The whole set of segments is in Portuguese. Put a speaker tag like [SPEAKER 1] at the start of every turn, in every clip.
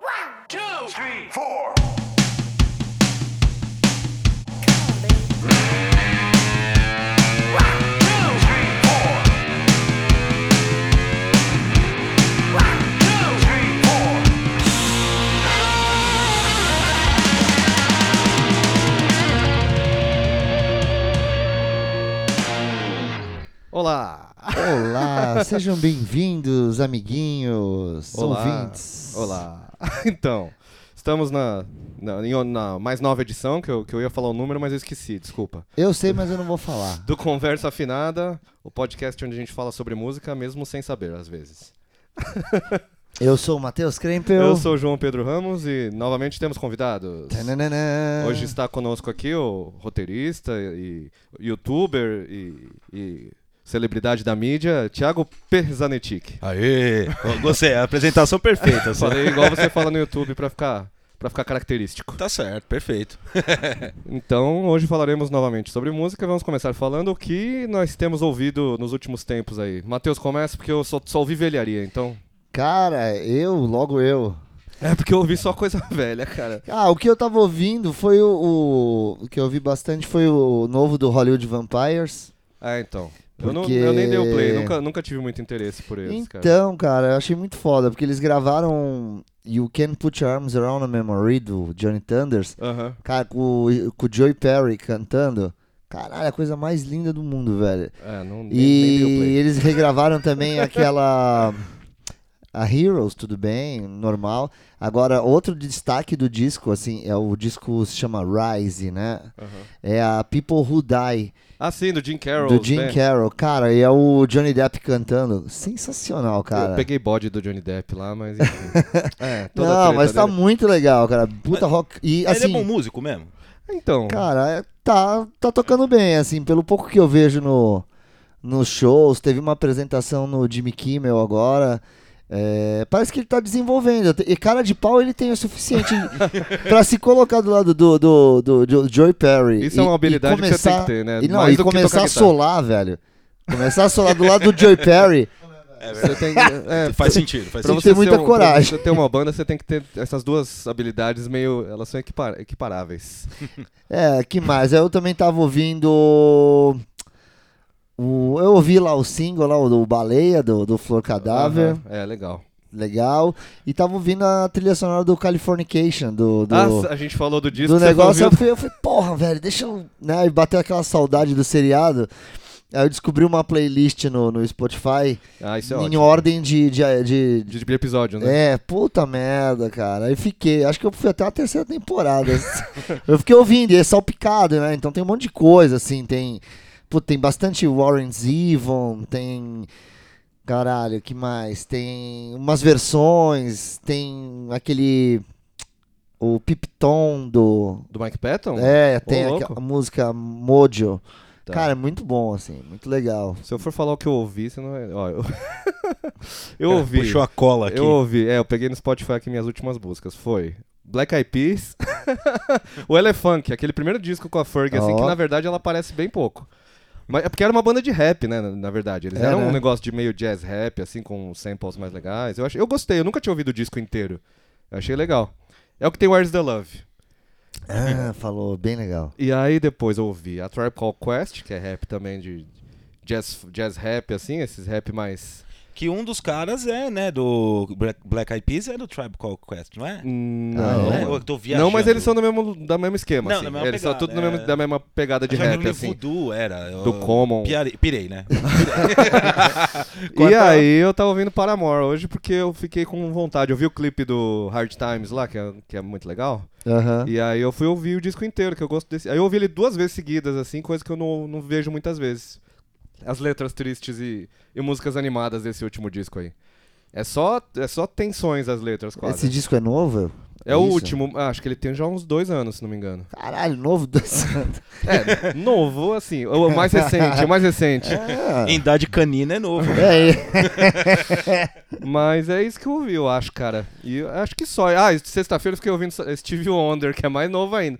[SPEAKER 1] One, two, three, four.
[SPEAKER 2] Olá!
[SPEAKER 3] Olá, sejam bem-vindos, amiguinhos,
[SPEAKER 2] Olá.
[SPEAKER 3] ouvintes.
[SPEAKER 2] Olá! Então, estamos na, na, em- na mais nova edição, que eu, que eu ia falar o número, mas eu esqueci, desculpa.
[SPEAKER 3] Eu sei, mas eu não vou falar.
[SPEAKER 2] Do Conversa Afinada, o podcast onde a gente fala sobre música, mesmo sem saber, às vezes.
[SPEAKER 3] Eu sou o Matheus Krempel.
[SPEAKER 2] Eu sou o João Pedro Ramos e novamente temos convidados.
[SPEAKER 3] Tananana.
[SPEAKER 2] Hoje está conosco aqui o roteirista e youtuber e, e celebridade da mídia, Thiago Perzanetic.
[SPEAKER 4] Aê! Gostei, a apresentação perfeita. assim.
[SPEAKER 2] Falei igual você fala no YouTube pra ficar, pra ficar característico.
[SPEAKER 4] Tá certo, perfeito.
[SPEAKER 2] Então, hoje falaremos novamente sobre música. Vamos começar falando o que nós temos ouvido nos últimos tempos aí. Matheus, começa porque eu só, só ouvi velharia, então.
[SPEAKER 3] Cara, eu, logo eu.
[SPEAKER 2] É porque eu ouvi só coisa velha, cara.
[SPEAKER 3] Ah, o que eu tava ouvindo foi o, o- o que eu ouvi bastante foi o novo do Hollywood Vampires.
[SPEAKER 2] Ah, então. Eu, não,
[SPEAKER 3] Porque-
[SPEAKER 2] eu nem dei o play, nunca, nunca tive muito interesse por eles, cara.
[SPEAKER 3] então, cara, eu achei muito foda, porque eles gravaram You Can Put Your Arms Around a Memory do Johnny Thunders.
[SPEAKER 2] Aham.
[SPEAKER 3] Cara, com, o- com o Joey Perry cantando. Caralho, a coisa mais linda do mundo, velho.
[SPEAKER 2] É, não nem, nem dei o
[SPEAKER 3] E
[SPEAKER 2] play.
[SPEAKER 3] eles regravaram também aquela. A Heroes, tudo bem, normal. Agora, outro destaque do disco, assim, é o disco se chama Rise, né?
[SPEAKER 2] Aham.
[SPEAKER 3] É a People Who Die,
[SPEAKER 2] Ah, sim, do Jim Carroll.
[SPEAKER 3] do Jim
[SPEAKER 2] né?
[SPEAKER 3] Carroll. Cara, e é o Johnny Depp cantando. Sensacional, cara.
[SPEAKER 2] Eu peguei bode do Johnny Depp lá, mas enfim. é, toda a
[SPEAKER 3] Não,
[SPEAKER 2] treta
[SPEAKER 3] mas tá
[SPEAKER 2] dele.
[SPEAKER 3] muito legal, cara. Puta rock. E assim.
[SPEAKER 4] Ele é bom músico mesmo?
[SPEAKER 2] Então,
[SPEAKER 3] Cara, é- tá, tá tocando bem, assim, pelo pouco que eu vejo no, nos shows. Teve uma apresentação no Jimmy Kimmel agora. É, parece que ele tá desenvolvendo. E cara de pau ele tem o suficiente pra se colocar do lado do, do, do, do Joey Perry.
[SPEAKER 2] Isso é uma
[SPEAKER 3] E- e
[SPEAKER 2] habilidade que você tem que ter, né?
[SPEAKER 3] E, não,
[SPEAKER 2] Mais
[SPEAKER 3] e
[SPEAKER 2] do que
[SPEAKER 3] começar
[SPEAKER 2] tocar
[SPEAKER 3] a
[SPEAKER 2] guitarra.
[SPEAKER 3] solar, velho. Começar a solar do lado do Joey Perry.
[SPEAKER 4] É
[SPEAKER 2] você
[SPEAKER 4] verdade.
[SPEAKER 2] tem. É,
[SPEAKER 4] faz sentido, faz
[SPEAKER 2] Pra você
[SPEAKER 3] Tem que
[SPEAKER 4] sentido.
[SPEAKER 3] ter
[SPEAKER 2] ser
[SPEAKER 3] muita
[SPEAKER 2] um-
[SPEAKER 3] coragem.
[SPEAKER 2] Pra você ter uma banda, você tem que ter essas duas habilidades meio. Elas são equipar- equiparáveis.
[SPEAKER 3] É, que mais? Eu também tava ouvindo. O, eu ouvi lá o single, lá, o do Baleia, do, do Flor Cadáver.
[SPEAKER 2] Aham, É, legal.
[SPEAKER 3] Legal. E tava ouvindo a trilha sonora do Californication, do, do,
[SPEAKER 2] Ah, a gente falou do disco.
[SPEAKER 3] do
[SPEAKER 2] você
[SPEAKER 3] negócio.
[SPEAKER 2] não
[SPEAKER 3] Eu
[SPEAKER 2] viu?
[SPEAKER 3] fui- eu falei, porra, velho, deixa eu. Né, e bateu aquela saudade do seriado. Aí eu descobri uma playlist no, no Spotify
[SPEAKER 2] Ah, isso
[SPEAKER 3] em
[SPEAKER 2] é ótimo.
[SPEAKER 3] ordem de. de, de- de-
[SPEAKER 2] De de episódio, né?
[SPEAKER 3] é, puta merda, cara. Aí fiquei, acho que eu fui até a terceira temporada. eu fiquei ouvindo, e é salpicado, né? Então tem um monte de coisa, assim, tem. Pô, tem bastante Warren Zevon, tem. Caralho, que mais? Tem umas versões, tem aquele. O Pipton do.
[SPEAKER 2] Do Mike Patton?
[SPEAKER 3] É, tem
[SPEAKER 2] louco.
[SPEAKER 3] aquela música Mojo.
[SPEAKER 2] Tá.
[SPEAKER 3] Cara, é muito bom, assim, muito legal.
[SPEAKER 2] Se eu for falar o que eu ouvi, você não vai. Ó, eu... eu
[SPEAKER 4] Cara,
[SPEAKER 2] ouvi.
[SPEAKER 4] Puxou a cola aqui.
[SPEAKER 2] Eu ouvi. É, eu peguei no Spotify aqui minhas últimas buscas. Foi. Black Eyed Peas, o Elefunk, aquele primeiro disco com a Ferg, assim,
[SPEAKER 3] Ó.
[SPEAKER 2] que na verdade ela aparece bem pouco. Mas é porque era uma banda de rap, né, na, na verdade. Eles
[SPEAKER 3] É,
[SPEAKER 2] eram
[SPEAKER 3] né?
[SPEAKER 2] um negócio de meio jazz rap, assim, com samples mais legais. Eu, achei, eu gostei, eu nunca tinha ouvido o disco inteiro. Eu achei legal. É o que tem Where's the Love. É.
[SPEAKER 3] Ah, falou, bem legal.
[SPEAKER 2] E aí depois eu ouvi a Tribe Called Quest, que é rap também de jazz, jazz rap, assim, esses rap mais...
[SPEAKER 4] Que um dos caras é, né, do Black- Black Eyed Peas é do Tribe Called Quest, não é?
[SPEAKER 2] Não,
[SPEAKER 3] Ah, é?
[SPEAKER 4] Não, é?
[SPEAKER 2] mano.
[SPEAKER 4] Ou eu tô viajando.
[SPEAKER 2] Não, mas eles são do mesmo, da mesmo esquema,
[SPEAKER 4] Não,
[SPEAKER 2] assim.
[SPEAKER 4] da mesma
[SPEAKER 2] eles são
[SPEAKER 4] pegada,
[SPEAKER 2] tudo do mesmo-
[SPEAKER 4] é.
[SPEAKER 2] da mesma pegada de
[SPEAKER 4] Acho que
[SPEAKER 2] rap,
[SPEAKER 4] no
[SPEAKER 2] assim.
[SPEAKER 4] um Voodoo era.
[SPEAKER 2] Do
[SPEAKER 4] eu-
[SPEAKER 2] Common.
[SPEAKER 4] Piare- Pirei, né?
[SPEAKER 2] E
[SPEAKER 4] Corta-
[SPEAKER 2] aí eu tava ouvindo Paramore hoje porque eu fiquei com vontade. Eu vi o clipe do Hard Times lá, que é, que é muito legal.
[SPEAKER 3] Aham.
[SPEAKER 2] E aí eu fui ouvir o disco inteiro, que eu gosto desse. Aí eu ouvi ele duas vezes seguidas, assim, coisa que eu não, não vejo muitas vezes. As letras tristes e, e músicas animadas desse último disco aí. É só, é só tensões as letras, quase.
[SPEAKER 3] Esse disco é novo?
[SPEAKER 2] é o
[SPEAKER 3] isso?
[SPEAKER 2] último, ah, acho que ele tem já uns dois anos, se não me engano.
[SPEAKER 3] Caralho, novo dois anos.
[SPEAKER 2] É, novo, assim, o o mais recente, o mais recente.
[SPEAKER 3] Ah.
[SPEAKER 4] Em idade canina é novo.
[SPEAKER 3] É,
[SPEAKER 2] Mas é isso que eu ouvi, eu acho, cara. E eu acho que só. Ah, e sexta-feira eu fiquei ouvindo só- Steve Wonder, que é mais novo ainda.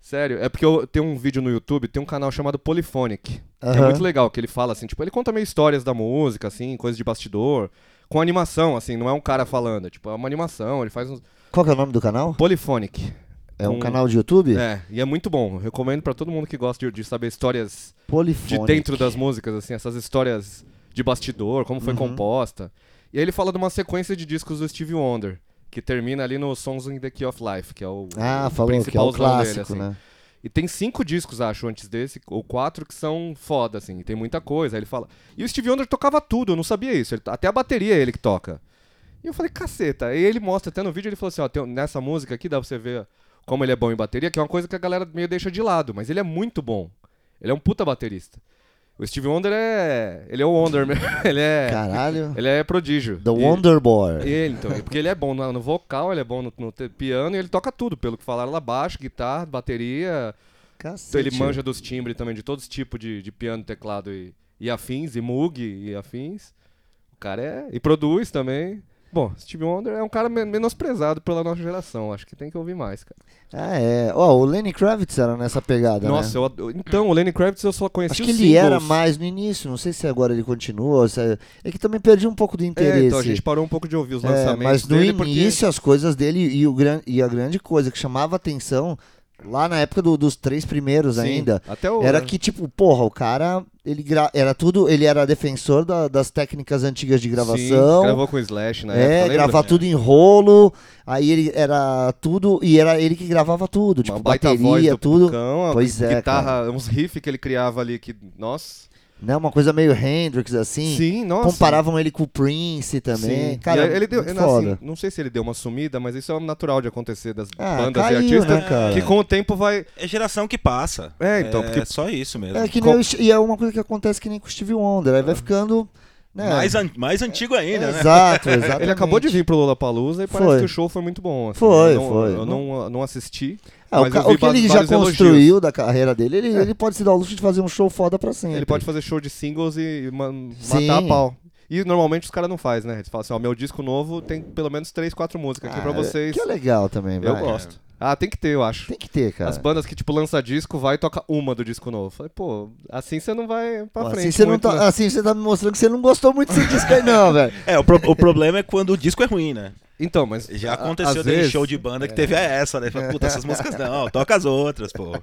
[SPEAKER 2] Sério, é porque eu tenho um vídeo no YouTube, tem um canal chamado Polyphonic. Que é
[SPEAKER 3] Aham.
[SPEAKER 2] muito legal, que ele fala assim, tipo, ele conta meio histórias da música, assim, coisas de bastidor, com animação, assim, não é um cara falando. Tipo, é uma animação, ele faz um.
[SPEAKER 3] Qual que é o nome do canal?
[SPEAKER 2] Polyphonic.
[SPEAKER 3] É um
[SPEAKER 2] um-
[SPEAKER 3] canal de YouTube?
[SPEAKER 2] É, e é muito bom. Eu recomendo pra todo mundo que gosta de, de saber histórias de
[SPEAKER 3] Polifone.
[SPEAKER 2] dentro das músicas, assim, essas histórias de bastidor, como
[SPEAKER 3] Uhum.
[SPEAKER 2] foi composta. E aí ele fala de uma sequência de discos do Steve Wonder, que termina ali no Songs in the Key of Life, que é o,
[SPEAKER 3] Ah,
[SPEAKER 2] o
[SPEAKER 3] falou que é o
[SPEAKER 2] principalzão
[SPEAKER 3] clássico,
[SPEAKER 2] dele, assim.
[SPEAKER 3] né?
[SPEAKER 2] E tem cinco discos, acho, antes desse, ou quatro, que são foda, assim, tem muita coisa. Aí ele fala. E o Steve Wonder tocava tudo, eu não sabia isso. ele- até a bateria é ele que toca. E eu falei, caceta. E ele mostra até no vídeo, ele falou assim: ó, tem- nessa música aqui dá pra você ver como ele é bom em bateria, que é uma coisa que a galera meio deixa de lado, mas ele é muito bom. Ele é um puta baterista. O Steve Wonder é. Ele é o Wonder mesmo. Ele é.
[SPEAKER 3] Caralho.
[SPEAKER 2] Ele é prodígio.
[SPEAKER 3] The
[SPEAKER 2] E-
[SPEAKER 3] Wonderboy.
[SPEAKER 2] ele, então, é porque ele é bom na- no vocal, ele é bom no, no te- piano e ele toca tudo, pelo que falaram lá, baixo, guitarra, bateria,
[SPEAKER 3] Cacete.
[SPEAKER 2] então ele manja dos timbres também, de todos os tipos de, de piano, teclado e, e afins, e Moog e afins. O cara é. E produz também. Bom, Steve Wonder é um cara men- menosprezado pela nossa geração. Acho que tem que ouvir mais, cara.
[SPEAKER 3] Ah, é. Ó, o Lenny Kravitz era nessa pegada, né?
[SPEAKER 2] Nossa, eu adoro- Então, o Lenny Kravitz eu só conheci
[SPEAKER 3] Acho
[SPEAKER 2] os
[SPEAKER 3] que ele
[SPEAKER 2] singles.
[SPEAKER 3] era mais no início, não sei se agora ele continua. ou se é... é que também perdi um pouco do interesse.
[SPEAKER 2] É, então a gente parou um pouco de ouvir os
[SPEAKER 3] É,
[SPEAKER 2] lançamentos
[SPEAKER 3] mas no
[SPEAKER 2] dele porque-
[SPEAKER 3] início as coisas dele e, o gran... e a grande coisa que chamava atenção, lá na época do- dos três primeiros
[SPEAKER 2] Sim,
[SPEAKER 3] ainda,
[SPEAKER 2] Até o...
[SPEAKER 3] era que tipo, porra, o cara, ele gra- era tudo, ele era defensor da- das técnicas antigas de gravação.
[SPEAKER 2] Sim, gravou com o Slash na época,
[SPEAKER 3] É,
[SPEAKER 2] lembra? né?
[SPEAKER 3] gravar tudo em rolo, aí ele era tudo, e era ele que gravava tudo, tipo,
[SPEAKER 2] Uma baita voz
[SPEAKER 3] bateria,
[SPEAKER 2] do
[SPEAKER 3] tudo.
[SPEAKER 2] Pucão, a
[SPEAKER 3] Pois é,
[SPEAKER 2] guitarra, uns riffs que ele criava ali que... Nossa.
[SPEAKER 3] Né, uma coisa meio Hendrix, assim.
[SPEAKER 2] Sim, nossa.
[SPEAKER 3] Comparavam ele com o Prince também.
[SPEAKER 2] Sim.
[SPEAKER 3] Cara,
[SPEAKER 2] E aí ele deu,
[SPEAKER 3] muito
[SPEAKER 2] assim,
[SPEAKER 3] foda.
[SPEAKER 2] não sei se ele deu uma sumida, mas isso é natural de acontecer das
[SPEAKER 3] Ah,
[SPEAKER 2] bandas
[SPEAKER 3] caiu,
[SPEAKER 2] e artistas
[SPEAKER 3] né, cara?
[SPEAKER 2] que com o tempo vai.
[SPEAKER 4] É geração que passa.
[SPEAKER 2] É, então,
[SPEAKER 4] é
[SPEAKER 2] porque-
[SPEAKER 4] só isso mesmo.
[SPEAKER 3] É que nem
[SPEAKER 2] Com-
[SPEAKER 3] o St- e é uma coisa que acontece que nem com o Steve Wonder, aí vai
[SPEAKER 2] É.
[SPEAKER 3] ficando, né?
[SPEAKER 4] mais, an- mais antigo ainda, né?
[SPEAKER 3] Exato, exato.
[SPEAKER 2] Ele acabou de vir pro Lollapalooza e parece
[SPEAKER 3] Foi.
[SPEAKER 2] que o show foi muito bom. assim.
[SPEAKER 3] Foi,
[SPEAKER 2] eu não,
[SPEAKER 3] foi.
[SPEAKER 2] Eu não, não assisti.
[SPEAKER 3] Ah, o,
[SPEAKER 2] mas
[SPEAKER 3] ca-
[SPEAKER 2] eu vi
[SPEAKER 3] o que ele
[SPEAKER 2] vários
[SPEAKER 3] já
[SPEAKER 2] elogios.
[SPEAKER 3] construiu da carreira dele, ele, ele pode se dar o luxo de fazer um show foda pra sempre.
[SPEAKER 2] Ele pode fazer show de singles e ma-
[SPEAKER 3] Sim.
[SPEAKER 2] matar a pau. E normalmente os caras não fazem, né? Eles falam assim, ó, meu disco novo tem pelo menos três, quatro músicas aqui pra
[SPEAKER 3] Ah,
[SPEAKER 2] vocês.
[SPEAKER 3] Que é legal também, vai.
[SPEAKER 2] eu gosto. Ah, tem que ter, eu acho.
[SPEAKER 3] Tem que ter, cara.
[SPEAKER 2] As bandas que, tipo, lança disco, vai e toca uma do disco novo. Falei, pô, assim você não vai pra
[SPEAKER 3] Pô,
[SPEAKER 2] frente.
[SPEAKER 3] assim, você não
[SPEAKER 2] muito,
[SPEAKER 3] tá,
[SPEAKER 2] né?
[SPEAKER 3] assim você tá me mostrando que você não gostou muito desse disco aí, não, velho.
[SPEAKER 4] É, o, pro- o problema é quando o disco é ruim, né?
[SPEAKER 2] Então, mas.
[SPEAKER 4] Já
[SPEAKER 2] a-
[SPEAKER 4] aconteceu
[SPEAKER 2] às
[SPEAKER 4] de
[SPEAKER 2] vezes- é.
[SPEAKER 4] show de banda que teve essa, né? Fala, Puta, essas músicas não, toca as outras, pô.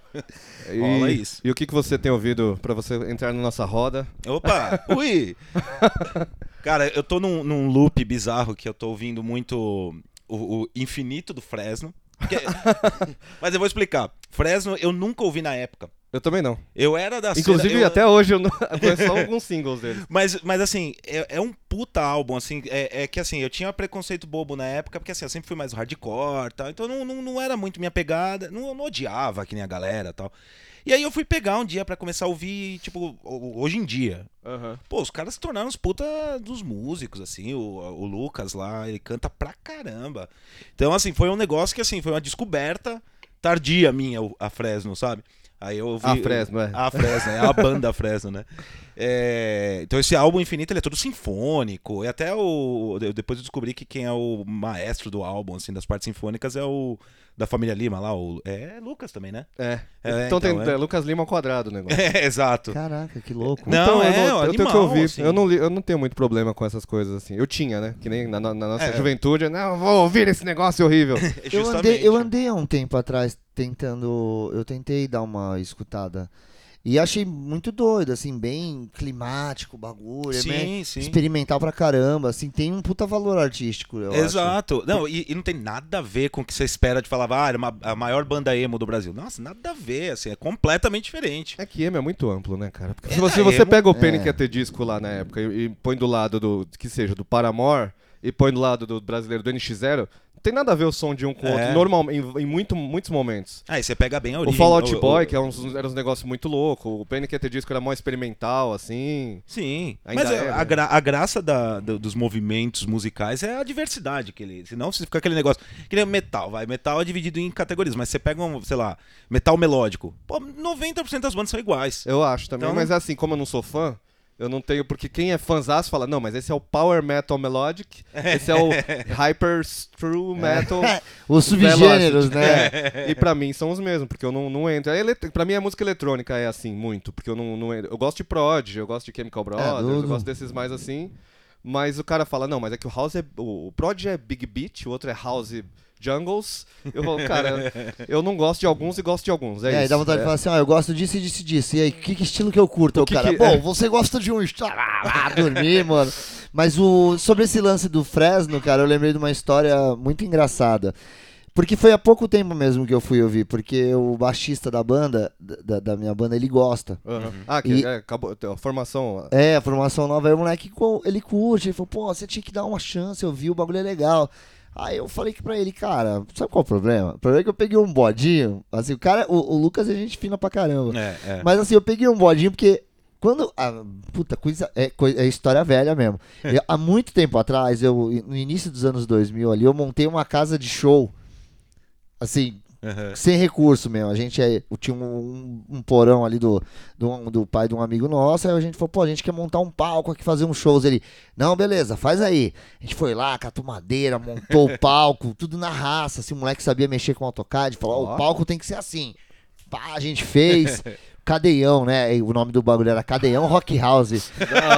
[SPEAKER 2] E,
[SPEAKER 4] Rola é isso.
[SPEAKER 2] E o que, que você tem ouvido pra você entrar na nossa roda?
[SPEAKER 4] Opa! Ui! Cara, eu tô num, num loop bizarro que eu tô ouvindo muito o, o infinito do Fresno. Porque- Mas eu vou explicar. Fresno eu nunca ouvi na época.
[SPEAKER 2] Eu também não.
[SPEAKER 4] Eu era da
[SPEAKER 2] Inclusive,
[SPEAKER 4] cena, Ah, eu-
[SPEAKER 2] até hoje eu não... eu conheço só alguns singles dele.
[SPEAKER 4] Mas, mas assim, é, é um puta álbum, assim, é, é que assim, eu tinha preconceito bobo na época, porque assim, eu sempre fui mais hardcore tal, então não, não, não era muito minha pegada, não, eu não odiava que nem a galera tal. E aí eu fui pegar um dia pra começar a ouvir, tipo, ho- hoje em dia. Pô, os caras se tornaram os puta dos músicos, assim, o, o Lucas lá, ele canta pra caramba. Então, assim, foi um negócio que, assim, foi uma descoberta tardia minha, o- a Fresno, sabe? Aí eu ouvi...
[SPEAKER 2] A Fresno, é.
[SPEAKER 4] A Fresno, é a banda Fresno, né? É, então esse álbum Infinito, ele é todo sinfônico, e até o... eu- Depois eu descobri que quem é o maestro do álbum, assim, das partes sinfônicas é o... Da família Lima lá, o... É Lucas também, né?
[SPEAKER 2] É.
[SPEAKER 4] É,
[SPEAKER 2] então, tem
[SPEAKER 4] então, é.
[SPEAKER 2] é Lucas Lima ao quadrado o negócio.
[SPEAKER 4] É, exato.
[SPEAKER 3] Caraca, que louco.
[SPEAKER 4] Não,
[SPEAKER 2] então,
[SPEAKER 4] é,
[SPEAKER 2] eu, não,
[SPEAKER 4] o
[SPEAKER 2] eu tenho que
[SPEAKER 4] animal,
[SPEAKER 2] ouvir.
[SPEAKER 4] assim.
[SPEAKER 2] Eu, não li- eu não tenho muito problema com essas coisas assim. Eu tinha, né? Que nem na, na- na nossa
[SPEAKER 4] É.
[SPEAKER 2] juventude. eu, Não, vou ouvir esse negócio horrível.
[SPEAKER 3] Eu andei,
[SPEAKER 4] Justamente.
[SPEAKER 3] eu andei há um tempo atrás tentando. Eu tentei dar uma escutada. E achei muito doido, assim, bem climático o bagulho. é meio
[SPEAKER 4] Sim, sim.
[SPEAKER 3] experimental pra caramba, assim, tem um puta valor artístico, eu acho.
[SPEAKER 4] Exato. Não, e, e não tem nada a ver com o que você espera de falar, ah, era uma- a maior banda emo do Brasil. Nossa, nada a ver, assim, é completamente diferente.
[SPEAKER 2] É que emo é muito amplo, né, cara? Porque se
[SPEAKER 4] É,
[SPEAKER 2] você,
[SPEAKER 4] é,
[SPEAKER 2] você
[SPEAKER 4] emo-
[SPEAKER 2] pega o Penny
[SPEAKER 3] é.
[SPEAKER 2] que ia ter disco lá na época e, e põe do lado do, que seja, do Paramore e põe do lado do brasileiro do NX0, não tem nada a ver o som de um com o
[SPEAKER 4] É.
[SPEAKER 2] outro, normalmente, em, em muito, muitos momentos.
[SPEAKER 4] Aí você pega bem a
[SPEAKER 2] O
[SPEAKER 4] origem.
[SPEAKER 2] Fallout Boy,
[SPEAKER 4] o-
[SPEAKER 2] que é uns- era uns negócios muito louco, o Penny que ia ter disco era mó experimental, assim.
[SPEAKER 4] Sim,
[SPEAKER 2] Ainda
[SPEAKER 4] mas
[SPEAKER 2] é,
[SPEAKER 4] a,
[SPEAKER 2] né?
[SPEAKER 4] gra- a graça da- do- dos movimentos musicais é a diversidade que ele. Senão você fica aquele negócio. Que nem metal, vai. Metal é dividido em categorias, mas você pega um, sei lá, metal melódico. Pô, 90% das bandas são iguais.
[SPEAKER 2] Eu acho também,
[SPEAKER 4] Então-
[SPEAKER 2] mas assim, como eu não sou fã, eu não tenho, porque quem é fãzaço fala, não, mas esse é o Power Metal Melodic, esse é o Hyper True Metal
[SPEAKER 4] É.
[SPEAKER 3] Os subgêneros,
[SPEAKER 2] Velocity.
[SPEAKER 3] né?
[SPEAKER 2] É. E pra mim são os mesmos, porque eu não, não entro. É elet... Pra mim a música eletrônica é assim, muito, porque eu não, não entro. Eu gosto de prod, eu gosto de Chemical Brothers, eu
[SPEAKER 3] do-
[SPEAKER 2] gosto desses mais assim. Mas o cara fala, não, mas é que o House é. O, o Prod é Big Beat, o outro é House Jungles. Eu falo, cara, eu não gosto de alguns e gosto de alguns. É,
[SPEAKER 3] É,
[SPEAKER 2] isso.
[SPEAKER 3] e dá vontade
[SPEAKER 2] É.
[SPEAKER 3] de falar assim, ó, eu gosto disso e disso e disso. E aí, que, que estilo que eu curto? O
[SPEAKER 2] que
[SPEAKER 3] cara,
[SPEAKER 2] que-
[SPEAKER 3] bom,
[SPEAKER 2] é.
[SPEAKER 3] você gosta de um estilo... Ah, lá, dormir, mano. Mas o... sobre esse lance do Fresno, cara, eu lembrei de uma história muito engraçada. Porque foi há pouco tempo mesmo que eu fui ouvir, porque o baixista da banda, da, da minha banda, ele gosta.
[SPEAKER 2] Aham. Ah, que
[SPEAKER 3] E-
[SPEAKER 2] é, acabou. A formação.
[SPEAKER 3] É, a formação nova. Aí o moleque, co- ele curte, ele falou, pô, você tinha que dar uma chance, eu vi, o bagulho é legal. Aí eu falei que pra ele, cara, sabe qual é o problema? O problema é que eu peguei um bodinho, assim, o cara, o, o Lucas é gente fina pra caramba.
[SPEAKER 4] É, é.
[SPEAKER 3] Mas assim, eu peguei um bodinho porque quando. ah, puta, coisa é, coi- é história velha mesmo. Eu- há muito tempo atrás, eu, no início dos anos 2000 ali, eu montei uma casa de show. Assim,
[SPEAKER 4] Aham.
[SPEAKER 3] sem recurso mesmo. A gente é, tinha um, um porão ali do, do, do pai de um amigo nosso. Aí a gente falou, pô, a gente quer montar um palco aqui, fazer uns shows. Ele, não, beleza, faz aí. A gente foi lá, catou madeira, montou o palco, tudo na raça. Assim, o moleque sabia mexer com AutoCAD, falou, ó,
[SPEAKER 2] Ó.
[SPEAKER 3] o palco tem que ser assim. Pá, a gente fez. Cadeião, né? E O nome do bagulho era Cadeião Rock House.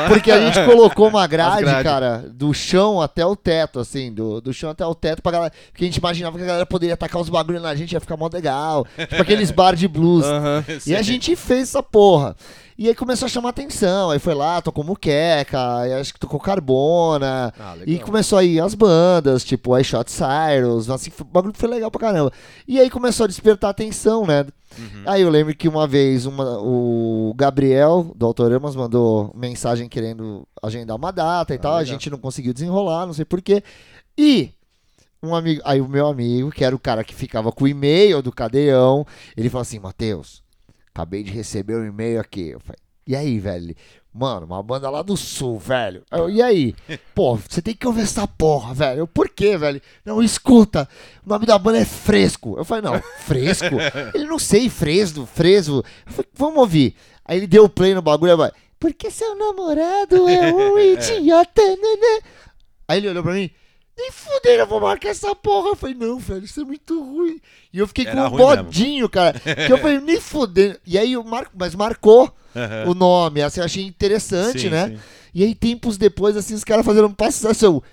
[SPEAKER 3] Porque a gente colocou uma grade,
[SPEAKER 2] grades.
[SPEAKER 3] cara, do chão até o teto, assim, do, do chão até o teto pra galera. Porque a gente imaginava que a galera poderia atacar os bagulhos na gente, ia ficar mó legal. Tipo aqueles bar de blues.
[SPEAKER 2] Aham.
[SPEAKER 3] E a gente fez essa porra. E aí começou a chamar atenção. Aí foi lá, tocou muqueca, aí acho que tocou carbona.
[SPEAKER 2] Ah, legal.
[SPEAKER 3] e começou aí as bandas, tipo I Shot Cyrus. Assim, foi- o bagulho foi legal pra caramba. E aí começou a despertar atenção, né?
[SPEAKER 2] Uhum.
[SPEAKER 3] Aí eu lembro que uma vez uma- o Gabriel, do Autoramas, mandou mensagem querendo agendar uma data e tal. A
[SPEAKER 2] Ah, legal.
[SPEAKER 3] gente não conseguiu desenrolar, não sei porquê. E um amigo, aí o meu amigo, que era o cara que ficava com o e-mail do cadeião, ele falou assim: Matheus, acabei de receber um e-mail aqui. Eu falei, e aí, velho? Ele, Mano, uma banda lá do sul, velho. Eu, e aí? Pô, você tem que ouvir essa porra, velho. Eu, Por quê, velho? Não, escuta. O nome da banda é Fresco. Eu falei, não, Fresco? Ele não sei, Fresno, Fresno. Eu falei, vamos ouvir. Aí ele deu play no bagulho, eu falei, porque seu namorado é um idiota, né? Aí ele olhou pra mim, nem fuder, eu vou marcar essa porra. Eu falei, não, velho, isso é muito ruim. E eu fiquei
[SPEAKER 4] Era
[SPEAKER 3] com um
[SPEAKER 4] ruim mesmo.
[SPEAKER 3] bodinho, cara. Que eu falei, nem fuder. E aí eu marco, mas marcou
[SPEAKER 4] Aham.
[SPEAKER 3] o nome, assim, eu achei interessante,
[SPEAKER 4] Sim,
[SPEAKER 3] né?
[SPEAKER 4] sim.
[SPEAKER 3] E aí, tempos depois, assim, os caras fazendo um passo seu.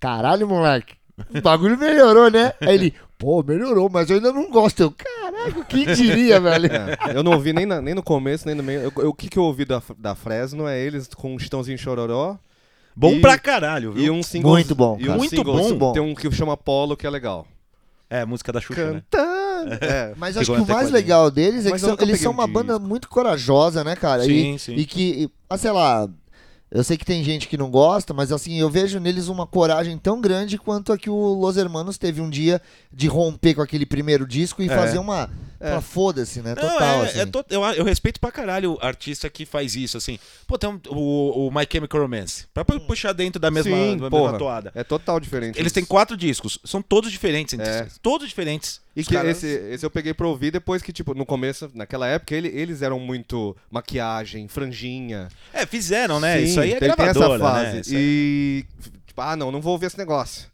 [SPEAKER 3] Caralho, moleque. O bagulho melhorou, né? Aí ele, pô, melhorou, mas eu ainda não gosto. Eu, caraca, quem diria, velho?
[SPEAKER 4] É.
[SPEAKER 2] Eu não ouvi nem, na- nem no começo, nem no meio. Eu- eu- o que, que eu ouvi da, da Fresno é eles com um Chitãozinho Chororó
[SPEAKER 4] Bom
[SPEAKER 2] E-
[SPEAKER 4] pra caralho, viu?
[SPEAKER 2] e um single.
[SPEAKER 3] Muito bom,
[SPEAKER 2] E
[SPEAKER 3] cara.
[SPEAKER 2] um
[SPEAKER 4] Muito
[SPEAKER 2] single,
[SPEAKER 4] bom.
[SPEAKER 2] Muito Tem um que chama Polo, que é legal.
[SPEAKER 4] É, música da Xuxa, né?
[SPEAKER 2] Cantando. É.
[SPEAKER 3] Mas eu acho
[SPEAKER 4] Igual
[SPEAKER 3] que o
[SPEAKER 4] até
[SPEAKER 3] mais
[SPEAKER 4] quadrinho.
[SPEAKER 3] legal deles
[SPEAKER 2] Mas
[SPEAKER 3] é que
[SPEAKER 2] eu
[SPEAKER 3] são-
[SPEAKER 2] nunca
[SPEAKER 3] eles
[SPEAKER 2] peguei
[SPEAKER 3] são
[SPEAKER 2] um
[SPEAKER 3] uma
[SPEAKER 2] disco.
[SPEAKER 3] banda muito corajosa, né, cara?
[SPEAKER 4] Sim,
[SPEAKER 3] e,
[SPEAKER 4] sim.
[SPEAKER 3] e que, e, ah, sei lá, eu sei que tem gente que não gosta, mas assim, eu vejo neles uma coragem tão grande quanto a que o Los Hermanos teve um dia de romper com aquele primeiro disco
[SPEAKER 2] É.
[SPEAKER 3] e fazer uma. falar, foda-se, né?
[SPEAKER 4] Não,
[SPEAKER 3] Total,
[SPEAKER 4] é,
[SPEAKER 3] assim.
[SPEAKER 4] é to- eu, eu respeito pra caralho o artista que faz isso, assim. Pô, tem um- o, o My Chemical Romance. Pra pu- puxar dentro da mesma,
[SPEAKER 2] Sim,
[SPEAKER 4] da mesma
[SPEAKER 2] porra.
[SPEAKER 4] toada.
[SPEAKER 2] É total diferente.
[SPEAKER 4] Eles têm quatro discos. São todos diferentes entre
[SPEAKER 2] É.
[SPEAKER 4] si. Todos diferentes.
[SPEAKER 2] E
[SPEAKER 4] Os
[SPEAKER 2] que
[SPEAKER 4] caras-
[SPEAKER 2] esse, esse eu peguei pra ouvir depois que, tipo, no começo, naquela época, ele- eles eram muito maquiagem, franjinha.
[SPEAKER 4] É, fizeram, né? isso
[SPEAKER 2] Sim,
[SPEAKER 4] aí é
[SPEAKER 2] tem, tem
[SPEAKER 4] gravadora,
[SPEAKER 2] essa fase.
[SPEAKER 4] né? Isso aí-
[SPEAKER 2] E. Tipo, ah, não, não vou ouvir esse negócio.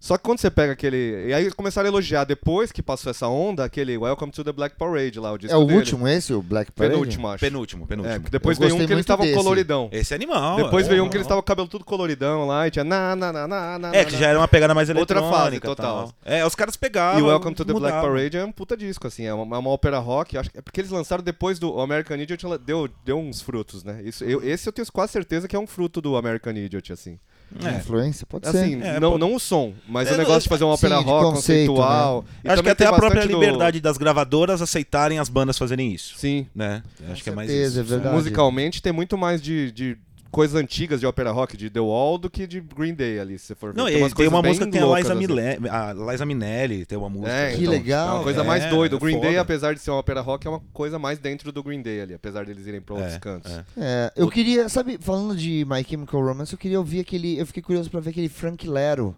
[SPEAKER 2] Só que quando você pega aquele. E aí eles começaram a elogiar depois que passou essa onda, aquele Welcome to the Black Parade lá, o disco.
[SPEAKER 3] É o
[SPEAKER 2] dele.
[SPEAKER 3] último esse, o Black Parade?
[SPEAKER 2] Penúltimo, acho.
[SPEAKER 4] Penúltimo,
[SPEAKER 2] É,
[SPEAKER 4] penúltimo.
[SPEAKER 2] que depois
[SPEAKER 3] Eu
[SPEAKER 2] veio um que
[SPEAKER 3] gostei
[SPEAKER 2] eles
[SPEAKER 3] muito
[SPEAKER 2] estavam
[SPEAKER 3] desse.
[SPEAKER 2] coloridão.
[SPEAKER 4] Esse é animal.
[SPEAKER 2] Depois
[SPEAKER 4] é.
[SPEAKER 2] veio um que eles estavam com o cabelo tudo coloridão lá e tinha na, na, na, na, na.
[SPEAKER 4] É, que
[SPEAKER 2] na,
[SPEAKER 4] já era uma pegada mais
[SPEAKER 2] Outra
[SPEAKER 4] eletrônica.
[SPEAKER 2] fase,
[SPEAKER 4] e tal.
[SPEAKER 2] total.
[SPEAKER 4] É, os caras pegavam.
[SPEAKER 2] E o Welcome to the
[SPEAKER 4] mudavam.
[SPEAKER 2] Black Parade é um puta disco, assim, é uma, é uma ópera rock. Acho que é porque eles lançaram depois do American Idiot, ela deu, deu uns frutos, né? Isso, eu- esse eu tenho quase certeza que é um fruto do American Idiot, assim.
[SPEAKER 4] É.
[SPEAKER 3] Influência, pode ser.
[SPEAKER 2] Assim,
[SPEAKER 4] É,
[SPEAKER 2] não,
[SPEAKER 4] pô.
[SPEAKER 2] não o som, mas
[SPEAKER 4] Eu
[SPEAKER 2] o
[SPEAKER 4] não-
[SPEAKER 2] negócio de fazer uma ópera
[SPEAKER 3] Sim, de
[SPEAKER 2] rock
[SPEAKER 3] conceito, né?
[SPEAKER 2] conceitual. E
[SPEAKER 4] Acho que
[SPEAKER 2] também
[SPEAKER 4] até
[SPEAKER 2] tem
[SPEAKER 4] a própria
[SPEAKER 2] bastante do-
[SPEAKER 4] liberdade das gravadoras aceitarem as bandas fazerem isso.
[SPEAKER 2] Sim.
[SPEAKER 4] Né? Acho que é mais
[SPEAKER 3] certeza, é
[SPEAKER 4] isso.
[SPEAKER 3] verdade.
[SPEAKER 2] Musicalmente tem muito mais de. de coisas antigas de ópera rock, de The Wall, do que de Green Day ali, se você for ver.
[SPEAKER 4] Não,
[SPEAKER 2] umas
[SPEAKER 4] e tem,
[SPEAKER 2] coisas
[SPEAKER 4] uma
[SPEAKER 2] bem
[SPEAKER 4] música que tem a
[SPEAKER 2] loucas,
[SPEAKER 4] Liza,
[SPEAKER 2] assim.
[SPEAKER 4] Mille- a Liza Minelli, tem uma música. um
[SPEAKER 2] É,
[SPEAKER 3] Que
[SPEAKER 2] então,
[SPEAKER 3] legal,
[SPEAKER 2] É uma coisa
[SPEAKER 3] cara.
[SPEAKER 2] mais doida. O
[SPEAKER 4] É,
[SPEAKER 2] Green Day,
[SPEAKER 4] foda.
[SPEAKER 2] apesar de ser uma ópera rock, é uma coisa mais dentro do Green Day ali, apesar deles irem pra outros
[SPEAKER 4] É,
[SPEAKER 2] cantos.
[SPEAKER 4] é.
[SPEAKER 3] É, eu queria, sabe, falando de My Chemical Romance, eu queria ouvir aquele. Eu fiquei curioso pra ver aquele Frank Lero.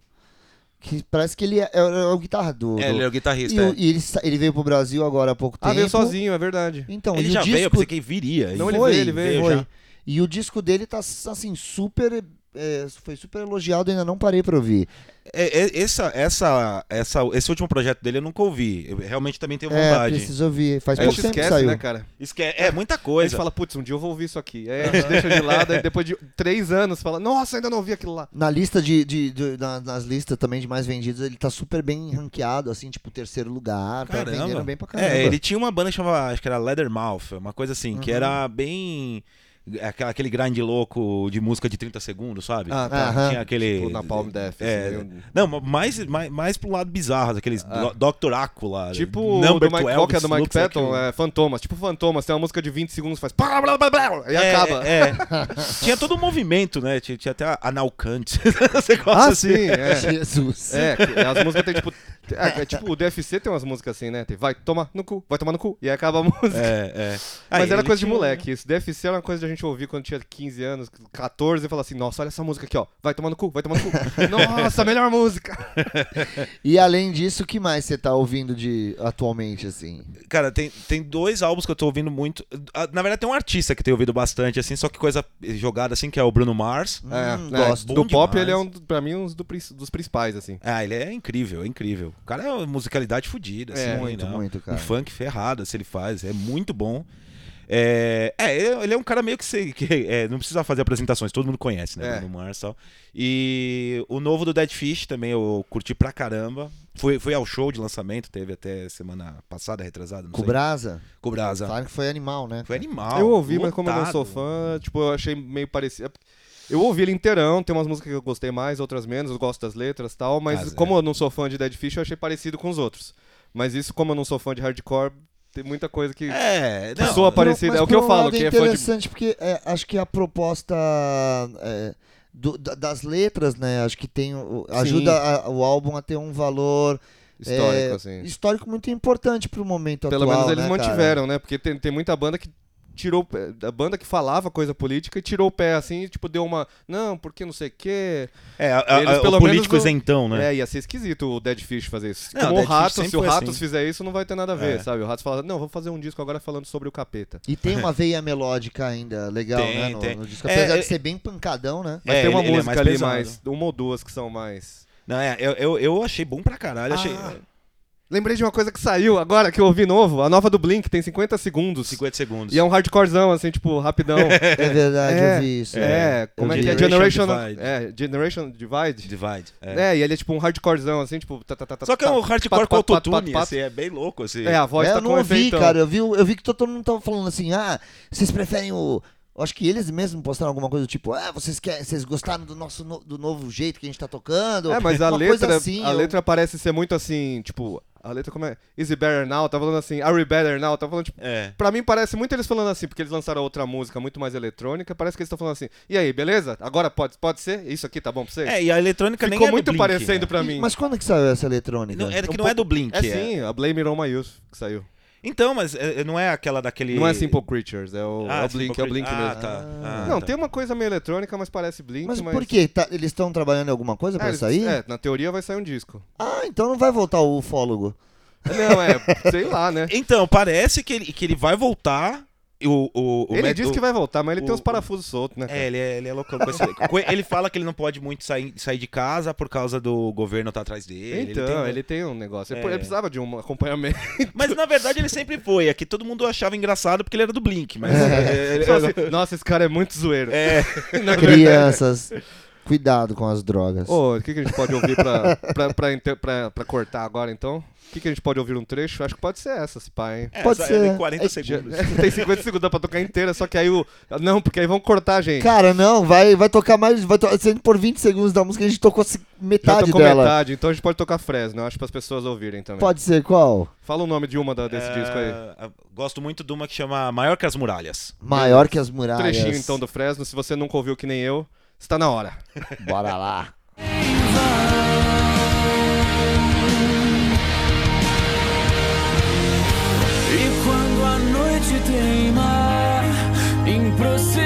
[SPEAKER 3] Que parece que ele é, é o- é o guitarra do.
[SPEAKER 4] É,
[SPEAKER 3] do-
[SPEAKER 4] ele é o guitarrista.
[SPEAKER 3] e, o-
[SPEAKER 4] é.
[SPEAKER 3] e ele, sa- ele veio pro Brasil agora há pouco
[SPEAKER 2] Ah,
[SPEAKER 3] tempo.
[SPEAKER 2] veio sozinho, é verdade.
[SPEAKER 3] Então,
[SPEAKER 4] Ele
[SPEAKER 3] e
[SPEAKER 4] já
[SPEAKER 3] o disco
[SPEAKER 4] veio, eu pensei que ele viria.
[SPEAKER 2] Não,
[SPEAKER 4] e-
[SPEAKER 2] ele
[SPEAKER 3] foi,
[SPEAKER 2] veio, ele veio
[SPEAKER 3] foi.
[SPEAKER 4] já.
[SPEAKER 3] E o disco dele tá assim super é, foi super elogiado e ainda não parei pra ouvir.
[SPEAKER 4] É, é, essa, essa, essa, esse último projeto dele eu nunca ouvi. Eu realmente também tenho
[SPEAKER 3] É,
[SPEAKER 4] vontade.
[SPEAKER 3] preciso ouvir. Faz
[SPEAKER 2] Aí a
[SPEAKER 3] pouco
[SPEAKER 2] gente
[SPEAKER 3] tempo que
[SPEAKER 2] esquece,
[SPEAKER 3] saiu.
[SPEAKER 2] né, cara?
[SPEAKER 4] Esque- É, muita
[SPEAKER 2] A gente
[SPEAKER 4] coisa.
[SPEAKER 2] fala, putz, um dia eu vou ouvir isso aqui. Aí a gente deixa de lado, aí depois de três anos fala, nossa, ainda não ouvi aquilo lá.
[SPEAKER 3] Na lista de. de- de- na- nas listas também de mais vendidos, ele tá super bem ranqueado, assim, tipo, terceiro lugar. Tá
[SPEAKER 4] Caramba.
[SPEAKER 3] vendendo bem pra caramba. Uhum.
[SPEAKER 4] É, ele tinha uma banda que chamava, acho que era Leathermouth, uma coisa assim, que era bem. é, aquela- Aquele grind louco de música de 30 segundos, sabe?
[SPEAKER 2] Ah,
[SPEAKER 3] tá. Aham.
[SPEAKER 4] Tinha aquele.
[SPEAKER 2] Tipo, Napalm Death,
[SPEAKER 4] É.
[SPEAKER 2] assim, meio-
[SPEAKER 4] Não, mas mais, mais, mais pro lado bizarro, aqueles
[SPEAKER 2] Ah.
[SPEAKER 4] do- Dr. Acula.
[SPEAKER 2] Tipo o
[SPEAKER 4] Number
[SPEAKER 2] do Mike,
[SPEAKER 4] 12,
[SPEAKER 2] qual que é do Mike
[SPEAKER 4] looks like
[SPEAKER 2] Patton?
[SPEAKER 4] you.
[SPEAKER 2] É Fantomas. Tipo Fantomas, tem uma música de 20 segundos, faz... Blá, blá, blá, blá, e
[SPEAKER 4] É,
[SPEAKER 2] acaba.
[SPEAKER 4] é. Tinha todo um movimento, né? Tinha, tinha até a Analcante. Você gosta assim?
[SPEAKER 2] Ah, sim, é.
[SPEAKER 3] Jesus.
[SPEAKER 2] É, que as músicas tem tipo. É, é tipo, o DFC tem umas músicas assim, né? Tem vai tomar no cu, vai tomar no cu, e aí acaba a música.
[SPEAKER 4] É, é.
[SPEAKER 2] Mas
[SPEAKER 4] Aí
[SPEAKER 2] era
[SPEAKER 4] ele
[SPEAKER 2] coisa de
[SPEAKER 4] tinha- né?
[SPEAKER 2] moleque. Isso DFC era uma coisa de a gente ouvir quando tinha 15 anos, 14, e falar assim: nossa, olha essa música aqui, ó. Vai tomar no cu, vai tomar no cu. nossa, melhor música.
[SPEAKER 3] E além disso, o que mais você tá ouvindo de atualmente, assim?
[SPEAKER 4] Cara, tem, tem dois álbuns que eu tô ouvindo muito. Ah, Na verdade, tem um artista que eu tenho ouvido bastante, assim, só que coisa jogada, assim, que é o Bruno Mars.
[SPEAKER 2] é,
[SPEAKER 3] Hum,
[SPEAKER 2] é,
[SPEAKER 3] gosto.
[SPEAKER 2] do
[SPEAKER 4] Bom
[SPEAKER 2] pop,
[SPEAKER 4] demais.
[SPEAKER 2] ele é um, pra mim, um dos prin- dos principais, assim.
[SPEAKER 4] Ah, ele é incrível, é incrível. O cara é uma musicalidade fodida, assim,
[SPEAKER 2] É,
[SPEAKER 3] muito,
[SPEAKER 4] não.
[SPEAKER 3] muito, cara.
[SPEAKER 4] Um funk ferrado, assim, ele faz, é muito bom. É, é, ele é um cara meio que, sei, que é, não precisa fazer apresentações, todo mundo conhece, né?
[SPEAKER 2] É.
[SPEAKER 4] Bruno Mars e tal. E o novo do Dead Fish também eu curti pra caramba. Fui, fui ao show de lançamento, teve até semana passada, retrasada, não
[SPEAKER 3] Com brasa?
[SPEAKER 4] sei. Cobrasa.
[SPEAKER 3] Falaram que foi animal, né?
[SPEAKER 4] Foi animal.
[SPEAKER 2] eu ouvi, mas como eu não
[SPEAKER 4] Ah, lotado.
[SPEAKER 2] sou fã, tipo, eu achei meio parecido. Eu ouvi ele inteirão, tem umas músicas que eu gostei mais, outras menos, eu gosto das letras e tal, mas
[SPEAKER 4] Ah, Zé.
[SPEAKER 2] como eu não sou fã de Dead Fish, eu achei parecido com os outros. Mas isso, como eu não sou fã de hardcore, tem muita coisa que.
[SPEAKER 4] É, não,
[SPEAKER 2] Pessoa parecida,
[SPEAKER 3] mas
[SPEAKER 2] é o que eu
[SPEAKER 3] por um
[SPEAKER 2] falo,
[SPEAKER 3] lado
[SPEAKER 2] que
[SPEAKER 3] é
[SPEAKER 2] é fã de-
[SPEAKER 3] interessante porque é, acho que a proposta é, do- da- das letras, né? Acho que tem o-
[SPEAKER 2] Sim.
[SPEAKER 3] ajuda a- o álbum a ter um valor
[SPEAKER 2] Histórico,
[SPEAKER 3] é,
[SPEAKER 2] assim.
[SPEAKER 3] histórico muito importante pro momento
[SPEAKER 2] Pelo
[SPEAKER 3] atual.
[SPEAKER 2] menos eles
[SPEAKER 3] né, cara?
[SPEAKER 2] mantiveram, né? Porque tem, tem muita banda que tirou o pé- a banda que falava coisa política e tirou o pé assim, e, tipo, deu uma, não, porque não sei o quê.
[SPEAKER 4] É, a- a-
[SPEAKER 2] Eles,
[SPEAKER 4] o
[SPEAKER 2] pelo
[SPEAKER 4] político
[SPEAKER 2] menos, não-
[SPEAKER 4] isentão, né?
[SPEAKER 2] É, ia ser esquisito o Dead Fish fazer isso.
[SPEAKER 4] Não,
[SPEAKER 2] Como
[SPEAKER 4] Dead
[SPEAKER 2] o
[SPEAKER 4] Fish
[SPEAKER 2] Ratos,
[SPEAKER 4] sempre
[SPEAKER 2] se o
[SPEAKER 4] foi
[SPEAKER 2] Ratos
[SPEAKER 4] assim.
[SPEAKER 2] fizer isso, não vai ter nada a ver,
[SPEAKER 4] É.
[SPEAKER 2] sabe? O Ratos fala, não, vou fazer um disco agora falando sobre o capeta.
[SPEAKER 3] E tem uma veia melódica ainda legal,
[SPEAKER 4] Tem,
[SPEAKER 3] né? No,
[SPEAKER 4] tem.
[SPEAKER 3] no disco.
[SPEAKER 4] É,
[SPEAKER 3] Apesar
[SPEAKER 4] é-
[SPEAKER 3] de ser bem pancadão, né?
[SPEAKER 2] Mas
[SPEAKER 4] É,
[SPEAKER 2] tem uma
[SPEAKER 4] ele- ele é
[SPEAKER 2] música
[SPEAKER 4] mais
[SPEAKER 2] ali,
[SPEAKER 4] pesado.
[SPEAKER 2] mais uma ou duas que são mais.
[SPEAKER 4] Não, é, eu, eu, eu achei bom pra caralho. Achei
[SPEAKER 2] Ah. Lembrei de uma coisa que saiu agora, que eu ouvi novo, a nova do Blink, tem 50 segundos.
[SPEAKER 4] 50 segundos.
[SPEAKER 2] E é um hardcorezão, assim, tipo, rapidão.
[SPEAKER 3] É verdade,
[SPEAKER 2] É,
[SPEAKER 3] eu vi isso.
[SPEAKER 2] É, como é que é?
[SPEAKER 4] Generation
[SPEAKER 2] Generation,
[SPEAKER 4] Divide.
[SPEAKER 2] é, Generation Divide.
[SPEAKER 4] Divide. é.
[SPEAKER 2] É. e ele é tipo um hardcorezão, assim, tipo... Tá, tá, tá, tá,
[SPEAKER 4] Só que é um
[SPEAKER 2] tá,
[SPEAKER 4] hardcore
[SPEAKER 2] pat,
[SPEAKER 4] com
[SPEAKER 2] pat, pat,
[SPEAKER 4] autotune,
[SPEAKER 2] pat,
[SPEAKER 4] assim, é bem louco, assim.
[SPEAKER 2] pat. É, a voz
[SPEAKER 3] É,
[SPEAKER 2] tá
[SPEAKER 3] eu não
[SPEAKER 2] com
[SPEAKER 3] ouvi,
[SPEAKER 2] efeito.
[SPEAKER 3] cara. Eu vi, eu vi que todo mundo tava falando assim, ah, vocês preferem o. eu Acho que eles mesmos postaram alguma coisa do tipo, ah, vocês, querem, vocês gostaram do nosso no- do novo jeito que a gente tá tocando.
[SPEAKER 2] É, mas a
[SPEAKER 3] Uma
[SPEAKER 2] letra,
[SPEAKER 3] coisa assim,
[SPEAKER 2] a
[SPEAKER 3] eu-
[SPEAKER 2] letra parece ser muito assim, tipo... A letra como é? Is it better now? Tá falando assim, are we better now? Tá falando, tipo...
[SPEAKER 4] É.
[SPEAKER 2] Pra mim parece muito eles falando assim, porque eles lançaram outra música muito mais eletrônica, parece que eles estão falando assim, e aí, beleza? Agora pode, pode ser? Isso aqui tá bom pra vocês?
[SPEAKER 4] É, e a eletrônica nem
[SPEAKER 2] Ficou
[SPEAKER 4] é do
[SPEAKER 2] muito
[SPEAKER 4] Blink,
[SPEAKER 2] parecendo
[SPEAKER 4] né?
[SPEAKER 2] pra mim.
[SPEAKER 3] Mas quando é que saiu essa eletrônica?
[SPEAKER 4] Não, é que
[SPEAKER 2] Um
[SPEAKER 4] não
[SPEAKER 2] pouco-
[SPEAKER 4] é do Blink.
[SPEAKER 2] É sim, a Blame It On My Youth que saiu.
[SPEAKER 4] Então, mas é, é, não é aquela daquele...
[SPEAKER 2] Não é Simple Creatures, é o, é
[SPEAKER 4] Ah,
[SPEAKER 2] o
[SPEAKER 4] Simple
[SPEAKER 2] Blink, é o Blink
[SPEAKER 4] Creatures.
[SPEAKER 2] mesmo.
[SPEAKER 4] Ah, tá. Ah,
[SPEAKER 2] Não,
[SPEAKER 4] tá.
[SPEAKER 2] tem uma coisa meio eletrônica, mas parece Blink,
[SPEAKER 3] mas
[SPEAKER 2] mas...
[SPEAKER 3] por quê? Tá- eles estão trabalhando em alguma
[SPEAKER 2] É,
[SPEAKER 3] coisa pra
[SPEAKER 2] eles-
[SPEAKER 3] sair?
[SPEAKER 2] É, na teoria vai sair um disco.
[SPEAKER 3] Ah, então não vai voltar o ufólogo.
[SPEAKER 2] Não, é, sei lá, né?
[SPEAKER 4] Então, parece que ele, que ele vai voltar... e O, o, o
[SPEAKER 2] ele
[SPEAKER 4] Mad-
[SPEAKER 2] disse
[SPEAKER 4] o-
[SPEAKER 2] que vai voltar, mas ele
[SPEAKER 4] o-
[SPEAKER 2] tem os parafusos soltos, né? cara?
[SPEAKER 4] É, ele é, ele é loucão. com esse- com- ele fala que ele não pode muito sair, sair de casa por causa do governo estar atrás dele.
[SPEAKER 2] então,
[SPEAKER 4] tem um-
[SPEAKER 2] ele tem, um negócio. Ele-
[SPEAKER 4] É.
[SPEAKER 2] Ele precisava de um acompanhamento.
[SPEAKER 4] Mas na verdade ele sempre foi. É que todo mundo achava engraçado porque ele era do Blink. Mas é, ele-
[SPEAKER 2] Só assim, Nossa, esse cara é muito zoeiro.
[SPEAKER 4] é,
[SPEAKER 2] Na verdade.
[SPEAKER 3] Crianças, cuidado com as drogas.
[SPEAKER 2] Ô, o que, que a gente pode ouvir pra, pra, pra, inter- pra- pra cortar agora, então? O que, que a gente pode ouvir um trecho? Acho que pode ser essa, se pá, hein?
[SPEAKER 4] é,
[SPEAKER 3] Pode
[SPEAKER 4] só-
[SPEAKER 3] ser.
[SPEAKER 4] é 40
[SPEAKER 3] É-
[SPEAKER 2] né? Já-
[SPEAKER 4] segundos.
[SPEAKER 2] tem 50 segundos, dá pra tocar inteira, só que aí o... Não, porque aí vão cortar a gente.
[SPEAKER 3] Cara, não, vai, vai tocar mais. Vai to... Se a gente pôr 20 segundos da música, a gente tocou se-
[SPEAKER 2] Já
[SPEAKER 3] metade
[SPEAKER 2] tocou
[SPEAKER 3] dela.
[SPEAKER 2] metade, então a gente pode tocar Fresno, eu acho, pras pessoas ouvirem também.
[SPEAKER 3] Pode ser qual?
[SPEAKER 2] Fala o nome de uma da- desse
[SPEAKER 4] É,
[SPEAKER 2] disco aí.
[SPEAKER 4] Gosto muito de uma que chama Maior que as Muralhas.
[SPEAKER 3] Maior que as muralhas.
[SPEAKER 2] Trechinho, então, do Fresno. Se você nunca ouviu que nem eu, está na hora.
[SPEAKER 3] Bora lá.
[SPEAKER 1] E quando a noite teima em prosseguir.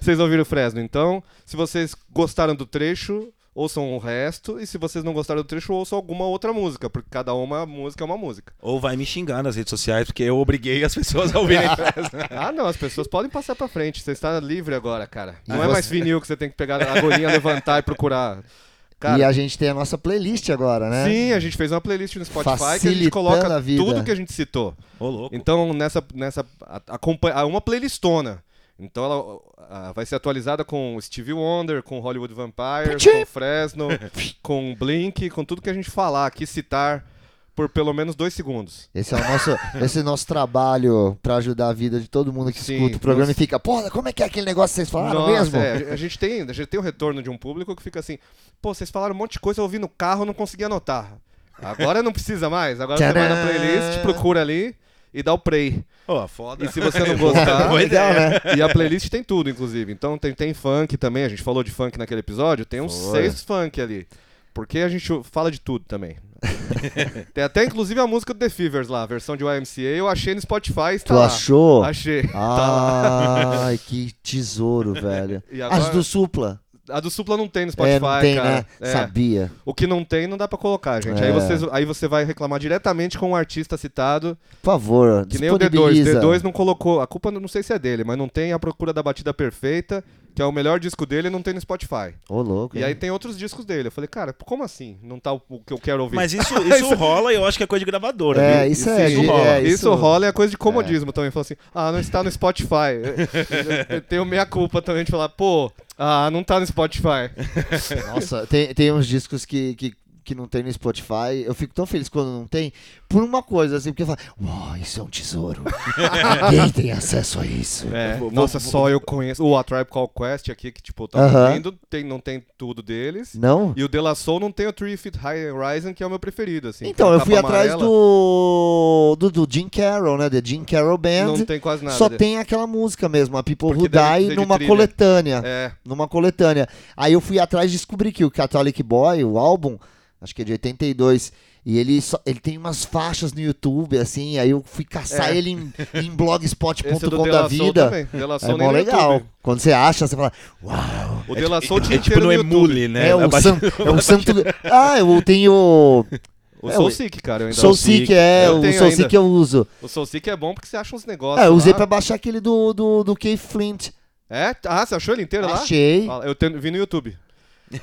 [SPEAKER 2] vocês ouviram o Fresno, então. Se vocês gostaram do trecho, ouçam o resto, e se vocês não gostaram do trecho, ouçam alguma outra música, porque cada uma música é uma música.
[SPEAKER 4] Ou vai me xingar nas redes sociais, porque eu obriguei as pessoas a ouvirem Fresno.
[SPEAKER 2] Ah, não, as pessoas podem passar pra frente. Você está livre agora, cara. Não é
[SPEAKER 3] você-
[SPEAKER 2] mais vinil que você tem que pegar a agulhinha, levantar e procurar. Cara,
[SPEAKER 3] E a gente tem a nossa playlist agora, né?
[SPEAKER 2] sim, a gente fez uma playlist no Spotify que a gente
[SPEAKER 3] Facilitando
[SPEAKER 2] coloca
[SPEAKER 3] a vida.
[SPEAKER 2] tudo que a gente citou.
[SPEAKER 4] Ô, louco.
[SPEAKER 2] Então, nessa. nessa a, acompanha- ah, uma playlistona. Então ela ah, vai ser atualizada com Stevie Wonder, com Hollywood Vampire,
[SPEAKER 3] Puti.
[SPEAKER 2] com Fresno, com Blink, com tudo que a gente falar aqui, citar por pelo menos dois segundos.
[SPEAKER 3] Esse é o nosso, esse é o nosso trabalho pra ajudar a vida de todo mundo que
[SPEAKER 2] Sim,
[SPEAKER 3] escuta o programa
[SPEAKER 2] nossa.
[SPEAKER 3] e fica, porra, como é que é aquele negócio que vocês falaram
[SPEAKER 2] Nossa,
[SPEAKER 3] mesmo? Tá
[SPEAKER 2] é, a gente tem, a gente tem o retorno de um público que fica assim, pô, vocês falaram um monte de coisa, eu ouvi no carro, não consegui anotar. Agora não precisa mais, agora você vai na
[SPEAKER 3] Tcharam!
[SPEAKER 2] playlist, procura ali e dá o play.
[SPEAKER 4] Ó, foda.
[SPEAKER 2] E se você não gostar,
[SPEAKER 4] Boa
[SPEAKER 3] Legal,
[SPEAKER 4] ideia.
[SPEAKER 3] né?
[SPEAKER 2] E a playlist tem tudo, inclusive. Então tem, tem funk também, a gente falou de funk naquele episódio, tem uns
[SPEAKER 4] Foi.
[SPEAKER 2] seis funk ali. Porque a gente fala de tudo também. tem até inclusive a música do The Fevers lá, a versão de YMCA, eu achei no Spotify, está
[SPEAKER 3] Tu
[SPEAKER 2] lá.
[SPEAKER 3] achou? Ah.
[SPEAKER 2] Achei. Tá lá.
[SPEAKER 3] Ai, que tesouro, velho.
[SPEAKER 2] E agora-
[SPEAKER 3] As do Supla.
[SPEAKER 2] A do Supla não tem no Spotify,
[SPEAKER 3] é, não tem,
[SPEAKER 2] cara.
[SPEAKER 3] né?
[SPEAKER 2] É.
[SPEAKER 3] Sabia.
[SPEAKER 2] O que não tem, não dá pra colocar, gente. Aí,
[SPEAKER 3] É.
[SPEAKER 2] vocês, aí você vai reclamar diretamente com o artista citado,
[SPEAKER 3] Por favor,
[SPEAKER 2] que nem o D2.
[SPEAKER 3] disponibiliza.
[SPEAKER 2] D2 não colocou. A culpa não sei se é dele, mas não tem a procura da batida perfeita, que é o melhor disco dele e não tem no Spotify.
[SPEAKER 3] Ô, louco.
[SPEAKER 2] E aí tá
[SPEAKER 3] hein?
[SPEAKER 2] tem outros discos dele. Eu falei, cara, como assim? Não tá o o que eu quero ouvir.
[SPEAKER 4] Mas isso, isso rola e eu acho que é coisa de gravadora.
[SPEAKER 3] É,
[SPEAKER 4] viu?
[SPEAKER 3] isso é,
[SPEAKER 4] isso
[SPEAKER 3] é,
[SPEAKER 4] rola.
[SPEAKER 3] é,
[SPEAKER 2] isso rola é coisa de comodismo também. Fala assim, ah, não está no Spotify. eu tenho meia culpa também de falar, pô, ah, não tá no Spotify.
[SPEAKER 3] Nossa, tem, tem uns discos que, que, que não tem no Spotify. Eu fico tão feliz quando não tem, por uma coisa, assim, porque eu falo, uau, isso é um tesouro. Ninguém tem acesso a isso.
[SPEAKER 2] É,
[SPEAKER 4] Vou-
[SPEAKER 2] nossa,
[SPEAKER 4] vou-
[SPEAKER 2] só eu conheço. O A Tribe Call Quest aqui, que tipo, tá
[SPEAKER 3] Aham.
[SPEAKER 2] ouvindo, tem, não tem tudo deles.
[SPEAKER 3] Não?
[SPEAKER 2] E o De La Soul não tem o Three Feet High Horizon, que é o meu preferido, assim.
[SPEAKER 3] Então,
[SPEAKER 2] Tem
[SPEAKER 3] eu
[SPEAKER 2] a
[SPEAKER 3] fui
[SPEAKER 2] capa
[SPEAKER 3] atrás
[SPEAKER 2] amarela,
[SPEAKER 3] do, do, do Jim Carroll, né? The Jim Carroll Band.
[SPEAKER 2] Não tem quase nada.
[SPEAKER 3] Só
[SPEAKER 2] dele.
[SPEAKER 3] tem aquela música mesmo, a People
[SPEAKER 2] Porque
[SPEAKER 3] Who
[SPEAKER 2] deve ser
[SPEAKER 3] Die,
[SPEAKER 2] de
[SPEAKER 3] numa
[SPEAKER 2] trilha.
[SPEAKER 3] coletânea.
[SPEAKER 2] É,
[SPEAKER 3] Numa coletânea. Aí eu fui atrás e descobri que o Catholic Boy, o álbum, acho que é de 82, e ele, só- ele tem umas faixas no YouTube, assim, aí eu fui caçar
[SPEAKER 2] É.
[SPEAKER 3] ele em, em
[SPEAKER 2] esse é do
[SPEAKER 3] blogspot.com
[SPEAKER 2] De
[SPEAKER 3] da
[SPEAKER 2] La Soul
[SPEAKER 3] vida.
[SPEAKER 2] também. De La
[SPEAKER 3] É
[SPEAKER 2] Soul nem
[SPEAKER 3] mó
[SPEAKER 2] no
[SPEAKER 3] legal.
[SPEAKER 2] YouTube.
[SPEAKER 3] Quando você acha, você fala, uau.
[SPEAKER 2] O De La Soul tinha
[SPEAKER 4] É tipo
[SPEAKER 2] inteiro
[SPEAKER 4] no
[SPEAKER 2] no YouTube.
[SPEAKER 4] Emule, né?
[SPEAKER 3] é,
[SPEAKER 4] Na
[SPEAKER 3] um
[SPEAKER 4] batida-
[SPEAKER 3] san- é um santo... Ah, eu tenho...
[SPEAKER 2] O
[SPEAKER 3] É,
[SPEAKER 2] Soul
[SPEAKER 3] o-
[SPEAKER 2] Seek, cara, eu ainda
[SPEAKER 3] Soul
[SPEAKER 2] uso.
[SPEAKER 3] Seek, é,
[SPEAKER 2] Eu
[SPEAKER 3] o
[SPEAKER 2] tenho
[SPEAKER 3] Soul
[SPEAKER 2] ainda.
[SPEAKER 3] Seek eu uso.
[SPEAKER 2] O Soul Seek é bom porque você acha uns negócios.
[SPEAKER 3] Ah, eu usei
[SPEAKER 2] lá.
[SPEAKER 3] pra baixar aquele do, do, do Keith Flint.
[SPEAKER 2] É? Ah, você achou ele inteiro lá?
[SPEAKER 3] Achei.
[SPEAKER 2] Ah, Eu tenho- vi no YouTube.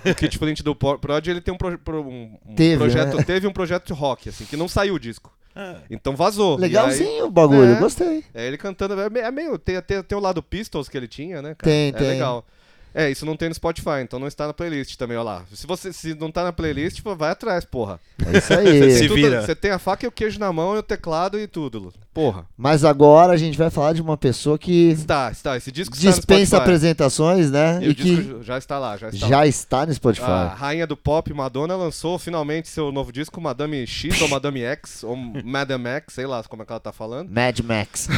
[SPEAKER 2] O Kit Flint do Por- Prod, ele tem um, pro- pro- um- um
[SPEAKER 3] Teve,
[SPEAKER 2] projeto.
[SPEAKER 3] né?
[SPEAKER 2] Teve um projeto de rock, assim, que não saiu o disco.
[SPEAKER 4] Ah,
[SPEAKER 2] Então vazou. E aí-
[SPEAKER 3] Legalzinho o bagulho,
[SPEAKER 2] É.
[SPEAKER 3] gostei.
[SPEAKER 2] É ele cantando. É me- é meio. Tem até tem o lado Pistols que ele tinha, né? Cara?
[SPEAKER 3] Tem,
[SPEAKER 2] é
[SPEAKER 3] tem.
[SPEAKER 2] legal. É, isso não tem no Spotify, então não está na playlist também, olha lá. Se você se não tá na playlist, pô, vai atrás, porra.
[SPEAKER 3] É isso
[SPEAKER 2] Você
[SPEAKER 3] aí.
[SPEAKER 2] tem
[SPEAKER 4] Se
[SPEAKER 2] tudo-
[SPEAKER 4] vira.
[SPEAKER 2] Você tem a faca e o queijo na mão e o teclado e tudo. Porra.
[SPEAKER 3] Mas agora a gente vai falar de uma pessoa que
[SPEAKER 2] Está, está. Esse disco está no
[SPEAKER 3] dispensa
[SPEAKER 2] Spotify.
[SPEAKER 3] apresentações, né?
[SPEAKER 2] E
[SPEAKER 3] E,
[SPEAKER 2] o
[SPEAKER 3] que
[SPEAKER 2] disco já está lá, já está Ah. lá.
[SPEAKER 3] já está no Spotify.
[SPEAKER 2] A rainha do pop, Madonna, lançou finalmente seu novo disco, Madame X ou Madame X, ou Madame X, sei lá como é que ela tá falando.
[SPEAKER 3] Mad Max.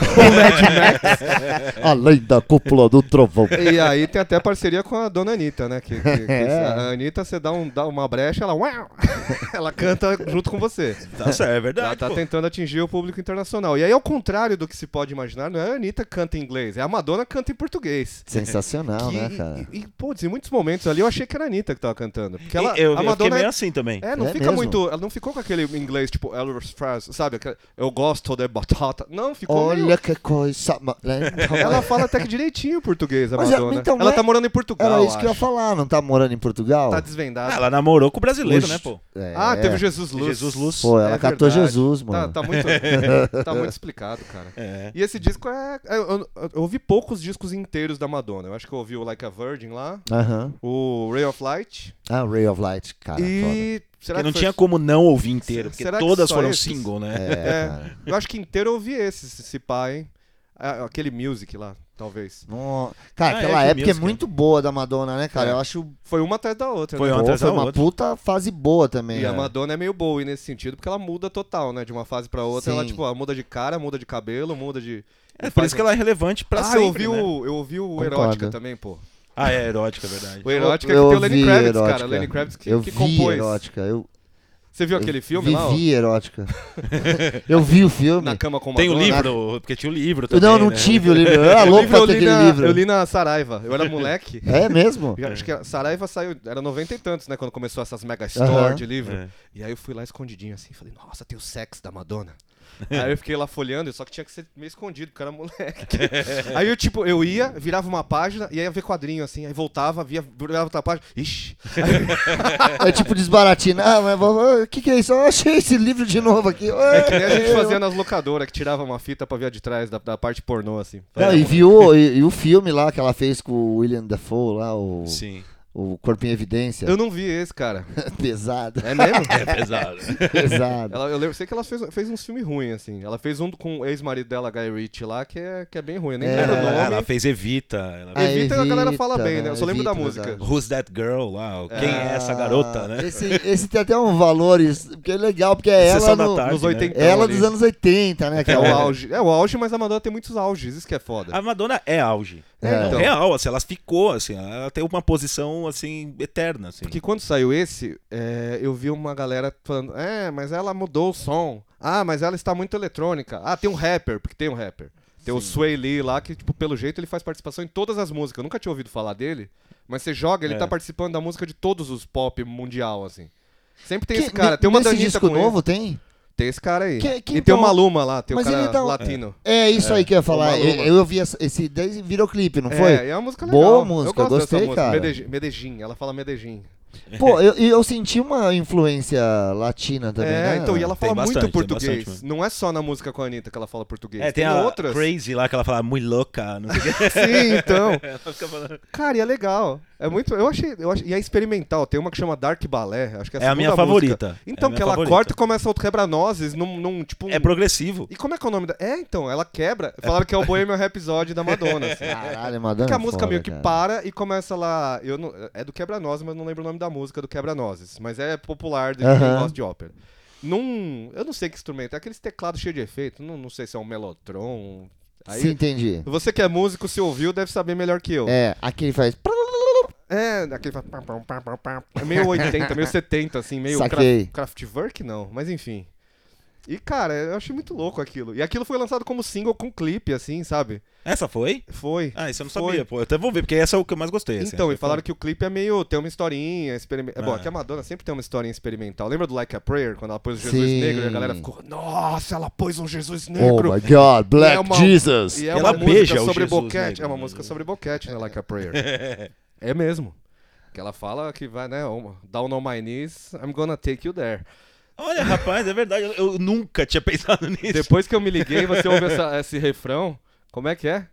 [SPEAKER 3] Além da cúpula do trovão.
[SPEAKER 2] E aí tem até parceria com a dona Anitta, né? Que, que- que
[SPEAKER 3] É.
[SPEAKER 2] a Anitta, você dá, um- dá uma brecha, ela, uau, ela canta junto com você.
[SPEAKER 4] tá certo, é
[SPEAKER 2] Ela
[SPEAKER 4] verdade.
[SPEAKER 2] tá
[SPEAKER 4] pô.
[SPEAKER 2] tentando atingir o público internacional. E aí, ao contrário do que se pode imaginar, não é a Anitta que canta em inglês, é a Madonna que canta em português.
[SPEAKER 3] Sensacional,
[SPEAKER 2] Que-
[SPEAKER 3] né, cara?
[SPEAKER 2] E, e, putz, em muitos momentos ali eu achei que era a Anitta que tava cantando. Porque ela,
[SPEAKER 4] eu,
[SPEAKER 2] a
[SPEAKER 4] eu fiquei
[SPEAKER 2] Madonna
[SPEAKER 4] meio
[SPEAKER 2] é
[SPEAKER 4] assim também.
[SPEAKER 2] É, não
[SPEAKER 3] É
[SPEAKER 2] fica
[SPEAKER 3] mesmo.
[SPEAKER 2] muito. Ela não ficou com aquele inglês tipo Elvis Fries, sabe? Aquela, Eu gosto de batata. Não, ficou.
[SPEAKER 3] Olha
[SPEAKER 2] meio-
[SPEAKER 3] que coisa. ma- né?
[SPEAKER 2] Ela fala até que direitinho o português, a
[SPEAKER 3] Mas é-
[SPEAKER 2] Madonna.
[SPEAKER 3] então,
[SPEAKER 2] ela
[SPEAKER 3] né?
[SPEAKER 2] tá morando em Portugal.
[SPEAKER 3] Era isso que eu ia
[SPEAKER 2] acho.
[SPEAKER 3] falar, não tá morando em Portugal?
[SPEAKER 2] Tá desvendada.
[SPEAKER 4] Ah, ela namorou com o brasileiro,
[SPEAKER 3] Hoje-
[SPEAKER 4] né, pô?
[SPEAKER 3] É.
[SPEAKER 2] Ah, teve Jesus Luz.
[SPEAKER 4] Jesus Luz.
[SPEAKER 3] Pô, ela
[SPEAKER 2] É
[SPEAKER 3] catou
[SPEAKER 2] verdade.
[SPEAKER 3] Jesus,
[SPEAKER 2] Tá,
[SPEAKER 3] mano.
[SPEAKER 2] tá muito, tá muito explicado, cara.
[SPEAKER 4] É.
[SPEAKER 2] E esse disco é. é, Eu, eu- eu ouvi poucos discos inteiros da Madonna. Eu acho que eu ouvi o Like a Virgin lá,
[SPEAKER 3] Aham.
[SPEAKER 2] o Ray of Light.
[SPEAKER 3] Ah, Ray of Light, cara. foda.
[SPEAKER 2] e. Será
[SPEAKER 4] Porque não
[SPEAKER 2] foi-
[SPEAKER 4] tinha como não ouvir inteiro, porque
[SPEAKER 2] Será que
[SPEAKER 4] todas
[SPEAKER 2] só
[SPEAKER 4] foram
[SPEAKER 2] esses?
[SPEAKER 4] single, né?
[SPEAKER 3] É,
[SPEAKER 2] É.
[SPEAKER 3] cara.
[SPEAKER 2] Eu acho que inteiro eu ouvi esse, esse, esse pá, hein? Ah, Aquele music lá, talvez.
[SPEAKER 3] Não- Cara,
[SPEAKER 4] Ah,
[SPEAKER 3] aquela
[SPEAKER 4] é, que
[SPEAKER 3] época é
[SPEAKER 4] music.
[SPEAKER 3] muito boa da Madonna, né, cara?
[SPEAKER 2] É.
[SPEAKER 3] Eu acho
[SPEAKER 2] Foi uma atrás da outra.
[SPEAKER 4] Foi
[SPEAKER 2] né?
[SPEAKER 4] uma
[SPEAKER 3] Pô,
[SPEAKER 4] atrás
[SPEAKER 3] foi
[SPEAKER 4] da
[SPEAKER 3] uma
[SPEAKER 4] outra.
[SPEAKER 3] puta fase boa também.
[SPEAKER 2] E a
[SPEAKER 3] né?
[SPEAKER 2] Madonna é meio boa nesse sentido, porque ela muda total, né? De uma fase pra outra,
[SPEAKER 3] Sim.
[SPEAKER 2] ela, tipo, ela muda de cara, muda de cabelo, muda de.
[SPEAKER 4] É, por isso que ela é relevante pra
[SPEAKER 2] ah,
[SPEAKER 4] sempre,
[SPEAKER 2] eu ouvi
[SPEAKER 4] né?
[SPEAKER 2] o. Eu ouvi o
[SPEAKER 3] Concordo.
[SPEAKER 2] Erótica também, pô.
[SPEAKER 4] Ah, é erótica, é verdade.
[SPEAKER 2] O Erótica
[SPEAKER 3] Eu
[SPEAKER 2] que tem o Lenny
[SPEAKER 3] ouvi
[SPEAKER 2] Kravitz, cara.
[SPEAKER 3] Erótica.
[SPEAKER 2] Lenny Kravitz que,
[SPEAKER 3] eu
[SPEAKER 2] que
[SPEAKER 3] vi
[SPEAKER 2] compôs.
[SPEAKER 3] erótica. Eu...
[SPEAKER 2] Você viu aquele filme lá? ó?
[SPEAKER 3] Vivi erótica. eu vi o filme.
[SPEAKER 2] Na cama com uma
[SPEAKER 4] Tem o
[SPEAKER 2] dona?
[SPEAKER 4] livro, porque tinha o livro
[SPEAKER 3] Eu
[SPEAKER 4] também.
[SPEAKER 3] não, não
[SPEAKER 4] né?
[SPEAKER 3] tive o livro. Eu era
[SPEAKER 2] O
[SPEAKER 3] Ah, louco
[SPEAKER 2] livro
[SPEAKER 3] pra
[SPEAKER 2] eu,
[SPEAKER 3] ter
[SPEAKER 2] li
[SPEAKER 3] aquele
[SPEAKER 2] na, eu
[SPEAKER 3] livro.
[SPEAKER 2] li na Saraiva. Eu era moleque.
[SPEAKER 3] É mesmo?
[SPEAKER 2] Eu Acho que a Saraiva saiu, era 90 e tantos, né? Quando começou essas mega store
[SPEAKER 3] Aham.
[SPEAKER 2] de livro.
[SPEAKER 4] É.
[SPEAKER 2] E aí eu fui lá escondidinho assim, falei, nossa, tem o sexo da Madonna. aí eu fiquei lá folheando, só que tinha que ser meio escondido, porque eu era moleque. aí eu, tipo, eu ia, virava uma página, e aí ia ver quadrinho assim, aí voltava, via, virava outra página, ixi.
[SPEAKER 3] É tipo desbaratina. Ah, mas o que, que é isso? Eu achei esse livro de novo aqui.
[SPEAKER 2] É que nem a gente fazia nas locadoras, que tirava uma fita pra via de trás da, da parte pornô, assim.
[SPEAKER 3] Não, e viu e, e o filme lá que ela fez com o William Dafoe lá, o,
[SPEAKER 4] Sim.
[SPEAKER 3] o Corpo em Evidência.
[SPEAKER 2] Eu não vi esse, cara.
[SPEAKER 3] Pesado,
[SPEAKER 2] É mesmo?
[SPEAKER 4] É pesado.
[SPEAKER 3] pesado.
[SPEAKER 2] Ela- eu lembro- sei que ela fez, fez uns filmes ruins, assim. Ela fez um com o ex-marido dela, Guy Ritchie, lá, que é, que é bem ruim. Eu nem
[SPEAKER 3] É,
[SPEAKER 2] lembro o nome.
[SPEAKER 4] Ela, ela fez Evita. Ela...
[SPEAKER 3] Ah,
[SPEAKER 2] Evita, a galera fala
[SPEAKER 3] Evita,
[SPEAKER 2] bem, né? Eu só lembro da
[SPEAKER 3] Evita,
[SPEAKER 2] música.
[SPEAKER 3] verdade.
[SPEAKER 4] Who's that girl lá? ó, Quem é
[SPEAKER 2] Ah,
[SPEAKER 4] essa garota, né?
[SPEAKER 3] Esse, esse tem até um valor, isso, porque é legal, porque é
[SPEAKER 4] Sessão
[SPEAKER 3] ela,
[SPEAKER 4] da
[SPEAKER 3] no-
[SPEAKER 4] tarde,
[SPEAKER 2] nos
[SPEAKER 4] né?
[SPEAKER 2] 80
[SPEAKER 3] ela
[SPEAKER 2] Então, ali.
[SPEAKER 3] dos anos 80, né? Que
[SPEAKER 2] É
[SPEAKER 3] é
[SPEAKER 2] o
[SPEAKER 3] uma-
[SPEAKER 2] auge. É o auge, mas a Madonna tem muitos auges, isso que é foda.
[SPEAKER 4] A Madonna é auge.
[SPEAKER 3] É,
[SPEAKER 4] Não,
[SPEAKER 2] então.
[SPEAKER 4] Real, assim, ela ficou, assim, ela tem uma posição, assim, eterna, assim.
[SPEAKER 2] Porque quando saiu esse, é, eu vi uma galera falando, é, mas ela mudou o som. Ah, mas ela está muito eletrônica. Ah, tem um rapper, porque tem um rapper. Tem o Sway Lee lá, que, tipo, pelo jeito ele faz participação em todas as músicas. Eu nunca tinha ouvido falar dele, mas você joga, ele
[SPEAKER 4] É.
[SPEAKER 2] tá participando da música de todos os pop mundial, assim. Sempre tem
[SPEAKER 3] Que-
[SPEAKER 2] esse cara. Tem uma
[SPEAKER 3] nesse
[SPEAKER 2] danita
[SPEAKER 3] disco
[SPEAKER 2] com
[SPEAKER 3] novo
[SPEAKER 2] ele.
[SPEAKER 3] tem?
[SPEAKER 2] Tem esse cara aí.
[SPEAKER 3] Que- que
[SPEAKER 2] e tem
[SPEAKER 3] então-
[SPEAKER 2] uma Luma lá, tem o
[SPEAKER 3] Mas
[SPEAKER 2] cara
[SPEAKER 3] ele dá um-
[SPEAKER 2] latino.
[SPEAKER 3] É isso aí que eu ia falar.
[SPEAKER 2] Uma Luma.
[SPEAKER 3] Eu, eu vi essa- esse daí virou clipe, não foi?
[SPEAKER 2] É, e é uma música legal.
[SPEAKER 3] Boa música,
[SPEAKER 2] eu gosto
[SPEAKER 3] gostei,
[SPEAKER 2] dessa música.
[SPEAKER 3] cara.
[SPEAKER 2] Medellín, Medellín, ela fala Medellín.
[SPEAKER 3] Pô, eu, e eu senti uma influência latina também,
[SPEAKER 2] é,
[SPEAKER 3] né?
[SPEAKER 2] então, e ela
[SPEAKER 4] Tem
[SPEAKER 2] fala muito
[SPEAKER 4] bastante, tem
[SPEAKER 2] português.
[SPEAKER 4] bastante
[SPEAKER 2] não é só na música com a Anitta que ela fala português.
[SPEAKER 4] É, tem, a
[SPEAKER 2] outras.
[SPEAKER 4] Crazy lá, que ela fala, "Ah, muito louca, não sei o que.
[SPEAKER 2] Sim, então.
[SPEAKER 4] Ela fica falando...
[SPEAKER 2] Cara, e é legal. É muito. Eu achei, eu achei. E é experimental. Tem uma que chama Dark Balé. Acho que é a,
[SPEAKER 4] É a
[SPEAKER 2] segunda
[SPEAKER 4] minha
[SPEAKER 2] música.
[SPEAKER 4] favorita. É a
[SPEAKER 2] Então,
[SPEAKER 4] minha
[SPEAKER 2] que ela
[SPEAKER 4] favorita.
[SPEAKER 2] corta e começa o quebra-nozes num, num, tipo. um-
[SPEAKER 4] É progressivo.
[SPEAKER 2] E como é que é o nome da. É, então, ela quebra. Falaram que é o Bohemian Rhapsody da Madonna. Assim.
[SPEAKER 3] Caralho, Madonna.
[SPEAKER 2] Porque a
[SPEAKER 3] é
[SPEAKER 2] música
[SPEAKER 3] foda,
[SPEAKER 2] meio que
[SPEAKER 3] cara.
[SPEAKER 2] para e começa lá. Eu não- é do Quebra-Nozes, mas não lembro o nome da música do Quebra-Nozes. Mas é popular de quem
[SPEAKER 3] Aham.
[SPEAKER 2] gosta de ópera. Num. Eu não sei que instrumento. É aqueles teclados cheios de efeito. Não, não sei se é um Melotron. Aí,
[SPEAKER 3] Sim, entendi.
[SPEAKER 2] Você que é músico, se ouviu, deve saber melhor que eu. É,
[SPEAKER 3] É, aqui ele faz.
[SPEAKER 2] aquele. fa- pam, pam, pam, pam, pam. É meio 80, meio 70, assim, meio cra-
[SPEAKER 3] Saquei.
[SPEAKER 2] Kraftwerk, não. Mas enfim. E, cara, eu achei muito louco aquilo. E aquilo foi lançado como single com clipe, assim, sabe?
[SPEAKER 4] Essa foi?
[SPEAKER 2] Foi.
[SPEAKER 4] Ah, isso eu não
[SPEAKER 2] Foi.
[SPEAKER 4] sabia, pô. Eu até vou ver, porque essa é o que eu mais gostei. assim.
[SPEAKER 2] Então,
[SPEAKER 4] Essa
[SPEAKER 2] e falaram que o clipe é meio. tem uma historinha experimental. É bom,
[SPEAKER 4] Ah.
[SPEAKER 2] aqui a Madonna sempre tem uma historinha experimental. Lembra do Like a Prayer, quando ela pôs o Jesus
[SPEAKER 3] Sim.
[SPEAKER 2] Negro e a galera ficou. Nossa, ela pôs um Jesus Negro!
[SPEAKER 3] Oh my god, Black
[SPEAKER 2] é uma-
[SPEAKER 3] Jesus.
[SPEAKER 2] E é
[SPEAKER 4] Ela
[SPEAKER 2] uma
[SPEAKER 4] beija
[SPEAKER 2] música
[SPEAKER 4] o
[SPEAKER 2] sobre
[SPEAKER 4] Jesus
[SPEAKER 2] boquete.
[SPEAKER 4] Negro.
[SPEAKER 2] É uma música sobre boquete, né? Like a Prayer. é mesmo. Que ela fala que vai, né? uma- Down on my knees, I'm gonna take you there.
[SPEAKER 4] Olha, rapaz, é verdade. Eu, eu nunca tinha pensado nisso.
[SPEAKER 2] Depois que eu me liguei, você ouve essa- esse refrão. Como é que é?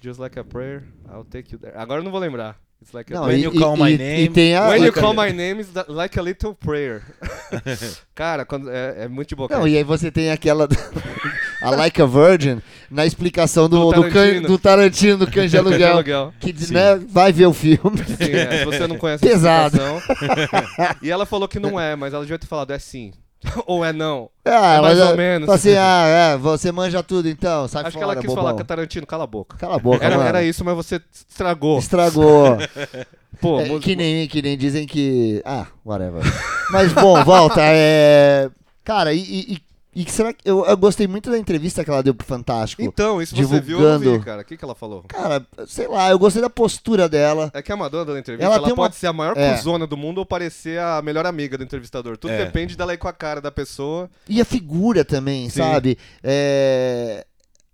[SPEAKER 2] Just like a prayer, I'll take you there. Agora eu não vou lembrar. It's like a
[SPEAKER 3] Não,
[SPEAKER 4] When
[SPEAKER 3] e,
[SPEAKER 4] you
[SPEAKER 3] e-
[SPEAKER 4] call my
[SPEAKER 3] e-
[SPEAKER 4] name.
[SPEAKER 3] e tem Ah, a.
[SPEAKER 2] When you
[SPEAKER 3] o-
[SPEAKER 2] call my name is tha- like a little prayer. Cara, quando, é, é muito de boca.
[SPEAKER 3] Não, e aí você tem aquela. do- a Like a Virgin, na explicação do,
[SPEAKER 2] Do
[SPEAKER 3] do, can,
[SPEAKER 2] Tarantino.
[SPEAKER 3] do Tarantino do Cães de
[SPEAKER 2] Cães de
[SPEAKER 3] Aluguel.
[SPEAKER 2] Aluguel.
[SPEAKER 3] Que diz,
[SPEAKER 4] Sim.
[SPEAKER 3] né, vai ver o filme.
[SPEAKER 2] Sim, é, se você não conhece
[SPEAKER 3] Pesado.
[SPEAKER 2] a explicação. e ela falou que não é, mas ela devia ter falado é sim. Ou é não.
[SPEAKER 3] Ah,
[SPEAKER 2] É mais
[SPEAKER 3] mas,
[SPEAKER 2] ou
[SPEAKER 3] ah,
[SPEAKER 2] menos.
[SPEAKER 3] fala Assim, ah, é, você manja tudo então, sai
[SPEAKER 2] Acho que
[SPEAKER 3] fora,
[SPEAKER 2] ela quis
[SPEAKER 3] bobão.
[SPEAKER 2] falar com a Tarantino, cala a boca.
[SPEAKER 3] Cala a boca,
[SPEAKER 2] Era,
[SPEAKER 3] mano.
[SPEAKER 2] era isso, mas você estragou.
[SPEAKER 3] Estragou.
[SPEAKER 2] Pô,
[SPEAKER 3] É,
[SPEAKER 2] mu-
[SPEAKER 3] que, nem, que nem dizem que. Ah, whatever. Mas bom, volta. É... Cara, e, e, e- e que será que. Eu, eu gostei muito da entrevista que ela deu pro Fantástico.
[SPEAKER 2] Então, isso você viu, eu não vi,
[SPEAKER 3] tipo, divulgando.
[SPEAKER 2] cara. O que, que ela falou?
[SPEAKER 3] Cara, sei lá, eu gostei da postura dela.
[SPEAKER 2] É que a Madonna da entrevista,
[SPEAKER 3] Ela
[SPEAKER 2] ela,
[SPEAKER 3] tem uma-
[SPEAKER 2] pode ser a maior
[SPEAKER 3] É.
[SPEAKER 2] cuzona do mundo ou parecer a melhor amiga do entrevistador. Tudo
[SPEAKER 4] É.
[SPEAKER 2] depende dela ir com a cara da pessoa.
[SPEAKER 3] E a figura também,
[SPEAKER 2] Sim.
[SPEAKER 3] sabe? É,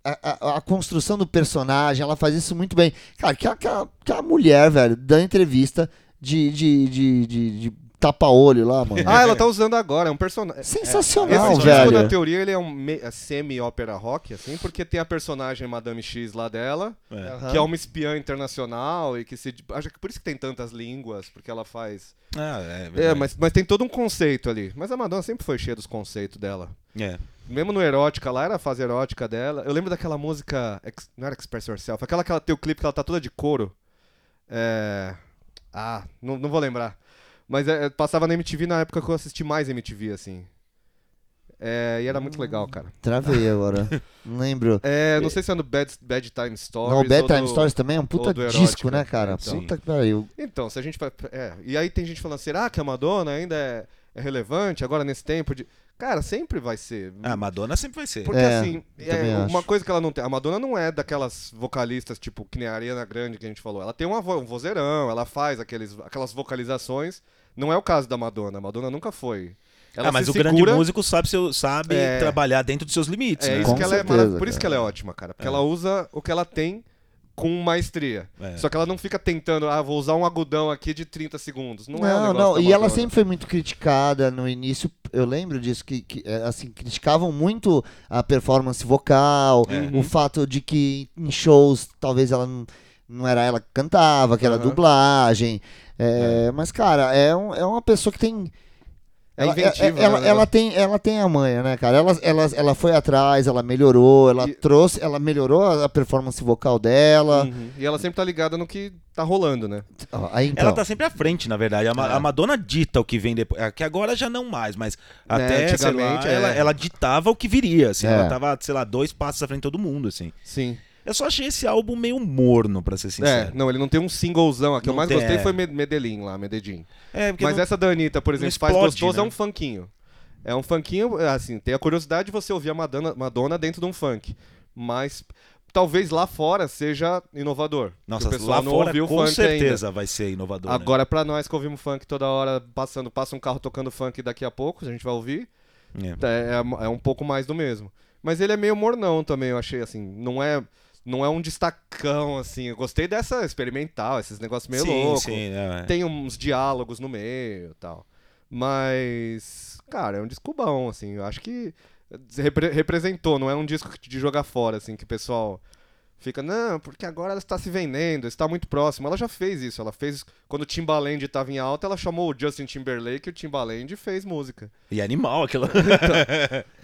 [SPEAKER 3] A, a- a construção do personagem, ela faz isso muito bem. Cara, que a, que a- que a mulher, velho, da entrevista de, de, de, de- de tapa-olho lá, mano.
[SPEAKER 2] Ah, ela tá usando agora, é um personagem.
[SPEAKER 3] Sensacional,
[SPEAKER 2] Esse disco,
[SPEAKER 3] velho.
[SPEAKER 2] na teoria, ele é um me- é semi-ópera rock, assim, porque tem a personagem Madame X lá dela,
[SPEAKER 4] É.
[SPEAKER 3] Aham.
[SPEAKER 2] que é uma espiã internacional e que se. Acho que por isso que tem tantas línguas, porque ela faz.
[SPEAKER 4] Ah, é verdade.
[SPEAKER 2] É, mas, mas tem todo um conceito ali. Mas a Madonna sempre foi cheia dos conceitos dela.
[SPEAKER 4] É.
[SPEAKER 2] Mesmo no erótica lá, era a fase erótica dela. Eu lembro daquela música. Ex- Não era Express Yourself, aquela que ela tem o clipe que ela tá toda de couro. É. Ah, não, não vou lembrar. Mas é, é, passava na MTV na época que eu assisti mais MTV, assim. É, e era muito legal, cara.
[SPEAKER 3] Travei agora. Não lembro.
[SPEAKER 2] É, não sei se é no Bad, Bad Time Stories.
[SPEAKER 3] Não,
[SPEAKER 2] ou
[SPEAKER 3] o Bedtime
[SPEAKER 2] do-
[SPEAKER 3] Stories também é um puta
[SPEAKER 2] ou do
[SPEAKER 3] disco,
[SPEAKER 2] erótica.
[SPEAKER 3] né, cara?
[SPEAKER 2] Então.
[SPEAKER 3] Puta que pariu.
[SPEAKER 2] Então, se a gente. vai- É, e aí tem gente falando, será que a Madonna ainda é, é relevante agora nesse tempo de. Cara, sempre vai ser.
[SPEAKER 4] Ah, Madonna sempre vai ser.
[SPEAKER 2] Porque
[SPEAKER 3] É,
[SPEAKER 2] assim,
[SPEAKER 3] eu
[SPEAKER 2] é,
[SPEAKER 3] também
[SPEAKER 2] uma
[SPEAKER 3] acho.
[SPEAKER 2] coisa que ela não tem. A Madonna não é daquelas vocalistas, tipo, que nem a Ariana Grande que a gente falou. Ela tem uma vo- um vozeirão, ela faz aqueles, aquelas vocalizações. Não é o caso da Madonna. A Madonna nunca foi. Ela
[SPEAKER 4] ah, mas
[SPEAKER 2] se
[SPEAKER 4] o grande
[SPEAKER 2] segura-
[SPEAKER 4] músico sabe, seu- sabe
[SPEAKER 2] É.
[SPEAKER 4] trabalhar dentro dos seus limites.
[SPEAKER 2] É
[SPEAKER 4] né?
[SPEAKER 2] isso
[SPEAKER 3] Com
[SPEAKER 2] que ela é
[SPEAKER 3] certeza,
[SPEAKER 2] maravilhosa. Por isso
[SPEAKER 3] cara.
[SPEAKER 2] que ela é ótima, cara. Porque ela usa o que ela tem com maestria.
[SPEAKER 4] É.
[SPEAKER 2] Só que ela não fica tentando, ah, vou usar um agudão aqui de 30 segundos. Não, é um
[SPEAKER 3] Não,
[SPEAKER 2] negócio
[SPEAKER 3] não,
[SPEAKER 2] da
[SPEAKER 3] e ela
[SPEAKER 2] Madonna.
[SPEAKER 3] sempre foi muito criticada no início. Eu lembro disso, que, que, é, assim, criticavam muito a performance vocal,
[SPEAKER 2] É.
[SPEAKER 3] o fato de que em shows talvez ela não, não era ela que cantava, que era
[SPEAKER 2] Aham.
[SPEAKER 3] dublagem. É, Mas, cara, é, um- é uma pessoa que tem.
[SPEAKER 2] É
[SPEAKER 3] ela,
[SPEAKER 2] inventiva,
[SPEAKER 3] ela,
[SPEAKER 2] né?
[SPEAKER 3] ela tem, ela tem a manha, né, cara? Ela, ela, ela foi atrás, ela melhorou, ela
[SPEAKER 2] E-
[SPEAKER 3] trouxe, ela melhorou a performance vocal dela.
[SPEAKER 2] Uhum. E ela sempre tá ligada no que tá rolando, né?
[SPEAKER 3] Ó, Aí, então,
[SPEAKER 4] Ela tá sempre à frente, na verdade. A, Ma-
[SPEAKER 2] É.
[SPEAKER 4] a Madonna dita o que vem depois. é, Que agora já não mais, mas até sei
[SPEAKER 2] antigamente,
[SPEAKER 4] lá,
[SPEAKER 2] é.
[SPEAKER 4] ela, ela ditava o que viria. Assim,
[SPEAKER 3] É.
[SPEAKER 4] Ela tava, sei lá, dois passos à frente de todo mundo, assim.
[SPEAKER 2] Sim.
[SPEAKER 4] Eu só achei esse álbum meio morno, pra ser
[SPEAKER 2] É,
[SPEAKER 4] sincero.
[SPEAKER 2] não, ele não tem um singlezão. A que eu
[SPEAKER 4] Não
[SPEAKER 2] mais
[SPEAKER 4] tem,
[SPEAKER 2] gostei
[SPEAKER 4] é.
[SPEAKER 2] foi Me- Medellín lá, Medellín.
[SPEAKER 4] É, porque
[SPEAKER 2] Mas
[SPEAKER 4] não-
[SPEAKER 2] essa da Anitta, por exemplo, faz
[SPEAKER 4] explode,
[SPEAKER 2] gostoso é
[SPEAKER 4] né?
[SPEAKER 2] um funkinho. É um funkinho, é, assim, tem a curiosidade de você ouvir a Madonna, Madonna dentro de um funk. Mas talvez lá fora seja inovador. que
[SPEAKER 4] Nossa,
[SPEAKER 2] o pessoal
[SPEAKER 4] lá
[SPEAKER 2] não
[SPEAKER 4] fora
[SPEAKER 2] ouviu
[SPEAKER 4] com
[SPEAKER 2] funk
[SPEAKER 4] certeza
[SPEAKER 2] ainda.
[SPEAKER 4] vai ser inovador. né?
[SPEAKER 2] Agora, pra nós que ouvimos funk toda hora, passando, passa um carro tocando funk daqui a pouco, a gente vai ouvir.
[SPEAKER 4] É.
[SPEAKER 2] É, é- é um pouco mais do mesmo. Mas ele é meio mornão também, eu achei, assim. Não é, não é um destacão, assim. Eu gostei dessa experimental, esses negócios meio
[SPEAKER 4] sim,
[SPEAKER 2] louco.
[SPEAKER 4] sim, é.
[SPEAKER 2] Tem uns diálogos no meio e tal. Mas, cara, é um disco bom, assim. Eu acho que repre- representou, não é um disco de jogar fora, assim, que o pessoal fica, não, porque agora ela está se vendendo, está muito próximo. Ela já fez isso, ela fez. Quando o Timbaland estava em alta, ela chamou o Justin Timberlake e o Timbaland fez música.
[SPEAKER 4] E animal aquilo.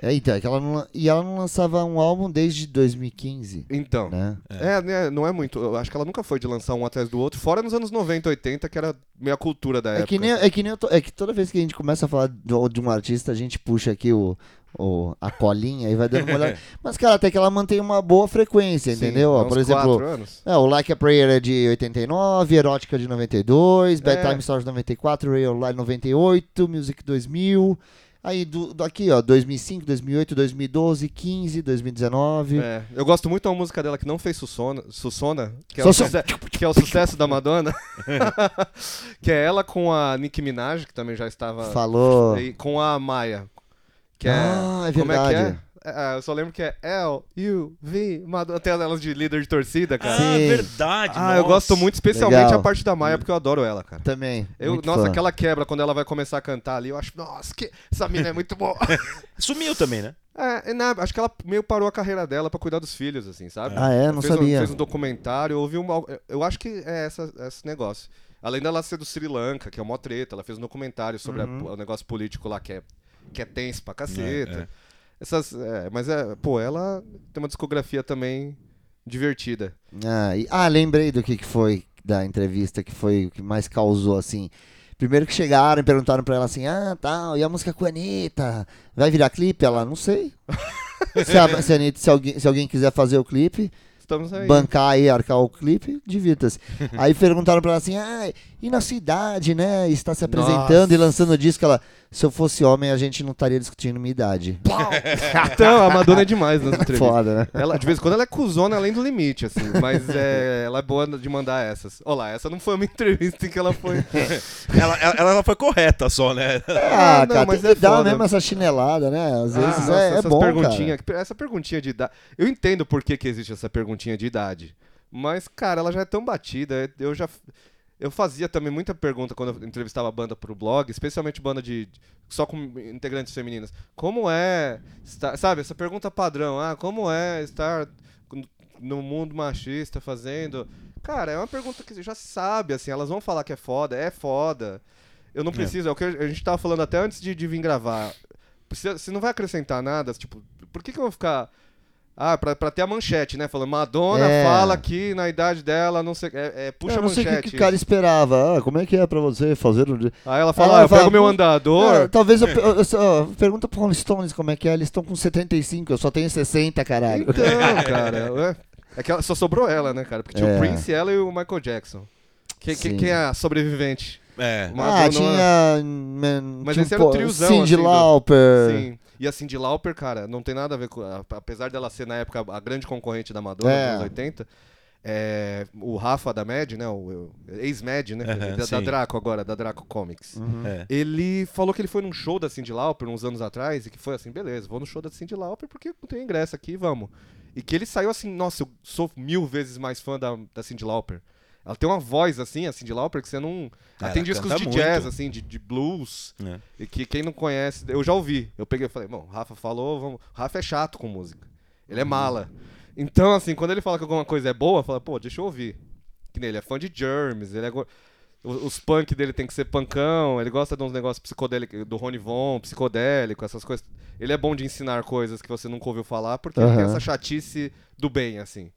[SPEAKER 3] é, então, é que ela não- e ela não lançava um álbum desde 2015.
[SPEAKER 2] Então.
[SPEAKER 3] né?
[SPEAKER 2] É, né, não é muito. Eu acho que ela nunca foi de lançar um atrás do outro, fora nos anos 90, 80, que era meio a cultura da
[SPEAKER 3] É
[SPEAKER 2] época.
[SPEAKER 3] que, nem, é, que nem eu tô- é que toda vez que a gente começa a falar do- de um artista, a gente puxa aqui o, o- a colinha e vai dando uma olhada. Mas, cara, até que ela mantém uma boa frequência,
[SPEAKER 2] Sim,
[SPEAKER 3] entendeu? Ó,
[SPEAKER 2] há
[SPEAKER 3] Por
[SPEAKER 2] uns
[SPEAKER 3] exemplo,
[SPEAKER 2] quatro anos.
[SPEAKER 3] é, o Like a Prayer é de 89, Erótica de 92, Bad
[SPEAKER 2] É.
[SPEAKER 3] Time Stories 94, Rail Line 98, Music 2000. Aí do, daqui, ó, 2005, 2008, 2012, 15, 2019.
[SPEAKER 2] É, eu gosto muito de uma música dela que não fez Sussona, Sussona que, é
[SPEAKER 3] Só
[SPEAKER 2] o
[SPEAKER 3] se-
[SPEAKER 2] suce- que é o sucesso da Madonna, que é ela com a Nicki Minaj, que também já estava,
[SPEAKER 3] Falou.
[SPEAKER 2] e com a Maia, que é,
[SPEAKER 3] Ah, é
[SPEAKER 2] como é que é?
[SPEAKER 3] verdade.
[SPEAKER 2] É, eu só lembro que é L, U, V, Madonna, tem elas de líder de torcida,
[SPEAKER 4] Ah,
[SPEAKER 2] cara.
[SPEAKER 4] verdade.
[SPEAKER 2] Ah, eu
[SPEAKER 4] nossa.
[SPEAKER 2] gosto muito, especialmente
[SPEAKER 3] Legal.
[SPEAKER 2] a parte da Maia, porque eu adoro ela, cara.
[SPEAKER 3] Também.
[SPEAKER 2] Eu,
[SPEAKER 3] muito
[SPEAKER 2] nossa,
[SPEAKER 3] fã.
[SPEAKER 2] aquela quebra quando ela vai começar a cantar ali, eu acho, nossa, que essa mina é muito boa.
[SPEAKER 4] Sumiu também, né?
[SPEAKER 2] É, é, na- acho que ela meio parou a carreira dela pra cuidar dos filhos, assim, sabe?
[SPEAKER 3] Ah, é? Não
[SPEAKER 2] fez Um,
[SPEAKER 3] sabia.
[SPEAKER 2] fez um documentário, houve uma. Eu acho que é essa- esse negócio. Além dela ser do Sri Lanka, que é uma treta, ela fez um documentário sobre a-
[SPEAKER 3] Uhum.
[SPEAKER 2] o negócio político lá que é, que é tenso pra caceta.
[SPEAKER 4] É, é.
[SPEAKER 2] Essas, é, mas, é, pô, ela tem uma discografia também divertida.
[SPEAKER 3] Ah, e- ah, lembrei do que, que foi da entrevista que foi o que mais causou assim. Primeiro que chegaram e perguntaram pra ela assim: "Ah, tal, e a música com a Anitta? Vai virar clipe?" Ela: "Não sei". se, a, se, a Anitta- se alguém, se alguém quiser fazer o clipe,
[SPEAKER 2] Estamos aí.
[SPEAKER 3] bancar aí, arcar o clipe, divirta-se. Aí perguntaram pra ela assim: ah, e na cidade, né? Está se apresentando
[SPEAKER 2] Nossa.
[SPEAKER 3] e lançando disco. Ela: se eu fosse homem, a gente não estaria discutindo minha idade.
[SPEAKER 2] Então, a Madonna é demais nas entrevistas.
[SPEAKER 3] Foda, né?
[SPEAKER 2] Ela, de vez em quando ela é cuzona além do limite, assim, mas é, ela é boa de mandar essas. Olha lá, essa não foi uma entrevista em que ela foi.
[SPEAKER 4] Ela, ela, ela foi correta só, né?
[SPEAKER 3] Ah,
[SPEAKER 2] Ah, não,
[SPEAKER 3] cara,
[SPEAKER 2] mas
[SPEAKER 3] tem
[SPEAKER 2] é
[SPEAKER 3] que dar
[SPEAKER 2] foda.
[SPEAKER 3] mesmo essa chinelada, né? Às
[SPEAKER 2] Ah,
[SPEAKER 3] vezes
[SPEAKER 2] nossa,
[SPEAKER 3] é, é
[SPEAKER 2] essas
[SPEAKER 3] bom,
[SPEAKER 2] perguntinha-
[SPEAKER 3] cara.
[SPEAKER 2] Essa perguntinha de idade. Eu entendo por que, que existe essa perguntinha de idade. Mas, cara, ela já é tão batida. Eu já. Eu fazia também muita pergunta quando eu entrevistava a banda pro blog, especialmente banda de. de- só com integrantes femininas. Como é. estar- sabe, essa pergunta padrão. Ah, como é estar n- no mundo machista fazendo. Cara, é uma pergunta que você já sabe, assim, elas vão falar que é foda, é foda. Eu não preciso, é, o que a gente tava falando até antes de, de vir gravar. Você, você não vai acrescentar nada, tipo, por que, que eu vou ficar. Ah, pra, pra ter a manchete, né? Falando, Madonna
[SPEAKER 3] É.
[SPEAKER 2] fala que na idade dela, não sei. É, é, puxa
[SPEAKER 3] eu não
[SPEAKER 2] a manchete.
[SPEAKER 3] sei o que, que o cara esperava. Ah, como é que é pra você fazer o.
[SPEAKER 2] Aí ela
[SPEAKER 3] Ela
[SPEAKER 2] fala, ah, eu
[SPEAKER 3] fala,
[SPEAKER 2] pego meu
[SPEAKER 3] "Pô, Ah,
[SPEAKER 2] andador.
[SPEAKER 3] talvez eu, eu, eu só- pergunta pro Rolling Stones como é que é. Eles estão com 75, eu só tenho 60, caralho.
[SPEAKER 2] Então, cara. ué. É que ela, só sobrou ela, né, cara? Porque tinha
[SPEAKER 3] É.
[SPEAKER 2] o Prince, ela e o Michael Jackson. Que, que-
[SPEAKER 3] Sim.
[SPEAKER 2] quem é a sobrevivente?
[SPEAKER 4] É.
[SPEAKER 3] ah,
[SPEAKER 2] Madonna- é-
[SPEAKER 3] tinha. Man,
[SPEAKER 2] Mas
[SPEAKER 3] tinha
[SPEAKER 2] esse era o
[SPEAKER 3] pô,
[SPEAKER 2] triozão, assim,
[SPEAKER 3] Cyndi
[SPEAKER 2] do-
[SPEAKER 3] Lauper.
[SPEAKER 2] Sim. E a Cindy Lauper, cara, não tem nada a ver com. a- Apesar dela ser, na época, a grande concorrente da Madonna,
[SPEAKER 3] É.
[SPEAKER 2] dos anos 80, é, o Rafa da Mad, né? O, o- ex-Mad, né?
[SPEAKER 4] Aham,
[SPEAKER 2] da, da
[SPEAKER 4] sim.
[SPEAKER 2] Draco agora, da Draco Comics.
[SPEAKER 4] É.
[SPEAKER 2] Ele falou que ele foi num show da Cindy Lauper uns anos atrás e que foi assim, beleza, vou no show da Cindy Lauper porque não tem ingresso aqui, vamos. E que ele saiu assim, nossa, eu sou mil vezes mais fã da, da Cindy Lauper. Ela tem uma voz assim, a Cindy Lauper, que você não... Ela
[SPEAKER 4] Ela
[SPEAKER 2] tem discos
[SPEAKER 4] canta
[SPEAKER 2] de
[SPEAKER 4] muito.
[SPEAKER 2] jazz, assim, de, de blues,
[SPEAKER 4] É.
[SPEAKER 2] e que quem não conhece... Eu já ouvi, eu peguei e falei, bom, o Rafa falou, vamos... O Rafa é chato com música, ele é
[SPEAKER 4] Uhum.
[SPEAKER 2] mala. Então, assim, quando ele fala que alguma coisa é boa, fala, pô, deixa eu ouvir. Que nem ele é fã de Germs, ele é... go- o- Os punk dele tem que ser pancão, ele gosta de uns negócios psicodélicos, do Rony Von, psicodélico, essas coisas. Ele é bom de ensinar coisas que você nunca ouviu falar, porque ele tem
[SPEAKER 3] Aham.
[SPEAKER 2] essa chatice do bem, assim.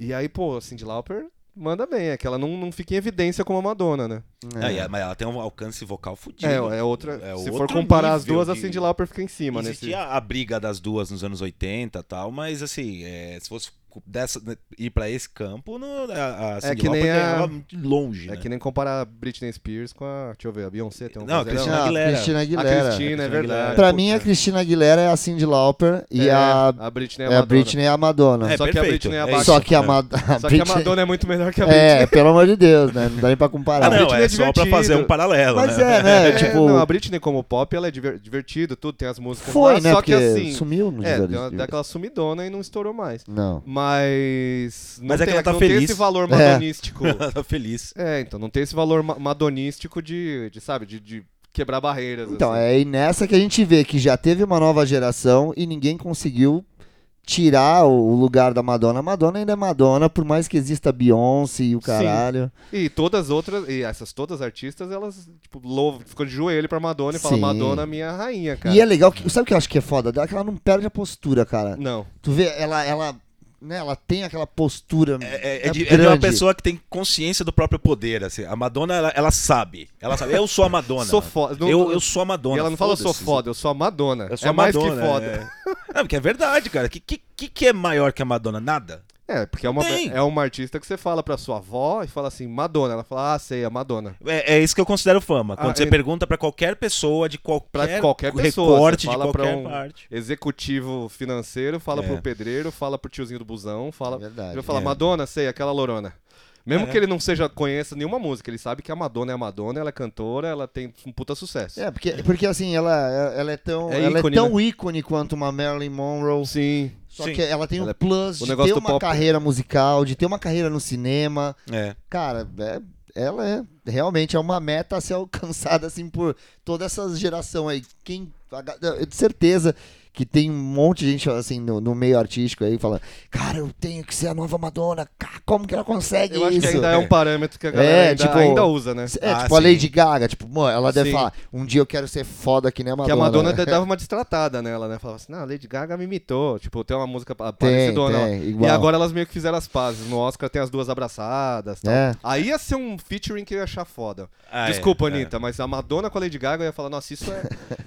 [SPEAKER 2] E aí, pô, a Cindy Lauper manda bem, é que ela não, não fica em evidência como a Madonna, né?
[SPEAKER 4] Ah, e ela- mas ela tem um alcance vocal fudido.
[SPEAKER 2] É, é outra.
[SPEAKER 4] É
[SPEAKER 2] se for
[SPEAKER 4] outro
[SPEAKER 2] comparar as
[SPEAKER 4] nível
[SPEAKER 2] duas, assim, a
[SPEAKER 4] de-
[SPEAKER 2] Cindy Lauper fica em cima, né?
[SPEAKER 4] Existia a briga das duas nos anos 80 e tal, mas assim, é, se fosse cu- dessa, né, ir pra esse campo, não, a, a Cyndi
[SPEAKER 2] É que nem
[SPEAKER 4] Lauper
[SPEAKER 2] a-
[SPEAKER 4] ganhava muito longe,
[SPEAKER 2] É
[SPEAKER 4] né?
[SPEAKER 2] que nem comparar a Britney Spears com a. Deixa eu ver, a Beyoncé tem um
[SPEAKER 4] Não, a
[SPEAKER 2] vozeirão.
[SPEAKER 4] Christina
[SPEAKER 3] Ah,
[SPEAKER 4] Aguilera.
[SPEAKER 3] Cristina
[SPEAKER 2] A
[SPEAKER 3] Aguilera.
[SPEAKER 2] Christina, é
[SPEAKER 4] Christina
[SPEAKER 2] verdade.
[SPEAKER 4] Aguilera.
[SPEAKER 3] Pra
[SPEAKER 2] Puta.
[SPEAKER 3] mim, a Cristina Aguilera é a Cindy Lauper e
[SPEAKER 2] É,
[SPEAKER 3] a,
[SPEAKER 2] A Britney é a
[SPEAKER 3] é a
[SPEAKER 2] Madonna.
[SPEAKER 3] Britney é a Madonna.
[SPEAKER 4] É,
[SPEAKER 2] Só que a
[SPEAKER 4] perfeito,
[SPEAKER 2] Britney é
[SPEAKER 4] é
[SPEAKER 2] abaixo.
[SPEAKER 3] Só que a,
[SPEAKER 4] É.
[SPEAKER 3] Mad a
[SPEAKER 2] Só que a
[SPEAKER 3] Britney.
[SPEAKER 2] Madonna é muito melhor que a Britney.
[SPEAKER 3] É, pelo amor de Deus, né? Não dá nem pra
[SPEAKER 4] Ah,
[SPEAKER 3] comparar.
[SPEAKER 4] não,
[SPEAKER 2] Britney
[SPEAKER 4] é,
[SPEAKER 2] é
[SPEAKER 4] só pra
[SPEAKER 2] divertido.
[SPEAKER 4] fazer um paralelo,
[SPEAKER 3] Mas
[SPEAKER 4] né?
[SPEAKER 3] é, né? tipo,
[SPEAKER 2] não, a Britney como pop, ela é diver- divertida, tudo, tem as músicas
[SPEAKER 3] foi,
[SPEAKER 2] lá,
[SPEAKER 3] né?
[SPEAKER 2] só
[SPEAKER 3] Porque
[SPEAKER 2] que assim...
[SPEAKER 3] sumiu né? no
[SPEAKER 2] é,
[SPEAKER 3] Deezer.
[SPEAKER 2] deu, uma- deu aquela sumidona e não estourou mais.
[SPEAKER 3] Não.
[SPEAKER 2] Mas... Não
[SPEAKER 4] Mas é
[SPEAKER 2] tem,
[SPEAKER 4] que ela tá
[SPEAKER 2] não tem
[SPEAKER 4] feliz.
[SPEAKER 2] esse valor
[SPEAKER 3] É.
[SPEAKER 2] madonístico.
[SPEAKER 4] Ela tá feliz.
[SPEAKER 2] É, então, não tem esse valor ma- madonístico de, de, sabe, de, de quebrar barreiras.
[SPEAKER 3] Então,
[SPEAKER 2] assim.
[SPEAKER 3] é aí nessa que a gente vê que já teve uma nova geração e ninguém conseguiu tirar o o lugar da Madonna. A Madonna ainda é Madonna, por mais que exista a Beyoncé e o caralho.
[SPEAKER 2] E todas as outras, e essas todas as artistas, elas, tipo, louvam, ficam de joelho pra Madonna e falam,
[SPEAKER 3] Sim.
[SPEAKER 2] Madonna, minha rainha, cara.
[SPEAKER 3] E é legal, que, sabe o que eu acho que é foda? dela? Que ela não perde a postura, cara.
[SPEAKER 2] Não.
[SPEAKER 3] Tu vê, ela, ela, né, ela tem aquela postura.
[SPEAKER 4] É, é,
[SPEAKER 3] né,
[SPEAKER 4] de, é de
[SPEAKER 3] grande.
[SPEAKER 4] uma pessoa que tem consciência do próprio poder, assim. A Madonna, ela, ela sabe. Ela sabe. Eu sou a Madonna.
[SPEAKER 2] Sou foda. Não-
[SPEAKER 4] Eu, eu sou a Madonna.
[SPEAKER 2] e ela não fala, eu sou
[SPEAKER 4] foda-se.
[SPEAKER 2] foda, eu sou a Madonna.
[SPEAKER 4] Eu sou
[SPEAKER 2] é
[SPEAKER 4] a Madonna.
[SPEAKER 2] mais que foda.
[SPEAKER 4] É. Não, porque é verdade, cara. O que, que, que que é maior que a Madonna? Nada.
[SPEAKER 2] É, porque é uma,
[SPEAKER 4] Tem.
[SPEAKER 2] é uma artista que você fala pra sua avó e fala assim, Madonna. Ela fala, ah, sei, a Madonna.
[SPEAKER 4] É, é isso que eu considero fama. Quando
[SPEAKER 2] Ah,
[SPEAKER 4] você
[SPEAKER 2] é.
[SPEAKER 4] pergunta pra qualquer pessoa de qualquer,
[SPEAKER 2] Pra qualquer pessoa.
[SPEAKER 4] recorte
[SPEAKER 2] você
[SPEAKER 4] de
[SPEAKER 2] fala pra
[SPEAKER 4] qualquer
[SPEAKER 2] um
[SPEAKER 4] parte.
[SPEAKER 2] executivo financeiro, fala
[SPEAKER 4] É.
[SPEAKER 2] pro pedreiro, fala pro tiozinho do busão, fala...
[SPEAKER 3] É verdade.
[SPEAKER 2] Ele vai falar,
[SPEAKER 4] É.
[SPEAKER 2] Madonna, sei, aquela lorona. Mesmo que ele não seja conheça nenhuma música, ele sabe que a Madonna é a Madonna, ela é cantora, ela tem um puta sucesso.
[SPEAKER 3] É, porque, porque assim, ela, ela é tão,
[SPEAKER 2] É
[SPEAKER 3] ela
[SPEAKER 2] ícone,
[SPEAKER 3] é tão ícone quanto uma Marilyn Monroe.
[SPEAKER 2] Sim.
[SPEAKER 3] Só
[SPEAKER 4] Sim.
[SPEAKER 3] que ela tem
[SPEAKER 2] Ela
[SPEAKER 3] um
[SPEAKER 2] é-
[SPEAKER 3] plus
[SPEAKER 2] o
[SPEAKER 3] de
[SPEAKER 2] negócio do
[SPEAKER 3] ter uma
[SPEAKER 2] pop.
[SPEAKER 3] carreira musical, de ter uma carreira no cinema.
[SPEAKER 4] É.
[SPEAKER 3] Cara, é- ela é realmente é uma meta a ser alcançada assim por toda essa geração aí. Quem eu tenho certeza que tem um monte de gente assim no, no meio artístico aí falando: "Cara, eu tenho que ser a nova Madonna. Cara, como que ela consegue
[SPEAKER 2] Eu acho
[SPEAKER 3] isso?"
[SPEAKER 2] que ainda é um parâmetro que a galera
[SPEAKER 3] É,
[SPEAKER 2] ainda,
[SPEAKER 3] tipo-
[SPEAKER 2] ainda usa, né?
[SPEAKER 3] É,
[SPEAKER 4] Ah,
[SPEAKER 3] tipo a
[SPEAKER 4] sim.
[SPEAKER 3] Lady Gaga, tipo, mano, ela deve
[SPEAKER 2] Sim.
[SPEAKER 3] falar: "Um dia eu quero ser foda que nem a
[SPEAKER 2] Que
[SPEAKER 3] Madonna". né?
[SPEAKER 2] a Madonna até dava uma destratada nela, né? Falava assim, não, a Lady Gaga me imitou. Tipo, tem uma música pa- parecidona lá.
[SPEAKER 3] tem,
[SPEAKER 2] E
[SPEAKER 3] igual.
[SPEAKER 2] agora elas meio que fizeram as pazes. No Oscar tem as duas abraçadas. Tal.
[SPEAKER 3] É.
[SPEAKER 2] Aí ia ser um featuring que eu ia achar foda.
[SPEAKER 4] Ah, é,
[SPEAKER 2] Desculpa,
[SPEAKER 4] é.
[SPEAKER 2] Anitta, mas a Madonna com a Lady Gaga eu ia falar, nossa, isso é,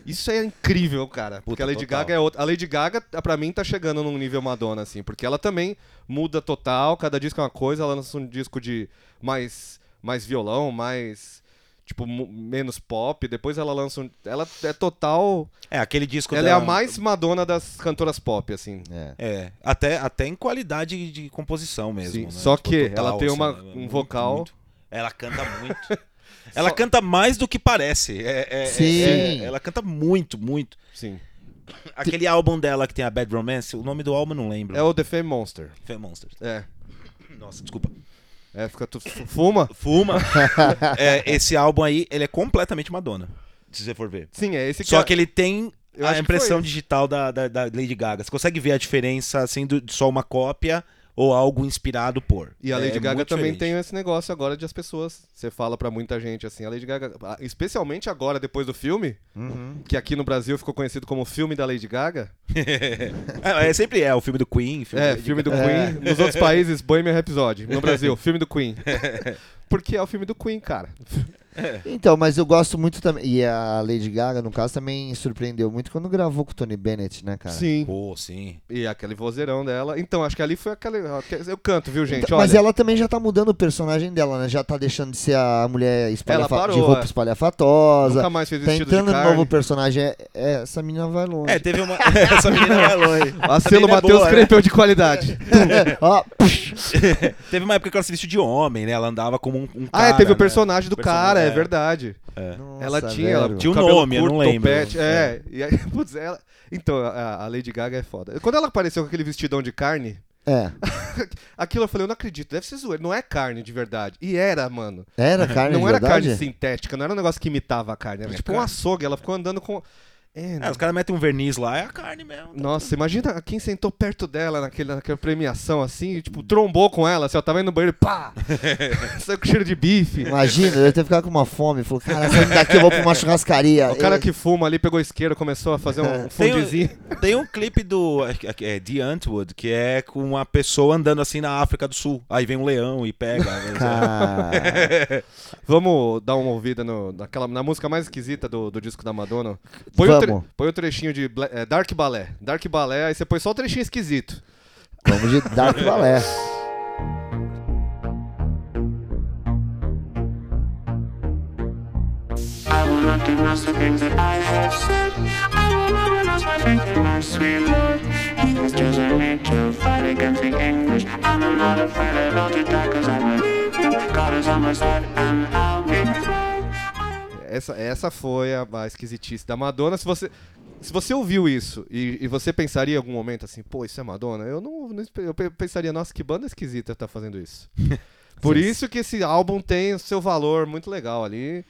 [SPEAKER 2] isso é incrível, cara. Porque
[SPEAKER 4] Puta,
[SPEAKER 2] a Lady
[SPEAKER 4] total.
[SPEAKER 2] Gaga é outra. A Lady Gaga, pra mim, tá chegando num nível Madonna, assim, porque ela também muda total, cada disco é uma coisa, ela lança um disco de mais, mais violão, mais. Tipo, mu- menos pop, depois ela lança um. Ela é total.
[SPEAKER 4] É, aquele disco
[SPEAKER 2] Ela é
[SPEAKER 4] dela-
[SPEAKER 2] a mais Madonna das cantoras pop, assim.
[SPEAKER 3] É.
[SPEAKER 4] É, até, até em qualidade de composição mesmo.
[SPEAKER 2] Sim,
[SPEAKER 4] né?
[SPEAKER 2] só que
[SPEAKER 4] total,
[SPEAKER 2] ela tem uma-
[SPEAKER 4] é
[SPEAKER 2] um
[SPEAKER 4] muito,
[SPEAKER 2] vocal-
[SPEAKER 4] muito. Ela canta muito. ela
[SPEAKER 2] Só-
[SPEAKER 4] canta mais do que parece. É, é- é-
[SPEAKER 3] Sim.
[SPEAKER 4] é- ela canta muito, muito.
[SPEAKER 2] Sim.
[SPEAKER 4] Aquele álbum dela que tem a Bad Romance, o nome do álbum eu não lembro.
[SPEAKER 2] É o The Fame Monster.
[SPEAKER 4] Fé Monsters.
[SPEAKER 2] É.
[SPEAKER 4] Nossa, desculpa.
[SPEAKER 2] É, fica tu fu- fuma?
[SPEAKER 4] Fuma. É, esse álbum aí, ele é completamente Madonna. Se você for ver.
[SPEAKER 2] Sim, é esse
[SPEAKER 4] Só
[SPEAKER 2] a-
[SPEAKER 4] que ele tem
[SPEAKER 2] Eu acho
[SPEAKER 4] a
[SPEAKER 2] que
[SPEAKER 4] impressão
[SPEAKER 2] foi.
[SPEAKER 4] digital da, da, da Lady Gaga. Você consegue ver a diferença assim do- de só uma cópia ou algo inspirado por.
[SPEAKER 2] E a
[SPEAKER 4] É
[SPEAKER 2] Lady Gaga
[SPEAKER 4] muito
[SPEAKER 2] também
[SPEAKER 4] diferente.
[SPEAKER 2] tem esse negócio agora de as pessoas. Você fala pra muita gente assim, a Lady Gaga, a- especialmente agora depois do filme,
[SPEAKER 3] Uhum.
[SPEAKER 2] que aqui no Brasil ficou conhecido como filme da Lady Gaga.
[SPEAKER 4] É, é, sempre é, o filme do Queen. Filme
[SPEAKER 2] É,
[SPEAKER 4] do-
[SPEAKER 2] filme do Queen. Nos outros países, Bohemian Rhapsody. No Brasil, filme do Queen. Porque é o filme do Queen, cara.
[SPEAKER 3] Então, mas eu gosto muito também. E a Lady Gaga, no caso, também surpreendeu muito quando gravou com o Tony Bennett, né, cara?
[SPEAKER 2] Sim.
[SPEAKER 4] Pô, sim.
[SPEAKER 2] E aquele vozeirão dela. Então, acho que ali foi aquele. Eu canto, viu, gente?
[SPEAKER 3] Então,
[SPEAKER 2] Olha,
[SPEAKER 3] mas ela também já tá mudando o personagem dela, né? Já tá deixando de ser a mulher espalhafa-
[SPEAKER 2] Ela parou,
[SPEAKER 3] de roupa
[SPEAKER 2] é.
[SPEAKER 3] espalhafatosa.
[SPEAKER 2] nunca mais fez
[SPEAKER 3] Tá
[SPEAKER 2] vestido de
[SPEAKER 3] entrando um
[SPEAKER 2] carne.
[SPEAKER 3] novo personagem. É, é, essa menina vai longe.
[SPEAKER 4] É, teve uma. Essa menina vai longe. Essa
[SPEAKER 2] Acelo
[SPEAKER 4] menina é
[SPEAKER 2] Matheus
[SPEAKER 4] boa, né?
[SPEAKER 2] Crepeu de qualidade.
[SPEAKER 3] Ó, puxa.
[SPEAKER 4] Teve uma época que ela se vestiu de homem, né? Ela andava como um, um cara.
[SPEAKER 2] Ah, é, teve o
[SPEAKER 4] né?
[SPEAKER 2] personagem do
[SPEAKER 4] Personagem,
[SPEAKER 2] cara, é,
[SPEAKER 4] é.
[SPEAKER 2] verdade. ela
[SPEAKER 3] Nossa,
[SPEAKER 2] tinha, ela
[SPEAKER 3] velho.
[SPEAKER 2] tinha um
[SPEAKER 4] Tinha um
[SPEAKER 2] cabelo
[SPEAKER 4] nome, eu
[SPEAKER 2] curto,
[SPEAKER 4] não lembro.
[SPEAKER 2] topete. É, e aí, putz, ela... Então, a, a Lady Gaga é foda. Quando ela apareceu com aquele vestidão de carne,
[SPEAKER 3] É.
[SPEAKER 2] aquilo eu falei, eu não acredito, deve ser zoeira. Não é carne de verdade. E era, mano.
[SPEAKER 3] Era carne
[SPEAKER 2] não
[SPEAKER 3] de
[SPEAKER 2] era
[SPEAKER 3] verdade?
[SPEAKER 2] carne sintética, não era um negócio que imitava a carne. Era
[SPEAKER 4] É
[SPEAKER 2] tipo um
[SPEAKER 4] carne.
[SPEAKER 2] açougue, ela ficou andando com... É,
[SPEAKER 4] É, os caras metem um verniz lá, é a carne mesmo.
[SPEAKER 2] Nossa, imagina quem sentou perto dela naquele, naquela premiação assim, e, tipo, trombou com ela, assim, ó, tava indo no banheiro e pá! Saiu com cheiro de bife.
[SPEAKER 3] Imagina, deve ter ficado com uma fome. Falou, cara, saindo daqui eu vou pra uma churrascaria.
[SPEAKER 2] O cara
[SPEAKER 3] Eu-
[SPEAKER 2] que fuma ali pegou isqueiro, começou a fazer um
[SPEAKER 4] Tem um-
[SPEAKER 2] fundizinho.
[SPEAKER 4] Tem um clipe do é, The Antwood, que é com uma pessoa andando assim na África do Sul. Aí vem um leão e pega. né?
[SPEAKER 3] Cara,
[SPEAKER 2] Vamos dar uma ouvida no, naquela, na música mais esquisita do, do disco da Madonna. Põe, o, tre-
[SPEAKER 3] Vamos.
[SPEAKER 2] põe o trechinho de Bla- é, Dark Balé. Dark Balé, aí você põe só o trechinho esquisito.
[SPEAKER 3] vamos de Dark Balé.
[SPEAKER 5] I will not denounce the things that I have said. I will not renounce my faith in my sweet Lord. He has chosen me to fight against the English. And I'm not afraid at all to die, cause I believe in God is on my side, and I'll be free.
[SPEAKER 2] Essa, essa foi a, a esquisitice da Madonna. Se você, se você ouviu isso e, e você pensaria em algum momento assim, pô, isso é Madonna, eu não, não espe- eu pe- pensaria, nossa, que banda esquisita tá fazendo isso. Por isso que esse álbum tem o seu valor muito legal ali.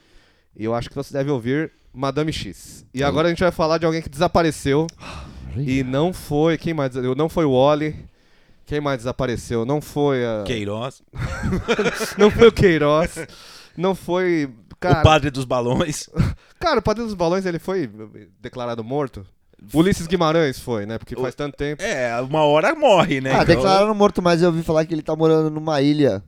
[SPEAKER 2] E eu acho que você deve ouvir Madame X. E agora a gente vai falar de alguém que desapareceu. E não foi. Quem mais? desa- Não foi o Wally. Quem mais desapareceu? Não foi a.
[SPEAKER 4] Queiroz.
[SPEAKER 2] Não foi o Queiroz. Não foi. Cara,
[SPEAKER 4] O padre dos balões.
[SPEAKER 2] Cara, o Padre dos Balões, ele foi declarado morto? Ulisses Guimarães foi, né? Porque faz tanto tempo.
[SPEAKER 4] É, uma hora morre, né?
[SPEAKER 3] Ah,
[SPEAKER 4] Então,
[SPEAKER 3] declararam morto, mas eu ouvi falar que ele tá morando numa ilha.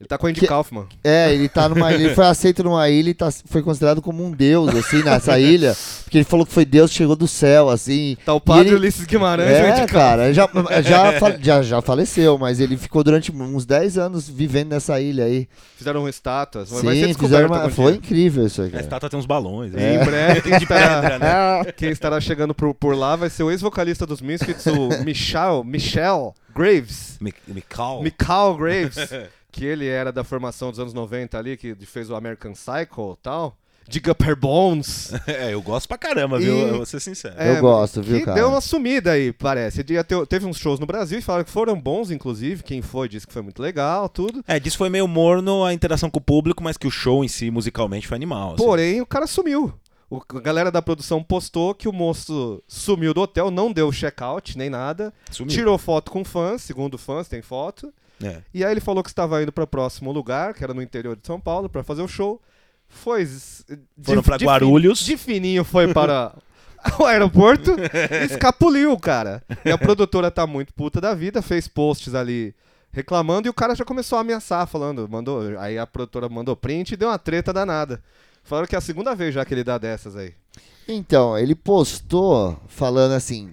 [SPEAKER 2] Ele tá com o Andy
[SPEAKER 3] Que-
[SPEAKER 2] Kaufman.
[SPEAKER 3] É, ele tá numa ilha, ele foi aceito numa ilha e tá, foi considerado como um deus, assim, nessa ilha. Porque ele falou que foi Deus que chegou do céu, assim.
[SPEAKER 2] Tá o
[SPEAKER 3] E
[SPEAKER 2] Padre né,
[SPEAKER 3] ele-
[SPEAKER 2] Ulisses Guimarães. e o
[SPEAKER 3] É,
[SPEAKER 2] Andy
[SPEAKER 3] cara, já, já, fa- já, já faleceu, mas ele ficou durante uns 10 anos vivendo nessa ilha aí.
[SPEAKER 2] Kaufman. Fizeram estátuas. Vai ser
[SPEAKER 3] Sim, fizeram
[SPEAKER 2] descoberto
[SPEAKER 3] uma...
[SPEAKER 2] algum
[SPEAKER 3] Foi É.
[SPEAKER 2] dia. É,
[SPEAKER 3] incrível isso aí,
[SPEAKER 4] A
[SPEAKER 3] cara. É,
[SPEAKER 4] estátua tem uns balões.
[SPEAKER 2] E
[SPEAKER 4] né?
[SPEAKER 2] em breve quem estará,
[SPEAKER 4] Pedra, né?
[SPEAKER 2] quem estará chegando por, por lá vai ser o ex-vocalista dos Misfits, o Michel, Michel Graves.
[SPEAKER 4] Mi- Mical.
[SPEAKER 2] Michael Graves. Que ele era da formação dos anos 90 ali, que fez o American Psycho e tal. Diga Per Bones.
[SPEAKER 4] É, eu gosto pra caramba, viu?
[SPEAKER 2] E- É.
[SPEAKER 4] Eu vou ser sincero.
[SPEAKER 3] Eu gosto, viu,
[SPEAKER 2] que
[SPEAKER 3] cara?
[SPEAKER 2] Deu uma sumida aí, parece. Dia teu- Teve uns shows no Brasil e falaram que foram bons, inclusive. Quem foi disse que foi muito legal, tudo.
[SPEAKER 4] É, disso foi meio morno a interação com o público, mas que o show em si, musicalmente, foi animal. assim.
[SPEAKER 2] Porém, o cara sumiu. O, a galera da produção postou que o moço sumiu do hotel, não deu check-out nem nada.
[SPEAKER 4] Sumiu.
[SPEAKER 2] Tirou foto com fãs, segundo fãs, tem foto.
[SPEAKER 4] É.
[SPEAKER 2] E aí ele falou que estava indo para o próximo lugar, que era no interior de São Paulo, para fazer o show. Foi. s-
[SPEAKER 4] Foram
[SPEAKER 2] de-
[SPEAKER 4] pra
[SPEAKER 2] de
[SPEAKER 4] Guarulhos.
[SPEAKER 2] fi- De fininho foi para o aeroporto e escapuliu, cara. E a produtora tá muito puta da vida, fez posts ali reclamando e o cara já começou a ameaçar, falando. mandou Aí a produtora mandou print e deu uma treta danada. Falaram que é a segunda vez já que ele dá dessas aí.
[SPEAKER 3] Então, ele postou falando assim: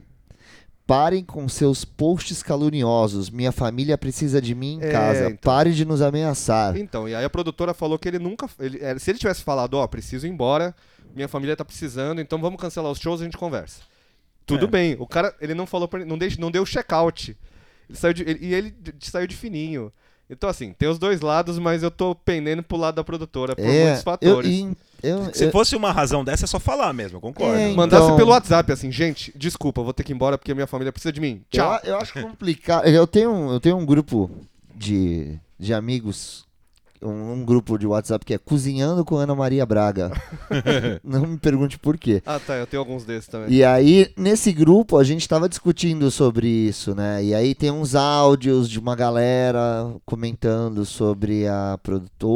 [SPEAKER 3] parem com seus posts caluniosos, minha família precisa de mim em
[SPEAKER 2] É,
[SPEAKER 3] casa,
[SPEAKER 2] então.
[SPEAKER 3] pare de nos ameaçar.
[SPEAKER 2] Então, e aí a produtora falou que ele nunca. ele- eh, se ele tivesse falado, ó, preciso ir embora, minha família tá precisando, então vamos cancelar os shows e a gente conversa. Tudo
[SPEAKER 4] É.
[SPEAKER 2] bem. O cara, ele não falou pra, não, deix, não deu o check-out. Ele saiu de- ele- e ele de- saiu de fininho. Então, assim, tem os dois lados, mas eu tô pendendo pro lado da produtora por
[SPEAKER 3] É,
[SPEAKER 2] muitos
[SPEAKER 3] eu,
[SPEAKER 2] fatores.
[SPEAKER 3] e- eu-
[SPEAKER 4] Se
[SPEAKER 3] eu-
[SPEAKER 4] fosse uma razão dessa, é só falar mesmo, eu concordo.
[SPEAKER 3] É,
[SPEAKER 2] Mandasse
[SPEAKER 3] então-
[SPEAKER 2] pelo WhatsApp, assim, gente, desculpa, vou ter que ir embora porque minha família precisa de mim. Tchau.
[SPEAKER 3] Eu, eu acho complicado. Eu tenho, um- eu tenho um grupo de, de amigos, um, um grupo de WhatsApp que é Cozinhando com Ana Maria Braga. Não me pergunte por quê.
[SPEAKER 2] Ah, tá, eu tenho alguns desses também.
[SPEAKER 3] E aí, nesse grupo, a gente tava discutindo sobre isso, né? E aí tem uns áudios de uma galera comentando sobre a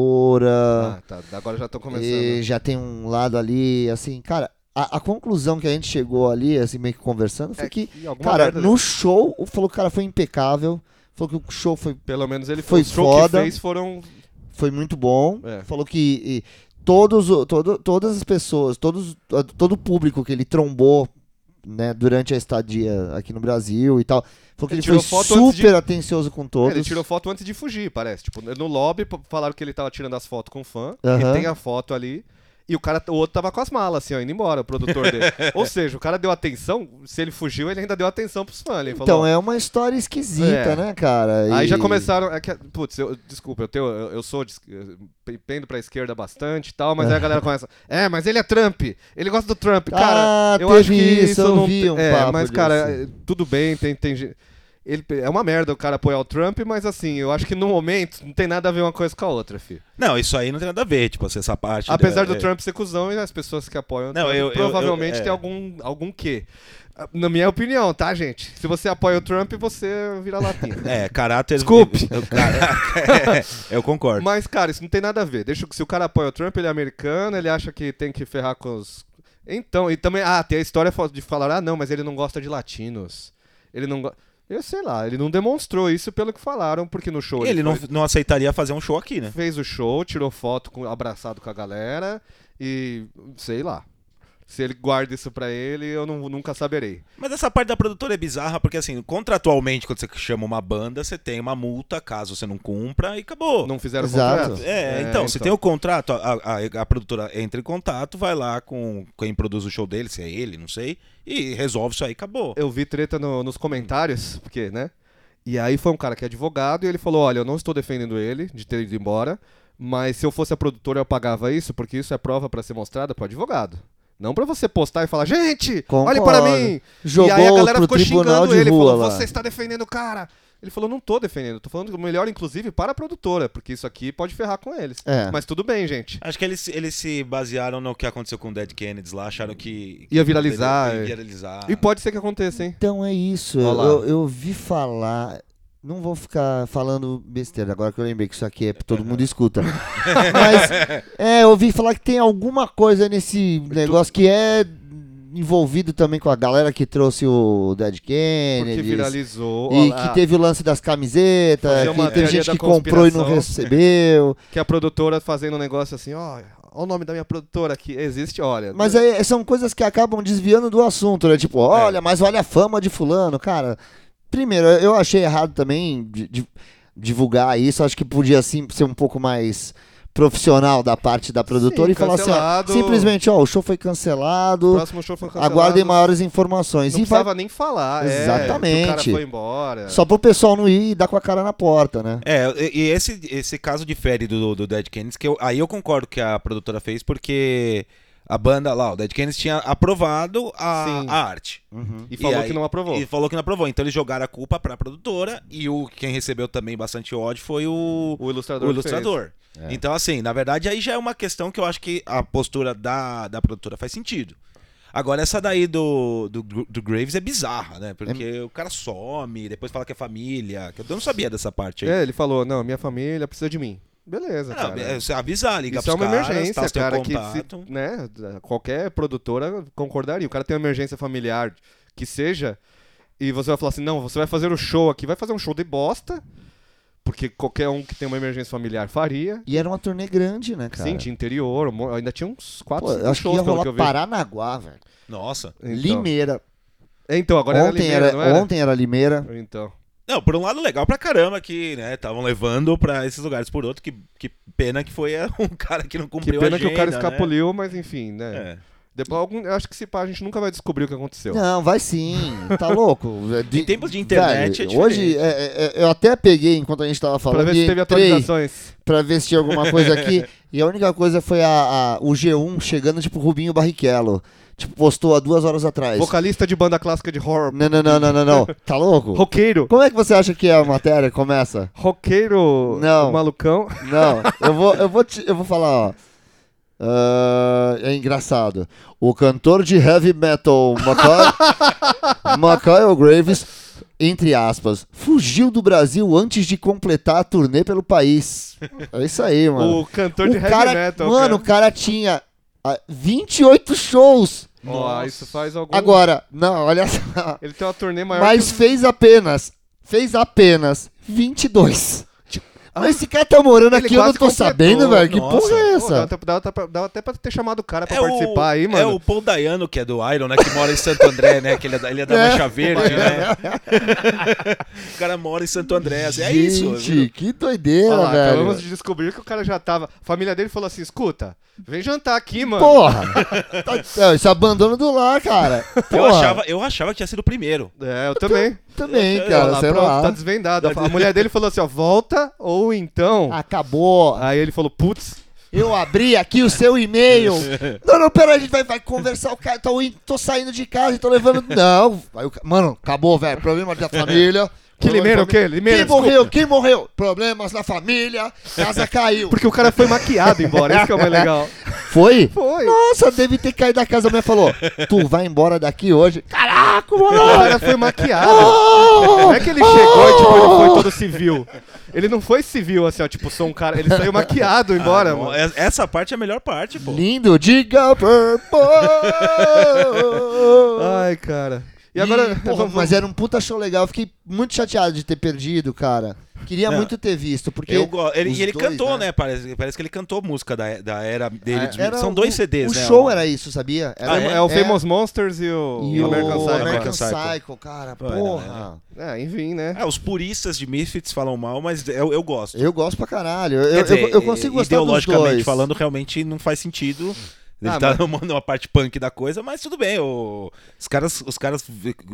[SPEAKER 3] produtora.
[SPEAKER 2] Ah, tá, agora já tô começando.
[SPEAKER 3] E já tem um lado ali, assim, cara, a, a conclusão que a gente chegou ali, assim, meio que conversando, foi
[SPEAKER 2] É
[SPEAKER 3] que,
[SPEAKER 2] que alguma
[SPEAKER 3] cara,
[SPEAKER 2] merda
[SPEAKER 3] no show, o- falou que o cara foi impecável, falou que o show foi,
[SPEAKER 2] Pelo menos ele foi,
[SPEAKER 3] Foi
[SPEAKER 2] o show
[SPEAKER 3] foda.
[SPEAKER 2] que fez foram
[SPEAKER 3] foi muito bom,
[SPEAKER 2] É.
[SPEAKER 3] falou que e todos, o- todo, todas as pessoas, todos, todo o público que ele trombou né, durante a estadia aqui no Brasil e tal, falou que
[SPEAKER 2] Ele
[SPEAKER 3] ele,
[SPEAKER 2] tirou
[SPEAKER 3] foi
[SPEAKER 2] foto antes de- É,
[SPEAKER 3] super atencioso com todos.
[SPEAKER 2] Ele tirou foto antes de fugir, parece. Tipo, no lobby p- falaram que ele tava tirando as fotos com o fã.
[SPEAKER 3] Aham.
[SPEAKER 2] Ele tem a foto ali. E o cara, o outro tava com as malas, assim, ó, indo embora, o produtor dele. Ou seja, o cara deu atenção, se ele fugiu, ele ainda deu atenção pros fãs. Ele falou,
[SPEAKER 3] Então é uma história esquisita,
[SPEAKER 2] É.
[SPEAKER 3] né, cara?
[SPEAKER 2] Aí
[SPEAKER 3] E-
[SPEAKER 2] já começaram. É que, putz, eu, desculpa, eu, tenho, eu, eu sou. de- eu Pendo pra esquerda bastante e tal, mas aí a galera começa. É, mas ele é Trump. Ele gosta do Trump. Cara,
[SPEAKER 3] Ah,
[SPEAKER 2] eu
[SPEAKER 3] teve
[SPEAKER 2] acho que
[SPEAKER 3] isso,
[SPEAKER 2] isso
[SPEAKER 3] eu
[SPEAKER 2] não.
[SPEAKER 3] vi
[SPEAKER 2] tem-
[SPEAKER 3] um
[SPEAKER 2] é,
[SPEAKER 3] papo
[SPEAKER 2] mas, cara,
[SPEAKER 3] desse.
[SPEAKER 2] é, tudo bem, tem, tem gen- Ele, é uma merda o cara apoiar o Trump, mas assim, eu acho que no momento não tem nada a ver uma coisa com a outra, fi.
[SPEAKER 4] Não, isso aí não tem nada a ver, tipo, assim, essa parte.
[SPEAKER 2] Apesar do
[SPEAKER 4] é.
[SPEAKER 2] Trump ser cuzão e as pessoas que apoiam o
[SPEAKER 4] Não,
[SPEAKER 2] Trump,
[SPEAKER 4] eu- eu-
[SPEAKER 2] provavelmente
[SPEAKER 4] eu- é.
[SPEAKER 2] tem algum, algum quê. Ah, Na minha opinião, tá, gente? Se você apoia o Trump, você vira latino.
[SPEAKER 4] É, caráter.
[SPEAKER 2] Desculpe.
[SPEAKER 4] Eu, caraca, é, eu concordo.
[SPEAKER 2] Mas, cara, isso não tem nada a ver. Deixa, o- se o cara apoia o Trump, ele é americano, ele acha que tem que ferrar com os. Então, e também. Ah, tem a história fo- de falar, ah, não, mas ele não gosta de latinos. Ele não gosta. Eu sei lá, ele não demonstrou isso pelo que falaram, porque no show
[SPEAKER 4] Ele não,
[SPEAKER 2] foi-
[SPEAKER 4] não aceitaria fazer um show aqui, né?
[SPEAKER 2] fez o show, tirou foto com, abraçado com a galera e. sei lá. Se ele guarda isso pra ele, eu não- nunca saberei.
[SPEAKER 4] Mas essa parte da produtora é bizarra, porque assim, contratualmente, quando você chama uma banda, você tem uma multa, caso você não cumpra, e acabou.
[SPEAKER 2] Não fizeram
[SPEAKER 3] Exato.
[SPEAKER 2] contrato?
[SPEAKER 4] É, então, você tem o contrato, a, a- a produtora entra em contato, vai lá com quem produz o show dele, se é ele, não sei, e resolve isso aí, acabou.
[SPEAKER 2] eu vi treta no- nos comentários, porque, né? E aí foi um cara que é advogado e ele falou: olha, eu não estou defendendo ele de ter ido embora, mas se eu fosse a produtora eu pagava isso, porque isso é prova pra ser mostrada pro advogado. Não pra você postar e falar, gente, olhe
[SPEAKER 3] Concordo.
[SPEAKER 2] para mim!
[SPEAKER 3] Jogou
[SPEAKER 2] e aí a galera
[SPEAKER 3] pro
[SPEAKER 2] ficou
[SPEAKER 3] tribunal
[SPEAKER 2] xingando
[SPEAKER 3] de
[SPEAKER 2] ele,
[SPEAKER 3] rua
[SPEAKER 2] falou,
[SPEAKER 3] lá.
[SPEAKER 2] você está defendendo o cara. Ele falou, não tô defendendo, tô falando melhor, inclusive, para a produtora, porque isso aqui pode ferrar com eles.
[SPEAKER 3] É.
[SPEAKER 2] Mas tudo bem, gente.
[SPEAKER 4] Acho que eles, eles se basearam no que aconteceu com o Dead Kennedys lá, acharam que.
[SPEAKER 2] Ia viralizar,
[SPEAKER 4] Ia
[SPEAKER 2] é.
[SPEAKER 4] viralizar.
[SPEAKER 2] E pode ser que aconteça, hein?
[SPEAKER 3] Então é isso.
[SPEAKER 2] Olha lá.
[SPEAKER 3] Eu, eu ouvi falar. Não vou ficar falando besteira agora que eu lembrei que isso aqui é todo mundo escuta. Mas é, eu ouvi falar que tem alguma coisa nesse negócio que é envolvido também com a galera que trouxe o Dead
[SPEAKER 2] Porque
[SPEAKER 3] Kennedy.
[SPEAKER 2] viralizou.
[SPEAKER 3] E
[SPEAKER 2] ó lá,
[SPEAKER 3] que teve o lance das camisetas,
[SPEAKER 2] Fazer uma
[SPEAKER 3] que teve
[SPEAKER 2] teoria
[SPEAKER 3] gente
[SPEAKER 2] da
[SPEAKER 3] que comprou e não
[SPEAKER 2] conspiração.
[SPEAKER 3] recebeu.
[SPEAKER 2] Que a produtora fazendo um negócio assim, ó, olha o nome da minha produtora aqui, existe, olha.
[SPEAKER 3] Mas é aí são coisas que acabam desviando do assunto, né?
[SPEAKER 2] É.
[SPEAKER 3] Tipo, olha, mas olha a fama de fulano, cara. Primeiro, eu achei errado também de- de- divulgar isso. Acho que podia sim ser um pouco mais profissional da parte da produtora
[SPEAKER 2] Sim,
[SPEAKER 3] e falar assim, ó,
[SPEAKER 2] cancelado.
[SPEAKER 3] simplesmente, ó, o show foi
[SPEAKER 2] o
[SPEAKER 3] cancelado,
[SPEAKER 2] próximo show foi cancelado.
[SPEAKER 3] aguardem maiores informações.
[SPEAKER 2] Não
[SPEAKER 3] e vai...
[SPEAKER 2] precisava nem falar, é,
[SPEAKER 3] Exatamente.
[SPEAKER 2] que o cara foi embora.
[SPEAKER 3] Só pro pessoal não ir e dar com a cara na porta, né?
[SPEAKER 4] É, e e esse, esse caso difere do, do Dead Kennedys, que eu- aí eu concordo que a produtora fez, porque a banda lá, o Dead Kennedys tinha aprovado a,
[SPEAKER 2] Sim. Uhum.
[SPEAKER 4] a arte.
[SPEAKER 2] E falou
[SPEAKER 4] aí-
[SPEAKER 2] que não aprovou.
[SPEAKER 4] E falou que não aprovou. Então eles jogaram a culpa pra produtora e o, quem recebeu também bastante ódio foi o,
[SPEAKER 2] O ilustrador.
[SPEAKER 4] o
[SPEAKER 2] que fez. É.
[SPEAKER 4] ilustrador. Então, assim, na verdade, aí já é uma questão que eu acho que a postura da, da produtora faz sentido. Agora, essa daí do, do, Gr- do Graves é bizarra, né? Porque
[SPEAKER 2] É
[SPEAKER 4] o cara some, depois fala que é família. que eu não sabia dessa parte aí.
[SPEAKER 2] É, ele falou, não, minha família precisa de mim. Beleza,
[SPEAKER 4] Não,
[SPEAKER 2] cara.
[SPEAKER 4] é você avisar, ligar
[SPEAKER 2] Isso é
[SPEAKER 4] pros
[SPEAKER 2] uma
[SPEAKER 4] caras,
[SPEAKER 2] emergência,
[SPEAKER 4] tá, você tem o
[SPEAKER 2] cara, que
[SPEAKER 4] contato.
[SPEAKER 2] se- né, qualquer produtora concordaria. O cara tem uma emergência familiar que seja, e você vai falar assim, não, você vai fazer o show aqui, vai fazer um show de bosta, porque qualquer um que tem uma emergência familiar faria.
[SPEAKER 3] E era uma turnê grande, né, cara?
[SPEAKER 2] Sim, de interior, um mon- ainda tinha uns quatro,
[SPEAKER 3] Pô, eu
[SPEAKER 2] cinco
[SPEAKER 3] acho que ia
[SPEAKER 2] shows pelo que eu
[SPEAKER 3] rolar
[SPEAKER 2] vi.
[SPEAKER 3] Paranaguá, velho.
[SPEAKER 4] Nossa.
[SPEAKER 2] Então,
[SPEAKER 3] Limeira.
[SPEAKER 2] É, então agora
[SPEAKER 3] ontem,
[SPEAKER 2] era, Limeira,
[SPEAKER 3] era,
[SPEAKER 2] não era?
[SPEAKER 3] ontem era Limeira.
[SPEAKER 2] Então.
[SPEAKER 4] Não, por um lado legal pra caramba que, né, estavam levando pra esses lugares. Por outro, que, que pena que foi é, um cara que não
[SPEAKER 2] Que
[SPEAKER 4] cumpriu a
[SPEAKER 2] pena que o cara
[SPEAKER 4] agenda, né?
[SPEAKER 2] escapuliu, mas enfim, né?
[SPEAKER 4] É.
[SPEAKER 2] Depois, algum, eu acho que se pá, a gente nunca vai descobrir o que aconteceu.
[SPEAKER 3] Não, vai sim. Tá louco. De-
[SPEAKER 4] Em tempos de internet é
[SPEAKER 3] Velho,
[SPEAKER 4] diferente.
[SPEAKER 3] Hoje, é- é- eu até peguei enquanto a gente tava falando.
[SPEAKER 2] pra ver se
[SPEAKER 3] e
[SPEAKER 2] teve
[SPEAKER 3] entrei
[SPEAKER 2] atualizações.
[SPEAKER 3] Pra ver se tinha alguma coisa aqui. e a única coisa foi a, a- o G1 chegando, tipo, Rubinho Barrichello. Tipo, postou há duas horas atrás.
[SPEAKER 2] Vocalista de banda clássica de horror.
[SPEAKER 3] Não, não, não, não, não, não. Tá louco?
[SPEAKER 2] Roqueiro.
[SPEAKER 3] Como é que você acha que a matéria começa?
[SPEAKER 2] Roqueiro
[SPEAKER 3] Não.
[SPEAKER 2] malucão.
[SPEAKER 3] Não, eu vou, eu vou, te- eu vou falar, ó. Ah, é engraçado. O cantor de heavy metal, Maca- Michael Graves, entre aspas, fugiu do Brasil antes de completar a turnê pelo país. É isso aí, mano.
[SPEAKER 2] O cantor de
[SPEAKER 3] O
[SPEAKER 2] heavy
[SPEAKER 3] cara-
[SPEAKER 2] metal.
[SPEAKER 3] Mano, o
[SPEAKER 2] cara.
[SPEAKER 3] cara tinha ah, 28 shows.
[SPEAKER 2] Ó, isso faz algum...
[SPEAKER 3] Agora, não, olha só.
[SPEAKER 2] Ele tem uma turnê maior
[SPEAKER 3] Mas fez apenas, fez apenas 22. Tipo, Mas esse cara tá morando aqui, eu não
[SPEAKER 2] Ah, quase
[SPEAKER 3] tô
[SPEAKER 2] completou.
[SPEAKER 3] sabendo, velho. Que
[SPEAKER 4] Nossa.
[SPEAKER 3] porra é
[SPEAKER 2] Pô, dava,
[SPEAKER 3] essa?
[SPEAKER 2] até- dava, até- dava até pra ter chamado o cara pra
[SPEAKER 4] É
[SPEAKER 2] participar
[SPEAKER 4] o,
[SPEAKER 2] aí,
[SPEAKER 4] É
[SPEAKER 2] mano.
[SPEAKER 4] o Paul Dayano, que é do Iron, né? Que mora em Santo André, né? Que ele é da, ele é da
[SPEAKER 3] É.
[SPEAKER 4] Mancha Verde, né? o cara mora em Santo André.
[SPEAKER 2] tá-
[SPEAKER 4] assim, é isso.
[SPEAKER 3] Gente,
[SPEAKER 4] viu?
[SPEAKER 3] que doideira,
[SPEAKER 2] Olha lá,
[SPEAKER 3] É, velho.
[SPEAKER 2] acabamos de descobrir que o cara já tava. A família dele falou assim: escuta, vem jantar aqui, mano.
[SPEAKER 3] Porra! Tá- Esse abandono do lar, cara.
[SPEAKER 4] Eu
[SPEAKER 3] Porra.
[SPEAKER 4] achava, eu achava que tinha sido o primeiro.
[SPEAKER 2] É, eu também.
[SPEAKER 3] Também,
[SPEAKER 2] Olha
[SPEAKER 3] cara,
[SPEAKER 2] lá,
[SPEAKER 3] sei
[SPEAKER 2] pronto,
[SPEAKER 3] lá.
[SPEAKER 2] tá desvendado. A mulher dele falou assim: ó, volta ou então.
[SPEAKER 3] Acabou.
[SPEAKER 2] Aí ele falou: putz,
[SPEAKER 3] Eu abri aqui o seu e-mail. Não, não, pera, a gente vai, vai conversar. O cara, tô, indo- tô saindo de casa e tô levando. Não, Aí o ca- mano, acabou, velho. Problemas da família.
[SPEAKER 2] Que limeira, o quê? Limeira,
[SPEAKER 3] Quem
[SPEAKER 2] desculpa.
[SPEAKER 3] morreu? Quem morreu? Problemas na família. Casa caiu.
[SPEAKER 2] porque o cara foi maquiado embora. Isso que é o mais legal.
[SPEAKER 3] Foi?
[SPEAKER 2] Foi.
[SPEAKER 3] Nossa, deve ter caído da casa. A mulher falou: Tu vai embora daqui hoje. Caraca,
[SPEAKER 2] O
[SPEAKER 3] mano.
[SPEAKER 2] cara foi maquiado. Não é que ele chegou e tipo, ele foi todo civil. Ele não foi civil assim, ó, tipo, sou um cara. Ele saiu maquiado embora,
[SPEAKER 4] Bom,
[SPEAKER 2] mano.
[SPEAKER 4] é- essa parte é a melhor parte, pô.
[SPEAKER 3] "Oh!" Lindo, diga purple.
[SPEAKER 2] Ai, cara. E agora.
[SPEAKER 3] Ih, porra,
[SPEAKER 2] vamos-
[SPEAKER 3] mas era um puta show legal. Eu fiquei muito chateado de ter perdido, cara. Queria
[SPEAKER 4] Não.
[SPEAKER 3] muito ter visto, porque.
[SPEAKER 4] Eu go- ele,
[SPEAKER 3] os
[SPEAKER 4] e ele
[SPEAKER 3] dois, É. Ah,
[SPEAKER 4] cantou, né? Parece, parece que ele cantou música da, da era dele. de-
[SPEAKER 3] Era
[SPEAKER 4] São dois
[SPEAKER 3] o-
[SPEAKER 4] CDs,
[SPEAKER 3] O
[SPEAKER 4] né?
[SPEAKER 3] show era isso, sabia? Era,
[SPEAKER 2] É,
[SPEAKER 4] Ah,
[SPEAKER 2] é o Famous Monsters e o,
[SPEAKER 3] E o
[SPEAKER 2] American
[SPEAKER 3] American,
[SPEAKER 2] Psycho.
[SPEAKER 3] Psycho.
[SPEAKER 4] American Psycho.
[SPEAKER 3] cara,
[SPEAKER 4] Pô, era,
[SPEAKER 3] porra.
[SPEAKER 2] É, enfim, né?
[SPEAKER 4] Ah, os puristas de Misfits falam mal, mas eu, eu gosto.
[SPEAKER 3] Eu gosto pra caralho. Eu,
[SPEAKER 4] Quer
[SPEAKER 3] eu-
[SPEAKER 4] dizer,
[SPEAKER 3] eu, consigo gostar dos
[SPEAKER 4] ideologicamente
[SPEAKER 3] dois.
[SPEAKER 4] falando, realmente não faz sentido. Ele
[SPEAKER 2] Ah,
[SPEAKER 4] tá
[SPEAKER 2] mas-
[SPEAKER 4] numa, numa parte punk da coisa, mas tudo bem. o- os caras, os caras,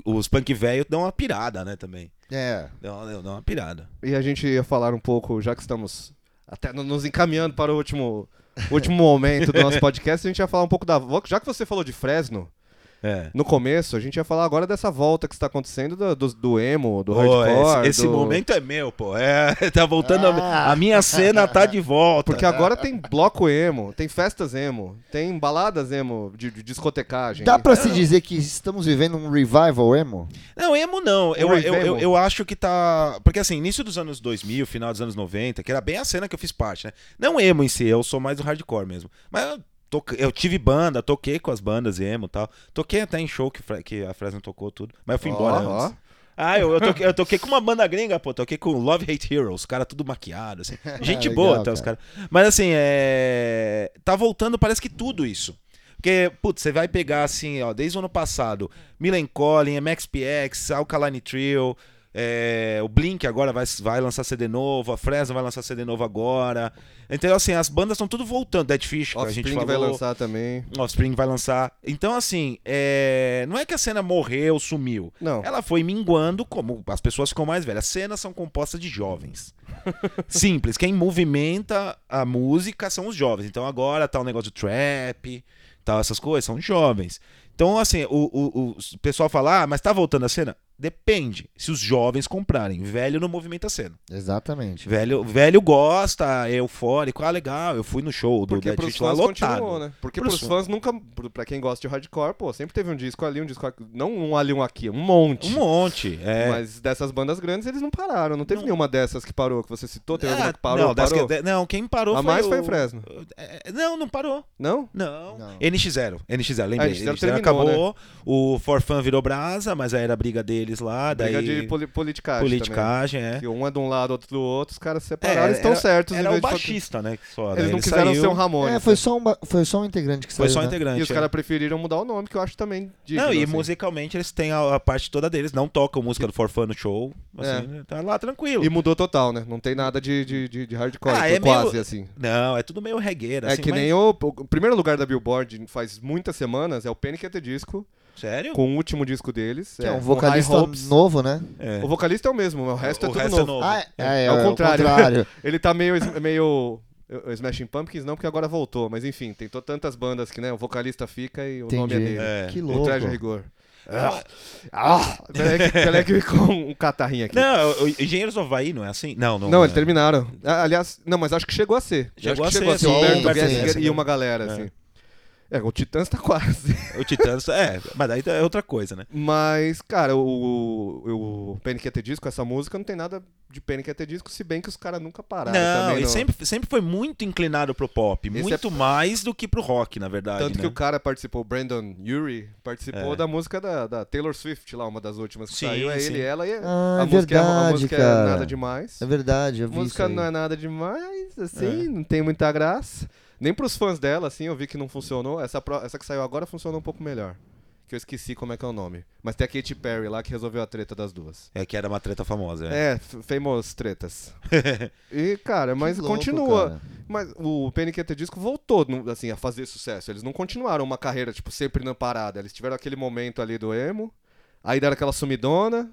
[SPEAKER 4] os punk velho dão uma pirada, né, também.
[SPEAKER 3] É.
[SPEAKER 4] Dão, dão uma pirada.
[SPEAKER 2] E a gente ia falar um pouco, já que estamos até no- nos encaminhando para o último, último momento do nosso podcast, a gente ia falar um pouco da volta. Já que você falou de Fresno
[SPEAKER 4] É.
[SPEAKER 2] no começo, a gente ia falar agora dessa volta que está acontecendo do, do, do emo, do
[SPEAKER 4] Pô,
[SPEAKER 2] hardcore.
[SPEAKER 4] esse, esse
[SPEAKER 2] do-
[SPEAKER 4] momento é meu, pô. É, tá voltando. a-
[SPEAKER 3] Ah.
[SPEAKER 4] A, minha cena tá de volta.
[SPEAKER 2] Porque agora tem bloco emo, tem festas emo, tem baladas emo de, de discotecagem.
[SPEAKER 3] Dá é. pra se dizer que estamos vivendo um revival emo?
[SPEAKER 4] Não, emo não. Eu,
[SPEAKER 2] Oi,
[SPEAKER 4] eu, eu,
[SPEAKER 2] emo.
[SPEAKER 4] eu acho que tá. Porque assim, início dos anos 2000, final dos anos 90, que era bem a cena que eu fiz parte, né? Não emo em si, eu sou mais do hardcore mesmo. Mas eu, toque- eu tive banda, toquei com as bandas emo e tal. Toquei até em show que, Fre- que a Fresno tocou tudo. Mas eu fui
[SPEAKER 2] Ó,
[SPEAKER 4] embora
[SPEAKER 2] ó.
[SPEAKER 4] antes. Ah, eu, eu, toquei, eu toquei com uma banda gringa, pô. Toquei com Love Hate Heroes, os caras tudo maquiado, assim.
[SPEAKER 2] Ah,
[SPEAKER 4] Gente
[SPEAKER 3] legal,
[SPEAKER 4] boa até os
[SPEAKER 3] cara.
[SPEAKER 4] caras. Mas assim, é. Tá voltando, parece que tudo isso. Porque, putz, você vai pegar assim, ó, desde o ano passado, Millen Collin, MXPX, Alkaline Trio, é, o Blink agora vai, vai lançar CD novo, a Fresno vai lançar CD novo agora. Então, assim, as bandas estão tudo voltando. Dead Fish, que a gente
[SPEAKER 2] Offspring
[SPEAKER 4] falou.
[SPEAKER 2] vai lançar também.
[SPEAKER 4] Offspring vai lançar. Então, assim, é, não é que a cena morreu, sumiu.
[SPEAKER 2] Não.
[SPEAKER 4] Ela foi minguando como as pessoas ficam mais velhas. As cenas são compostas de jovens. Simples. Quem movimenta a música são os jovens. Então agora tá o negócio de trap, tal, essas coisas, são jovens. Então, assim, o, o- o- o pessoal fala, ah, mas tá voltando a cena? Depende. Se os jovens comprarem. Velho não movimenta a cena.
[SPEAKER 3] Exatamente.
[SPEAKER 4] Velho, velho gosta, é eufórico. Ah, legal, eu fui no show do
[SPEAKER 2] Porque
[SPEAKER 4] Dead
[SPEAKER 2] pros
[SPEAKER 4] Fish lá
[SPEAKER 2] fãs
[SPEAKER 4] lotado.
[SPEAKER 2] continuou, né? Porque
[SPEAKER 4] Pros
[SPEAKER 2] pros, fãs nunca. pro- Pra quem gosta de hardcore, pô, sempre teve um disco ali, um disco aqui. Não um ali, um aqui, um monte.
[SPEAKER 4] Um monte, é.
[SPEAKER 2] Mas dessas bandas grandes eles não pararam. Não teve nenhuma dessas que parou, que você citou. Teve
[SPEAKER 4] Ah,
[SPEAKER 2] alguma que parou?
[SPEAKER 4] não, das
[SPEAKER 2] parou?
[SPEAKER 4] que- não, quem parou
[SPEAKER 2] A
[SPEAKER 4] foi
[SPEAKER 2] mais
[SPEAKER 4] o...
[SPEAKER 2] foi Fresno.
[SPEAKER 4] É, Não, não parou.
[SPEAKER 2] Não?
[SPEAKER 4] Não.
[SPEAKER 3] Não.
[SPEAKER 4] NX0. NX0, lembrei.
[SPEAKER 2] Ah, NX0
[SPEAKER 4] NX0
[SPEAKER 2] terminou, né?
[SPEAKER 4] acabou. O Forfan virou brasa, mas aí era a briga deles lá. Daí
[SPEAKER 2] Briga de poli politicagem.
[SPEAKER 4] politicagem,
[SPEAKER 2] Também.
[SPEAKER 4] é.
[SPEAKER 2] Que um é de um lado, outro do outro. Os caras se
[SPEAKER 4] É,
[SPEAKER 2] separaram, eles estão
[SPEAKER 4] era-
[SPEAKER 2] certos. em
[SPEAKER 4] Era
[SPEAKER 2] vez
[SPEAKER 4] o
[SPEAKER 2] de falar que-
[SPEAKER 4] baixista, né? que Só, daí
[SPEAKER 2] Eles não
[SPEAKER 4] ele
[SPEAKER 2] quiseram
[SPEAKER 4] saiu,
[SPEAKER 2] ser um Ramones.
[SPEAKER 3] É, foi só, uma, foi só um integrante que saiu.
[SPEAKER 4] Foi só um
[SPEAKER 3] né?
[SPEAKER 4] integrante.
[SPEAKER 2] E os
[SPEAKER 4] é.
[SPEAKER 2] caras preferiram mudar o nome, que eu acho também. digno,
[SPEAKER 4] Não, e
[SPEAKER 2] assim.
[SPEAKER 4] musicalmente eles têm a, a parte toda deles. Não tocam música do Forfan no show. Assim,
[SPEAKER 2] É.
[SPEAKER 4] né, Tá lá tranquilo.
[SPEAKER 2] E mudou total, né? Não tem nada de, de, de, de hardcore,
[SPEAKER 4] Ah, é
[SPEAKER 2] quase
[SPEAKER 4] meio-
[SPEAKER 2] assim.
[SPEAKER 4] Não, é tudo meio regueira.
[SPEAKER 2] é que nem o, o primeiro lugar da Billboard faz muitas semanas é o Panic! at the Disco,
[SPEAKER 4] Sério?
[SPEAKER 2] com o último disco deles.
[SPEAKER 3] Que é um
[SPEAKER 2] com High
[SPEAKER 3] vocalista
[SPEAKER 2] Hopes.
[SPEAKER 3] novo, né?
[SPEAKER 4] É.
[SPEAKER 2] O vocalista é o mesmo, o resto é
[SPEAKER 4] O
[SPEAKER 2] tudo
[SPEAKER 4] resto é
[SPEAKER 2] novo.
[SPEAKER 4] novo.
[SPEAKER 3] Ah, é, é,
[SPEAKER 2] É o contrário.
[SPEAKER 3] É o contrário.
[SPEAKER 2] Ele tá meio, es- meio eh, Smashing Pumpkins, não, porque agora voltou. Mas enfim, tentou tantas bandas que, né, o vocalista fica e o nome é
[SPEAKER 3] Entendi.
[SPEAKER 2] dele.
[SPEAKER 4] É.
[SPEAKER 3] Que
[SPEAKER 2] O
[SPEAKER 3] louco.
[SPEAKER 2] Traje Rigor. Ah, ah, peraí que- peraí que com um catarrinho aqui. Não,
[SPEAKER 4] Não, o- o Engenheiros do Havaí não é assim? Não, não.
[SPEAKER 2] eles terminaram. Ah, aliás, não, mas acho que chegou a ser.
[SPEAKER 4] Chegou
[SPEAKER 2] acho que
[SPEAKER 4] a ser, né? É.
[SPEAKER 2] o
[SPEAKER 4] sim,
[SPEAKER 2] Humberto
[SPEAKER 3] sim,
[SPEAKER 2] Gessinger
[SPEAKER 4] sim.
[SPEAKER 2] e uma galera, assim. É, o Titãs tá quase.
[SPEAKER 4] O Titãs, é, mas daí é outra coisa, né?
[SPEAKER 2] Mas, cara, o, o, o Panic! At The Disco, essa música, não tem nada de Panic! At The Disco, se bem que os caras nunca pararam
[SPEAKER 4] não,
[SPEAKER 2] também.
[SPEAKER 4] e
[SPEAKER 2] no-
[SPEAKER 4] sempre, sempre foi muito inclinado pro pop,
[SPEAKER 2] Esse
[SPEAKER 4] muito
[SPEAKER 2] é-
[SPEAKER 4] mais do que pro rock, na verdade.
[SPEAKER 2] Tanto
[SPEAKER 4] né?
[SPEAKER 2] que o cara participou, o Brandon Urie, participou
[SPEAKER 4] É.
[SPEAKER 2] da música da, da Taylor Swift, lá, uma das últimas que
[SPEAKER 4] Sim,
[SPEAKER 2] saiu. É
[SPEAKER 4] sim.
[SPEAKER 2] ele e ela. E
[SPEAKER 3] Ah,
[SPEAKER 2] a,
[SPEAKER 3] é
[SPEAKER 2] música é, a
[SPEAKER 3] verdade,
[SPEAKER 2] música é
[SPEAKER 3] cara.
[SPEAKER 2] nada demais.
[SPEAKER 3] É verdade, eu
[SPEAKER 2] A
[SPEAKER 3] vi
[SPEAKER 2] música
[SPEAKER 3] isso aí. É.
[SPEAKER 2] não é nada demais, assim, não tem muita graça. Nem pros fãs dela, assim, eu vi que não funcionou. Essa, pro- essa que saiu agora funcionou um pouco melhor. Que eu esqueci como é que é o nome. Mas tem a Katy Perry lá que resolveu a treta das duas.
[SPEAKER 4] É que era uma treta famosa. É.
[SPEAKER 2] É, f- famous tretas. e, cara, mas
[SPEAKER 3] louco,
[SPEAKER 2] continua.
[SPEAKER 3] cara.
[SPEAKER 2] Mas o Panic! At The Disco voltou, não- assim, a fazer sucesso. Eles não continuaram uma carreira, tipo, sempre na parada. Eles tiveram aquele momento ali do emo, aí deram aquela sumidona,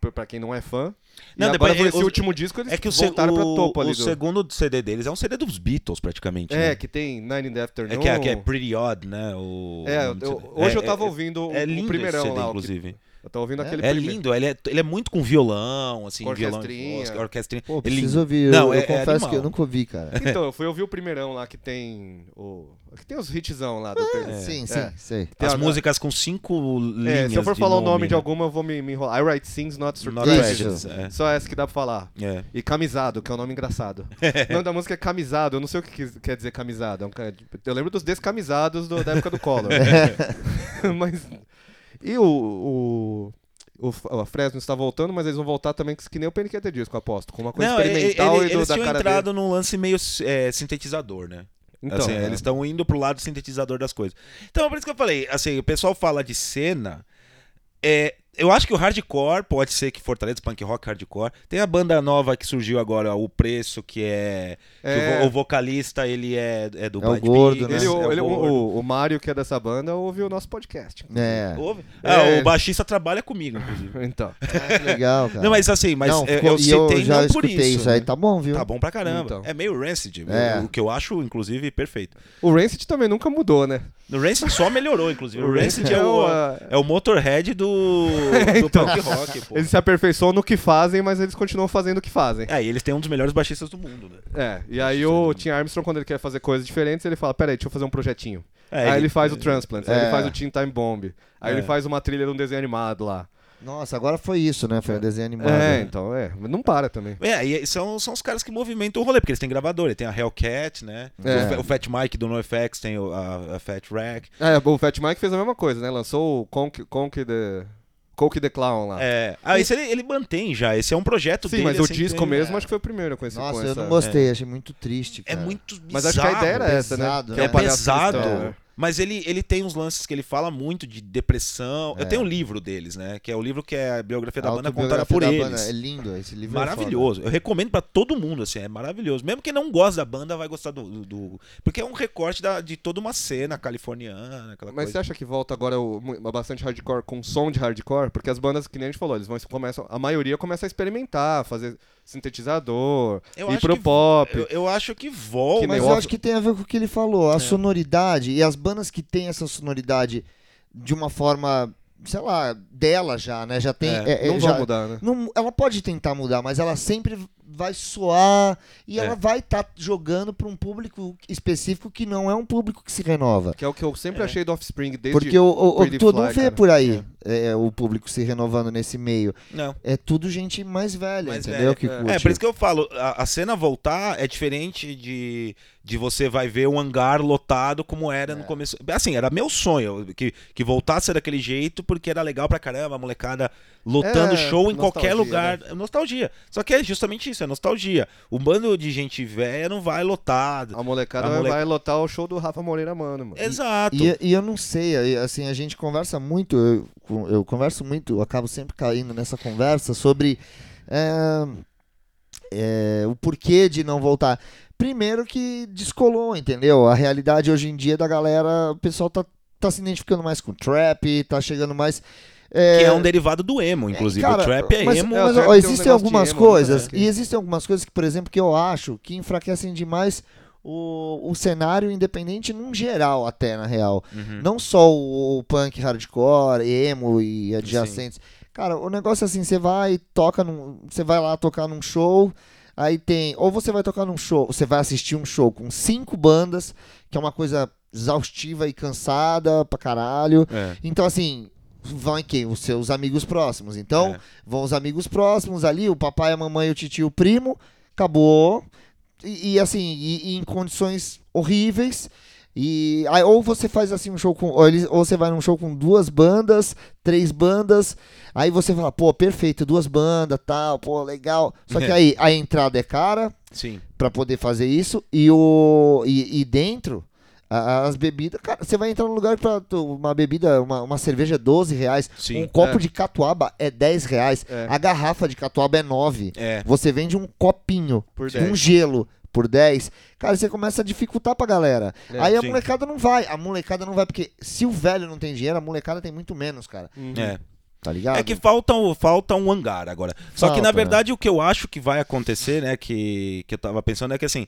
[SPEAKER 2] p- pra quem não é fã.
[SPEAKER 4] Não,
[SPEAKER 2] e
[SPEAKER 4] depois-
[SPEAKER 2] agora foi
[SPEAKER 4] é,
[SPEAKER 2] esse
[SPEAKER 4] o-
[SPEAKER 2] último disco, eles
[SPEAKER 4] É que o, se-
[SPEAKER 2] voltaram pra
[SPEAKER 4] o-
[SPEAKER 2] topo ali
[SPEAKER 4] o
[SPEAKER 2] do...
[SPEAKER 4] segundo CD deles é um CD dos Beatles, praticamente.
[SPEAKER 2] É,
[SPEAKER 4] né?
[SPEAKER 2] que tem Nine in the Afternoon.
[SPEAKER 4] é que é, que é Pretty Odd, né? O...
[SPEAKER 2] É, eu- eu- hoje
[SPEAKER 4] É-
[SPEAKER 2] eu tava
[SPEAKER 4] é-
[SPEAKER 2] ouvindo o,
[SPEAKER 4] é
[SPEAKER 2] o
[SPEAKER 4] lindo
[SPEAKER 2] primeirão
[SPEAKER 4] esse CD,
[SPEAKER 2] lá. o que-
[SPEAKER 4] inclusive.
[SPEAKER 2] eu tava ouvindo
[SPEAKER 3] É?
[SPEAKER 2] aquele
[SPEAKER 4] É
[SPEAKER 2] prime-
[SPEAKER 4] lindo, ele é, ele é muito com violão, assim,
[SPEAKER 2] Com
[SPEAKER 4] violão,
[SPEAKER 2] orquestrinha.
[SPEAKER 4] orquestrinha.
[SPEAKER 3] Pô,
[SPEAKER 4] Ele-
[SPEAKER 3] preciso ouvir. eu,
[SPEAKER 4] Não, é-
[SPEAKER 3] eu
[SPEAKER 4] é
[SPEAKER 3] confesso que eu
[SPEAKER 4] animal.
[SPEAKER 3] nunca ouvi, cara.
[SPEAKER 2] Então, eu fui ouvir o primeirão lá que tem o... Que tem os hitzão lá do... Panic!
[SPEAKER 3] Ah, Sim, sim,
[SPEAKER 2] É.
[SPEAKER 3] sei.
[SPEAKER 2] Tem
[SPEAKER 4] As
[SPEAKER 2] a-
[SPEAKER 4] músicas com cinco linhas.
[SPEAKER 2] É, se eu for falar o nome de
[SPEAKER 4] né?
[SPEAKER 2] alguma, eu vou me, me enrolar. I write things, not
[SPEAKER 4] Not
[SPEAKER 2] surprises.
[SPEAKER 4] Tragedies, é.
[SPEAKER 2] Só essa que dá pra falar.
[SPEAKER 4] É.
[SPEAKER 2] E Camisado, que é um nome engraçado. o nome da música é Camisado, eu não sei o que quis- quer dizer camisado. é um ca- Eu lembro dos descamisados do- da época do Collor. mas. E o. o... O, F- o Fresno está voltando, mas eles vão voltar também que, que nem o Panic! At The Disco, aposto. Com uma coisa
[SPEAKER 4] Não, ele-
[SPEAKER 2] experimental
[SPEAKER 4] ele-
[SPEAKER 2] e do,
[SPEAKER 4] eles
[SPEAKER 2] da
[SPEAKER 4] tinham
[SPEAKER 2] cara
[SPEAKER 4] entrado
[SPEAKER 2] dele.
[SPEAKER 4] num lance meio é, sintetizador, né?
[SPEAKER 2] Então,
[SPEAKER 4] Assim,
[SPEAKER 2] é.
[SPEAKER 4] Eles estão indo pro lado sintetizador das coisas. Então, é por isso que eu falei, assim, o pessoal fala de cena. é, eu acho que o hardcore, pode ser que Fortaleza, punk rock, hardcore. Tem a banda nova que surgiu agora, o Preço, que é. que
[SPEAKER 2] É.
[SPEAKER 4] o vo- o vocalista, ele é, é do
[SPEAKER 3] É o
[SPEAKER 4] Blind
[SPEAKER 3] gordo,
[SPEAKER 4] Pigs,
[SPEAKER 3] né?
[SPEAKER 2] Ele-
[SPEAKER 4] é
[SPEAKER 2] o- ele- o,
[SPEAKER 4] gordo.
[SPEAKER 2] o Mário, que é dessa banda, ouviu o nosso podcast.
[SPEAKER 3] É.
[SPEAKER 4] Ouve?
[SPEAKER 2] É.
[SPEAKER 4] Ah, o baixista trabalha comigo, inclusive.
[SPEAKER 2] Então.
[SPEAKER 3] Ah, que legal, cara.
[SPEAKER 4] Não, mas assim, mas
[SPEAKER 3] Não,
[SPEAKER 4] é,
[SPEAKER 3] ficou-
[SPEAKER 4] eu
[SPEAKER 3] e eu
[SPEAKER 4] citei
[SPEAKER 3] já
[SPEAKER 4] não por
[SPEAKER 3] escutei
[SPEAKER 4] isso.
[SPEAKER 3] aí,
[SPEAKER 4] né?
[SPEAKER 3] tá bom, viu?
[SPEAKER 4] Tá bom pra caramba.
[SPEAKER 2] Então.
[SPEAKER 4] É meio Rancid,
[SPEAKER 3] É.
[SPEAKER 4] o que eu acho, inclusive, perfeito.
[SPEAKER 2] O Rancid também nunca mudou, né?
[SPEAKER 4] O Rancid só melhorou, inclusive. O Rancid é
[SPEAKER 2] o,
[SPEAKER 4] o,
[SPEAKER 2] ah,
[SPEAKER 4] é o Motorhead do, do
[SPEAKER 2] Então.
[SPEAKER 4] punk rock, pô.
[SPEAKER 2] Eles se aperfeiçoam no que fazem, mas eles continuam fazendo o que fazem.
[SPEAKER 4] É, e eles têm um dos melhores baixistas do mundo,
[SPEAKER 2] É,
[SPEAKER 4] né?
[SPEAKER 2] e aí o Tim Armstrong, quando ele quer fazer coisas diferentes, ele fala, peraí, deixa eu fazer um projetinho.
[SPEAKER 4] É,
[SPEAKER 2] aí ele,
[SPEAKER 4] ele-
[SPEAKER 2] faz o Transplant, aí
[SPEAKER 3] É.
[SPEAKER 2] ele faz o Teen Time Bomb, aí
[SPEAKER 4] É.
[SPEAKER 2] ele faz uma trilha de um desenho animado lá.
[SPEAKER 3] Nossa, agora foi isso, né? Foi um desenho animado.
[SPEAKER 2] é,
[SPEAKER 3] né?
[SPEAKER 2] então, é, mas não para também.
[SPEAKER 4] É, e são, são os caras que movimentam o rolê, porque eles têm gravador, ele tem a Hellcat, né?
[SPEAKER 2] É.
[SPEAKER 4] O, Fa- o Fat Mike do NoFX tem o- a, a Fat Rack.
[SPEAKER 2] É, o Fat Mike fez a mesma coisa, né? Lançou o Conk, Conk the... Conk the Clown lá.
[SPEAKER 4] É. Ah, esse ele, ele mantém já, esse é um projeto
[SPEAKER 2] Sim,
[SPEAKER 4] dele.
[SPEAKER 2] mas o
[SPEAKER 4] assim, que
[SPEAKER 2] disco
[SPEAKER 4] tem-
[SPEAKER 2] mesmo
[SPEAKER 4] é.
[SPEAKER 2] acho que foi o primeiro com esse
[SPEAKER 3] Nossa,
[SPEAKER 2] com
[SPEAKER 3] eu
[SPEAKER 2] essa-
[SPEAKER 3] não gostei, achei muito triste,
[SPEAKER 4] É
[SPEAKER 3] cara.
[SPEAKER 4] muito bizarro.
[SPEAKER 2] Mas acho que a ideia era essa,
[SPEAKER 3] pesado,
[SPEAKER 2] né?
[SPEAKER 3] né?
[SPEAKER 2] o
[SPEAKER 4] é
[SPEAKER 2] palhaço
[SPEAKER 4] pesado.
[SPEAKER 2] cristal, né?
[SPEAKER 4] Mas ele, ele tem uns lances que ele fala muito de depressão. Eu tenho um livro deles, né? Que é o livro que é a biografia da banda contada
[SPEAKER 3] Autobiografia
[SPEAKER 4] por
[SPEAKER 3] da
[SPEAKER 4] eles.
[SPEAKER 3] banda, É lindo, esse livro é foda.
[SPEAKER 4] Maravilhoso. Eu recomendo pra todo mundo, assim, é maravilhoso. Mesmo quem não gosta da banda vai gostar do. do- do- porque é um recorte da- de toda uma cena californiana, aquela
[SPEAKER 2] Mas você
[SPEAKER 4] coisa.
[SPEAKER 2] acha que volta agora o, mu- bastante hardcore com som de hardcore? Porque as bandas, que nem a gente falou, eles vão, começam, a maioria começa a experimentar, fazer sintetizador,
[SPEAKER 4] Eu
[SPEAKER 2] ir
[SPEAKER 4] acho
[SPEAKER 2] pro
[SPEAKER 4] que-
[SPEAKER 2] pop.
[SPEAKER 4] Eu, eu acho que volta.
[SPEAKER 2] Que
[SPEAKER 3] Mas
[SPEAKER 2] meio
[SPEAKER 3] eu
[SPEAKER 2] off-
[SPEAKER 3] acho que tem a ver com o que ele falou,
[SPEAKER 4] É.
[SPEAKER 3] a sonoridade e as bandas que têm essa sonoridade de uma forma, sei lá, dela já, né? Já tem.
[SPEAKER 4] É,
[SPEAKER 3] é, é,
[SPEAKER 2] não
[SPEAKER 3] já-
[SPEAKER 2] vai mudar, né?
[SPEAKER 3] não- ela pode tentar mudar, mas ela sempre vai soar e
[SPEAKER 4] É.
[SPEAKER 3] ela vai estar jogando para um público específico que não é um público que se renova.
[SPEAKER 2] Que é o que eu sempre achei do Offspring desde...
[SPEAKER 3] Porque o, o, o
[SPEAKER 2] Pretty
[SPEAKER 3] tudo
[SPEAKER 2] Fly,
[SPEAKER 3] não vê
[SPEAKER 2] cara.
[SPEAKER 3] por aí é, o público se renovando nesse meio.
[SPEAKER 4] Não.
[SPEAKER 3] É tudo gente mais velha,
[SPEAKER 4] Mais
[SPEAKER 3] entendeu?
[SPEAKER 4] velha,
[SPEAKER 3] que
[SPEAKER 2] é.
[SPEAKER 3] curte.
[SPEAKER 4] É, por isso que eu falo, a, a cena voltar é diferente de, de você vai ver um hangar lotado como era
[SPEAKER 3] É.
[SPEAKER 4] no começo. Assim, era meu sonho que, que voltasse daquele jeito, porque era legal pra caramba, a molecada lotando
[SPEAKER 2] É,
[SPEAKER 4] show em
[SPEAKER 2] nostalgia,
[SPEAKER 4] qualquer
[SPEAKER 3] né?
[SPEAKER 4] lugar. É Nostalgia. Só que é justamente isso, é nostalgia. Um bando de gente velha não vai lotado.
[SPEAKER 2] A molecada
[SPEAKER 4] A
[SPEAKER 2] vai-
[SPEAKER 4] moleca-
[SPEAKER 2] vai lotar o show do Rafa Moreira Mano, mano.
[SPEAKER 4] Exato.
[SPEAKER 3] Ah, E, e eu não sei, aí, assim, a gente conversa muito, eu, com- eu converso muito, eu acabo sempre caindo nessa conversa sobre é, é, o porquê de não voltar. Primeiro que descolou, entendeu? A realidade hoje em dia da galera, o pessoal tá, tá se identificando mais com trap, tá chegando mais. eh,
[SPEAKER 4] que é um derivado do emo, inclusive.
[SPEAKER 3] Cara,
[SPEAKER 4] o trap é
[SPEAKER 3] mas,
[SPEAKER 4] emo.
[SPEAKER 2] É, o
[SPEAKER 3] Mas,
[SPEAKER 2] trap
[SPEAKER 3] ó,
[SPEAKER 2] tem um negócio
[SPEAKER 3] existem
[SPEAKER 2] de
[SPEAKER 3] algumas
[SPEAKER 2] emo,
[SPEAKER 3] coisas,
[SPEAKER 2] nunca é.
[SPEAKER 3] e existem algumas coisas que, por exemplo, que eu acho que enfraquecem demais o, o cenário independente num geral, até, na real.
[SPEAKER 2] Uhum.
[SPEAKER 3] Não só o, o punk hardcore, emo e adjacentes. Cara, o negócio é assim, você vai, toca num. Você vai lá tocar num show. Aí tem, ou você vai tocar num show, você vai assistir um show com cinco bandas, que é uma coisa exaustiva e cansada pra caralho.
[SPEAKER 4] É.
[SPEAKER 3] Então, assim, vão em quem? Os seus amigos próximos. Então,
[SPEAKER 4] É.
[SPEAKER 3] vão os amigos próximos ali, o papai, a mamãe, o tio, o primo. Acabou. E, e, assim, e, e em condições horríveis. E aí, ou você faz assim um show com. Ou, eles- ou você vai num show com duas bandas, três bandas. Aí você fala, pô, perfeito, duas bandas, tal, pô, legal. Só que aí a entrada é cara,
[SPEAKER 4] Sim.
[SPEAKER 3] Pra poder fazer isso e o e, e dentro a- as bebidas, cara, você vai entrar num lugar pra tu- uma bebida, uma, uma cerveja é 12 reais,
[SPEAKER 4] Sim,
[SPEAKER 3] um copo
[SPEAKER 2] é.
[SPEAKER 3] de catuaba é 10 reais,
[SPEAKER 2] É.
[SPEAKER 3] a garrafa de catuaba é 9.
[SPEAKER 4] É.
[SPEAKER 3] Você vende um copinho
[SPEAKER 2] Por
[SPEAKER 3] de
[SPEAKER 2] 10.
[SPEAKER 3] um gelo por 10, cara, você começa a dificultar pra galera.
[SPEAKER 2] É,
[SPEAKER 3] Aí a
[SPEAKER 4] sim.
[SPEAKER 3] molecada não vai, a molecada não vai, porque se o velho não tem dinheiro, a molecada tem muito menos, cara.
[SPEAKER 2] Hum.
[SPEAKER 4] É.
[SPEAKER 3] Tá ligado?
[SPEAKER 4] É que falta, um- falta um hangar agora. Só que,
[SPEAKER 3] Falta,
[SPEAKER 4] na
[SPEAKER 3] né?
[SPEAKER 4] verdade, o que eu acho que vai acontecer, né, que, que eu tava pensando, é que assim,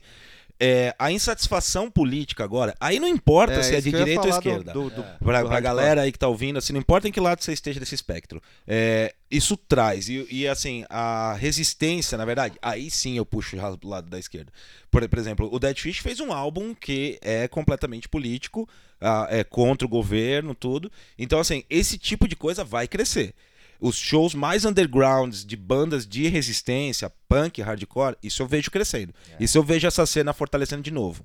[SPEAKER 4] é, a insatisfação política agora, aí não importa se é
[SPEAKER 2] isso
[SPEAKER 4] de
[SPEAKER 2] que eu ia
[SPEAKER 4] direita ou
[SPEAKER 2] falar do-
[SPEAKER 4] esquerda.
[SPEAKER 2] do- É, do- do
[SPEAKER 4] Pra, pra
[SPEAKER 2] hardcore.
[SPEAKER 4] galera aí que tá ouvindo, assim, não importa em que lado você esteja desse espectro, é, isso traz. E, e, assim, a resistência, na verdade, aí sim eu puxo ra- pro lado da esquerda. Por, por exemplo, o Dead Fish fez um álbum que é completamente político, ah, é contra o governo, tudo. Então, assim, esse tipo de coisa vai crescer. Os shows mais undergrounds de bandas de resistência, punk, hardcore, isso eu vejo crescendo.
[SPEAKER 2] É.
[SPEAKER 4] Isso eu vejo essa cena fortalecendo de novo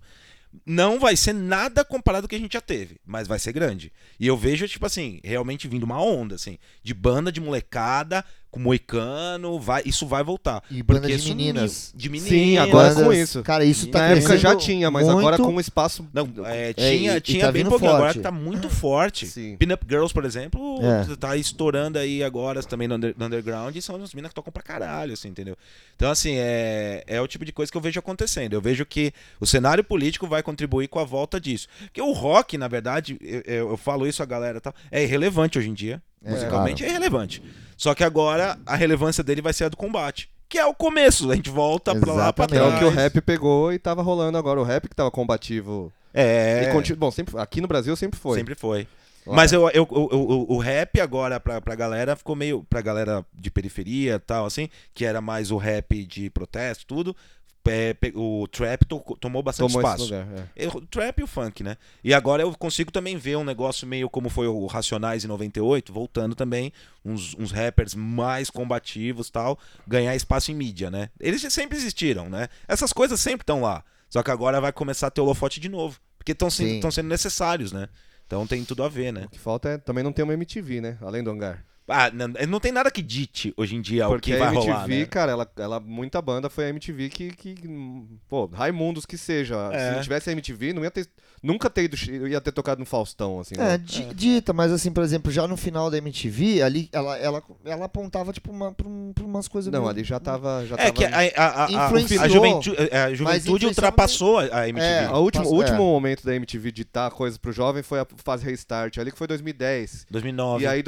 [SPEAKER 4] não vai ser nada comparado ao que a gente já teve, mas vai ser grande. E eu vejo, tipo assim, realmente vindo uma onda, assim, de banda de molecada, com moicano, vai, isso vai voltar.
[SPEAKER 3] E banda
[SPEAKER 4] Porque
[SPEAKER 3] de
[SPEAKER 4] sumiu.
[SPEAKER 3] meninas.
[SPEAKER 4] De meninas.
[SPEAKER 2] Sim, agora é
[SPEAKER 3] Bandas-
[SPEAKER 2] com isso.
[SPEAKER 3] Cara, isso tá
[SPEAKER 2] Na época já
[SPEAKER 3] crescendo
[SPEAKER 2] tinha, mas
[SPEAKER 3] muito.
[SPEAKER 2] agora com um espaço.
[SPEAKER 4] Não, é,
[SPEAKER 3] É,
[SPEAKER 4] tinha,
[SPEAKER 3] e- e
[SPEAKER 4] tinha
[SPEAKER 3] tá
[SPEAKER 4] bem
[SPEAKER 3] vindo
[SPEAKER 4] pouco, agora
[SPEAKER 3] forte.
[SPEAKER 4] que tá muito forte.
[SPEAKER 2] Sim.
[SPEAKER 4] Pin Up Girls, por exemplo,
[SPEAKER 3] É.
[SPEAKER 4] tá estourando aí agora também no, under- no underground e são as minas que tocam pra caralho, assim, entendeu? Então, assim, é, é o tipo de coisa que eu vejo acontecendo. Eu vejo que o cenário político vai contribuir com a volta disso. Porque o rock, na verdade, eu, eu- eu falo isso a galera e tal, é irrelevante hoje em dia. Musicalmente é irrelevante. Só que agora a relevância dele vai ser a do combate. Que é o começo, a gente volta pra lá pra
[SPEAKER 3] Exatamente.
[SPEAKER 2] É
[SPEAKER 4] trás.
[SPEAKER 2] o que o rap pegou e tava rolando agora. O rap que tava combativo.
[SPEAKER 4] É.
[SPEAKER 2] E continu- Bom, sempre... aqui no Brasil sempre foi.
[SPEAKER 4] Sempre foi.
[SPEAKER 2] Lá.
[SPEAKER 4] Mas eu, eu, eu- eu- o rap agora pra, pra galera ficou meio. pra galera de periferia e tal, assim, que era mais o rap de protesto, tudo. é, pe- o trap to- tomou bastante
[SPEAKER 2] tomou
[SPEAKER 4] espaço.
[SPEAKER 2] esse lugar. é.
[SPEAKER 4] Eu- o trap e o funk, né? E agora eu consigo também ver um negócio meio como foi o Racionais em 98, voltando também, uns, uns rappers mais combativos tal, ganhar espaço em mídia, né? Eles já sempre existiram, né? Essas coisas sempre estão lá. Só que agora vai começar a ter holofote de novo. Porque estão
[SPEAKER 3] Sim.
[SPEAKER 4] sendo, tão sendo necessários, né? Então tem tudo a ver, né?
[SPEAKER 2] O que falta é também não ter uma MTV, né? Além do hangar.
[SPEAKER 4] Ah, não, não tem nada que dite hoje em dia
[SPEAKER 2] Porque
[SPEAKER 4] É o que vai
[SPEAKER 2] a MTV,
[SPEAKER 4] rolar, né?
[SPEAKER 2] cara, ela, ela- muita banda foi a MTV que, que hum, pô, Raimundos que seja.
[SPEAKER 4] É.
[SPEAKER 2] Se não tivesse a MTV, não ia ter, nunca ter ido, eu ia ter tocado no Faustão, assim.
[SPEAKER 3] É,
[SPEAKER 2] né?
[SPEAKER 3] di- dita, mas assim, por exemplo, já no final da MTV, ali ela, ela, ela apontava tipo uma, pra, um- pra umas coisas.
[SPEAKER 2] Não,
[SPEAKER 3] meio-
[SPEAKER 2] ali já tava, já
[SPEAKER 4] É
[SPEAKER 2] tá tava
[SPEAKER 4] que a, a, a, a,
[SPEAKER 3] Influenciou.
[SPEAKER 4] a juventude, a juventude
[SPEAKER 3] influenciou
[SPEAKER 4] ultrapassou a a MTV.
[SPEAKER 3] É.
[SPEAKER 2] O último, o
[SPEAKER 3] Passa-
[SPEAKER 2] último momento da MTV ditar tá coisa pro jovem foi a fase Restart, ali que foi 2010.
[SPEAKER 4] 2009.
[SPEAKER 2] E aí
[SPEAKER 3] É.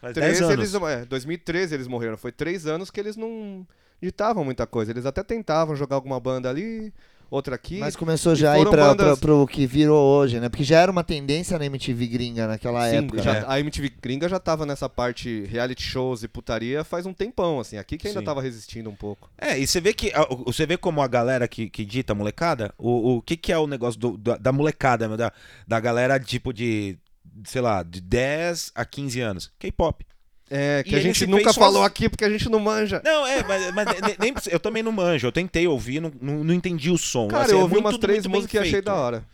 [SPEAKER 4] Faz 10
[SPEAKER 2] 2013,
[SPEAKER 4] anos.
[SPEAKER 2] eles, é, 2013 eles morreram. Foi três anos que eles não ditavam muita coisa. Eles até tentavam jogar alguma banda ali, outra aqui.
[SPEAKER 3] Mas começou
[SPEAKER 2] e
[SPEAKER 3] já aí
[SPEAKER 2] foram
[SPEAKER 3] pra,
[SPEAKER 2] bandas-
[SPEAKER 3] pra- pro que virou hoje, né? Porque já era uma tendência na MTV gringa naquela
[SPEAKER 2] Sim,
[SPEAKER 3] época.
[SPEAKER 2] já-
[SPEAKER 3] né?
[SPEAKER 2] a MTV gringa já tava nessa parte reality shows e putaria faz um tempão, assim. Aqui que ainda
[SPEAKER 4] Sim.
[SPEAKER 2] tava resistindo um pouco.
[SPEAKER 4] É, e você vê que a- o- você vê como a galera que, que dita a molecada, o, o que, que é o negócio do- da, da molecada, meu, da, da galera tipo de, sei lá, de 10 a 15 anos. K-pop.
[SPEAKER 2] É, que
[SPEAKER 4] E
[SPEAKER 2] a
[SPEAKER 4] ele se
[SPEAKER 2] gente nunca
[SPEAKER 4] fez
[SPEAKER 2] falou
[SPEAKER 4] soz-
[SPEAKER 2] aqui porque a gente não manja.
[SPEAKER 4] Não, é, mas, mas ne- nem, precisa- eu também não manjo, eu tentei ouvir, não, não, não entendi o som.
[SPEAKER 2] Cara,
[SPEAKER 4] Assim,
[SPEAKER 2] eu
[SPEAKER 4] é
[SPEAKER 2] ouvi
[SPEAKER 4] muito-
[SPEAKER 2] umas
[SPEAKER 4] tudo
[SPEAKER 2] três
[SPEAKER 4] muito bem
[SPEAKER 2] músicas e achei
[SPEAKER 4] feito.
[SPEAKER 2] da hora.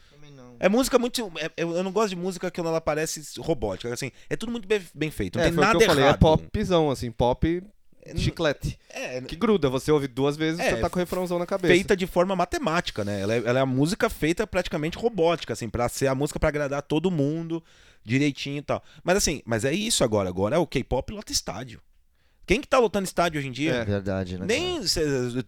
[SPEAKER 4] É música muito. é- eu, eu não gosto de música que ela parece robótica. Assim, é tudo muito bem, bem feito. Não
[SPEAKER 2] é,
[SPEAKER 4] tem
[SPEAKER 2] foi
[SPEAKER 4] nada
[SPEAKER 2] o que eu falei,
[SPEAKER 4] errado.
[SPEAKER 2] é popzão, assim, pop chiclete.
[SPEAKER 4] É,
[SPEAKER 2] Que gruda, você ouve duas vezes e
[SPEAKER 4] É,
[SPEAKER 2] você tá com o refrãozão na cabeça.
[SPEAKER 4] feita de forma matemática, né? Ela é, ela é a música feita praticamente robótica, assim, pra ser a música pra agradar todo mundo direitinho e tal. Mas assim, mas é isso agora. Agora é o K-pop lota estádio. Quem que tá lotando estádio hoje em dia?
[SPEAKER 3] Verdade, né? cara?
[SPEAKER 4] Nem. cê-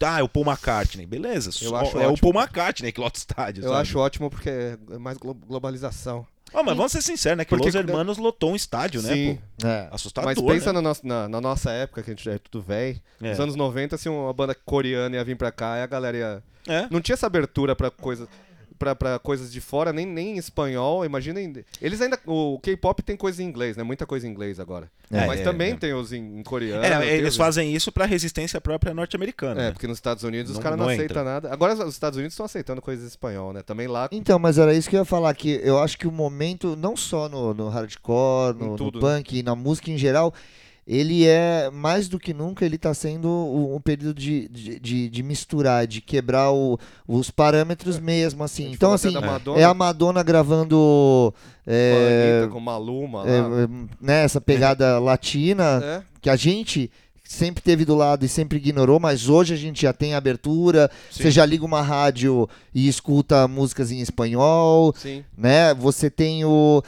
[SPEAKER 4] Ah, é o Paul McCartney. Beleza. só-
[SPEAKER 2] acho
[SPEAKER 4] é o
[SPEAKER 2] ótimo.
[SPEAKER 4] Paul McCartney que lota estádio.
[SPEAKER 2] Eu
[SPEAKER 4] sabe?
[SPEAKER 2] acho ótimo porque é mais glo- globalização.
[SPEAKER 4] Ó, mas vamos ser sinceros, né? Que
[SPEAKER 2] Porque-
[SPEAKER 4] Los Hermanos lotou um estádio, né?
[SPEAKER 2] Sim.
[SPEAKER 4] Pô?
[SPEAKER 3] É.
[SPEAKER 4] Assustador.
[SPEAKER 2] Mas pensa
[SPEAKER 4] né?
[SPEAKER 2] na, nossa, na, na nossa época, que a gente já é tudo velho.
[SPEAKER 4] É.
[SPEAKER 2] Nos assim, anos 90, se uma banda coreana ia vir pra cá, e a galera ia...
[SPEAKER 4] É.
[SPEAKER 2] Não tinha essa abertura pra coisa... pra, pra coisas de fora, nem, nem em espanhol, imagina. em- Eles ainda. O K-pop tem coisa em inglês, né? Muita coisa em inglês agora.
[SPEAKER 4] É,
[SPEAKER 2] Mas
[SPEAKER 4] é,
[SPEAKER 2] também
[SPEAKER 4] é.
[SPEAKER 2] tem os em, em coreano.
[SPEAKER 4] É,
[SPEAKER 2] tem
[SPEAKER 4] eles
[SPEAKER 2] os-
[SPEAKER 4] fazem isso pra resistência própria norte-americana.
[SPEAKER 2] É,
[SPEAKER 4] né?
[SPEAKER 2] porque nos Estados Unidos os
[SPEAKER 4] Não-
[SPEAKER 2] caras não,
[SPEAKER 4] não
[SPEAKER 2] aceitam
[SPEAKER 4] entra.
[SPEAKER 2] nada. Agora os Estados Unidos estão aceitando coisas em espanhol, né? Também lá.
[SPEAKER 3] Então, mas era isso que eu ia falar, que eu acho que o momento, não só no, no hardcore,
[SPEAKER 2] Em
[SPEAKER 3] no, no
[SPEAKER 2] tudo, né?
[SPEAKER 3] punk, na música em geral, ele é, mais do que nunca, ele tá sendo um, um período de, de, de- de misturar, de quebrar o- os parâmetros mesmo, assim.
[SPEAKER 2] gente
[SPEAKER 3] Então,
[SPEAKER 2] falou tipo, até
[SPEAKER 3] assim,
[SPEAKER 2] da Madonna.
[SPEAKER 3] é a Madonna gravando é,
[SPEAKER 2] Anitta com Maluma lá.
[SPEAKER 3] é, né, essa pegada latina,
[SPEAKER 2] É.
[SPEAKER 3] que a gente sempre teve do lado e sempre ignorou, mas hoje a gente já tem abertura,
[SPEAKER 4] Sim.
[SPEAKER 3] você já liga uma rádio e escuta músicas em espanhol,
[SPEAKER 2] Sim.
[SPEAKER 3] né? Você tem o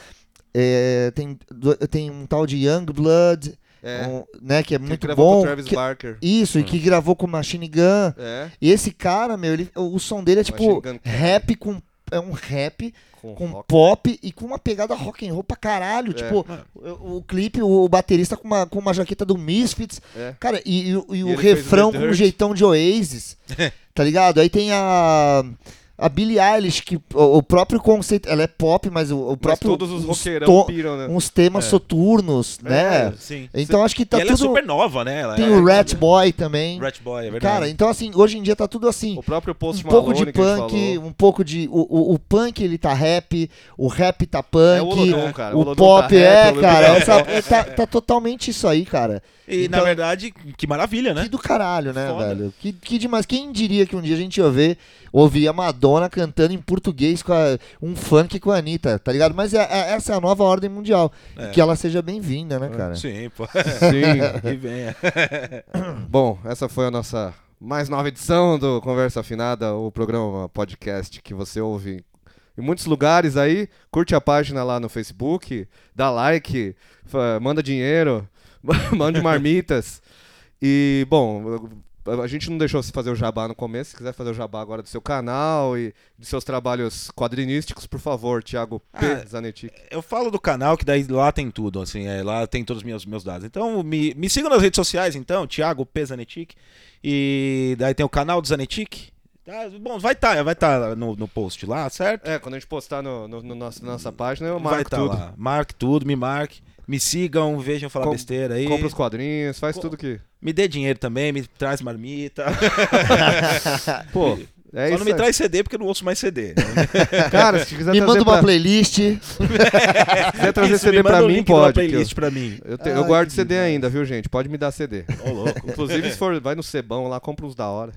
[SPEAKER 3] é, tem, do- tem um tal de Youngblood,
[SPEAKER 2] É.
[SPEAKER 3] um, né, que é
[SPEAKER 2] Que
[SPEAKER 3] muito
[SPEAKER 2] gravou com
[SPEAKER 3] bom.
[SPEAKER 2] o Travis
[SPEAKER 3] que-
[SPEAKER 2] Barker. Hum.
[SPEAKER 3] isso, e que gravou com Machine Gun.
[SPEAKER 2] É.
[SPEAKER 3] E esse cara, meu, ele- o som dele é tipo
[SPEAKER 2] Machine Gun Kelly.
[SPEAKER 3] rap com é um rap
[SPEAKER 2] Com,
[SPEAKER 3] com
[SPEAKER 2] rock.
[SPEAKER 3] pop e com uma pegada rock and roll pra caralho. Tipo, o, o clipe, o, o baterista com uma, com uma jaqueta do Misfits.
[SPEAKER 2] É.
[SPEAKER 3] Cara, e, e o- e
[SPEAKER 2] E
[SPEAKER 3] o
[SPEAKER 2] ele fez o
[SPEAKER 3] refrão
[SPEAKER 2] The
[SPEAKER 3] com o
[SPEAKER 2] Dirt.
[SPEAKER 3] jeitão de Oasis. tá ligado? Aí tem a. A Billie Eilish, que o, o próprio conceito. Ela é pop, mas o, o
[SPEAKER 2] Mas
[SPEAKER 3] próprio.
[SPEAKER 2] todos os
[SPEAKER 3] uns
[SPEAKER 2] roqueirão
[SPEAKER 3] to-
[SPEAKER 2] piram, né?
[SPEAKER 3] Uns temas soturnos, né?
[SPEAKER 4] Sim.
[SPEAKER 3] Então acho que tá
[SPEAKER 4] e ela
[SPEAKER 3] tudo.
[SPEAKER 4] é super nova, né? Ela
[SPEAKER 3] Tem
[SPEAKER 4] é-
[SPEAKER 3] o Rat Boy
[SPEAKER 2] um
[SPEAKER 3] também.
[SPEAKER 4] Rat Boy, é verdade.
[SPEAKER 3] Cara, então assim, hoje em dia tá tudo assim
[SPEAKER 2] O próprio Post
[SPEAKER 3] um pouco
[SPEAKER 2] Malone
[SPEAKER 3] de
[SPEAKER 2] que a gente
[SPEAKER 3] punk,
[SPEAKER 2] falou.
[SPEAKER 3] um pouco de. O, o, o punk ele tá rap, o rap tá punk,
[SPEAKER 2] É, o Olodum, cara. O
[SPEAKER 3] o,
[SPEAKER 2] Olodum
[SPEAKER 3] pop
[SPEAKER 2] tá
[SPEAKER 3] é,
[SPEAKER 2] rap, o Olodum
[SPEAKER 3] cara.
[SPEAKER 2] tá
[SPEAKER 3] essa- é, tá, tá totalmente isso aí, cara.
[SPEAKER 4] E
[SPEAKER 3] Então-
[SPEAKER 4] na verdade, que maravilha, né?
[SPEAKER 3] Que do caralho, né,
[SPEAKER 4] Foda.
[SPEAKER 3] velho? Que, que demais. Quem diria que um dia a gente ia ver, ouvir a Madonna cantando em português com a- um funk com a Anitta, tá ligado? Mas é- é- essa é a nova ordem mundial.
[SPEAKER 2] É.
[SPEAKER 3] E que ela seja bem-vinda, né, cara?
[SPEAKER 4] Sim, pô.
[SPEAKER 2] Sim.
[SPEAKER 4] que venha.
[SPEAKER 2] Bom, essa foi a nossa mais nova edição do Conversa Afinada, o programa podcast que você ouve em muitos lugares aí. Curte a página lá no Facebook, dá like, fa- manda dinheiro, mande marmitas. E, bom, a a gente não deixou você fazer o jabá no começo. Se quiser fazer o jabá agora do seu canal e de seus trabalhos quadrinísticos, por favor, Thiago P.
[SPEAKER 4] Ah,
[SPEAKER 2] Zanetti.
[SPEAKER 4] Eu falo do canal que daí lá tem tudo, assim, é, lá tem todos os meus, meus dados. Então me, me sigam nas redes sociais, então, Thiago P. Zanetic. E daí tem o canal do Zanetic. Tá, bom, vai estar vai tá no, no post lá, certo?
[SPEAKER 2] É, quando a gente postar no, no, no nosso- na nossa página, eu
[SPEAKER 4] vai
[SPEAKER 2] marco
[SPEAKER 4] tá
[SPEAKER 2] tudo.
[SPEAKER 4] lá. Marque tudo, me marque. Me sigam, vejam falar
[SPEAKER 2] Com-
[SPEAKER 4] besteira aí.
[SPEAKER 2] Compra os quadrinhos, faz tudo que.
[SPEAKER 4] Me dê dinheiro também, me traz marmita.
[SPEAKER 2] Pô, é
[SPEAKER 4] Só
[SPEAKER 2] isso.
[SPEAKER 4] não me
[SPEAKER 2] aí.
[SPEAKER 4] traz CD porque eu não ouço mais CD.
[SPEAKER 2] Cara, se quiser
[SPEAKER 3] Me
[SPEAKER 2] trazer
[SPEAKER 3] manda uma
[SPEAKER 2] pra-
[SPEAKER 3] playlist.
[SPEAKER 2] quiser trazer
[SPEAKER 4] Isso,
[SPEAKER 2] CD
[SPEAKER 4] me
[SPEAKER 2] pra
[SPEAKER 4] manda o
[SPEAKER 2] mim,
[SPEAKER 4] link de uma
[SPEAKER 2] pode. que
[SPEAKER 4] playlist pra mim.
[SPEAKER 2] Eu, eu te- eu
[SPEAKER 3] Ai,
[SPEAKER 2] guardo
[SPEAKER 3] que
[SPEAKER 2] CD ainda, viu, gente? Pode me dar CD. Inclusive, se for, vai no Sebão lá, compra uns da hora.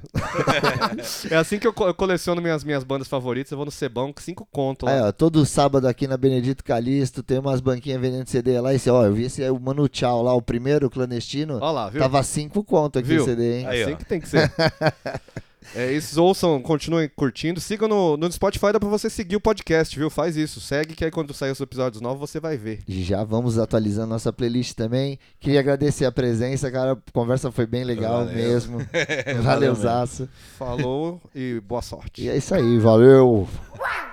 [SPEAKER 2] é assim que eu, co- eu coleciono minhas, minhas bandas favoritas. Eu vou no Sebão com cinco conto lá.
[SPEAKER 3] Aí, ó, todo sábado aqui na Benedito Calixto tem umas banquinhas vendendo CD lá. E você, ó, eu vi esse aí, o Manu Tchau lá, o primeiro o clandestino.
[SPEAKER 2] Ó lá, viu?
[SPEAKER 3] Tava 5 conto aqui
[SPEAKER 2] Viu?
[SPEAKER 3] o CD, hein?
[SPEAKER 4] Aí,
[SPEAKER 2] assim
[SPEAKER 4] ó.
[SPEAKER 2] que tem que ser. É, isso, ouçam, continuem curtindo. Sigam no, no Spotify, dá pra você seguir o podcast, viu? Faz isso. Segue, que aí quando sair os episódios novos, você vai ver.
[SPEAKER 3] Já vamos atualizando nossa playlist também. Queria agradecer a presença, cara. A conversa foi bem legal
[SPEAKER 4] Valeu.
[SPEAKER 3] mesmo.
[SPEAKER 4] Valeu
[SPEAKER 3] Valeuzaço.
[SPEAKER 2] Falou e boa sorte.
[SPEAKER 3] E é isso aí, valeu.
[SPEAKER 5] Wow!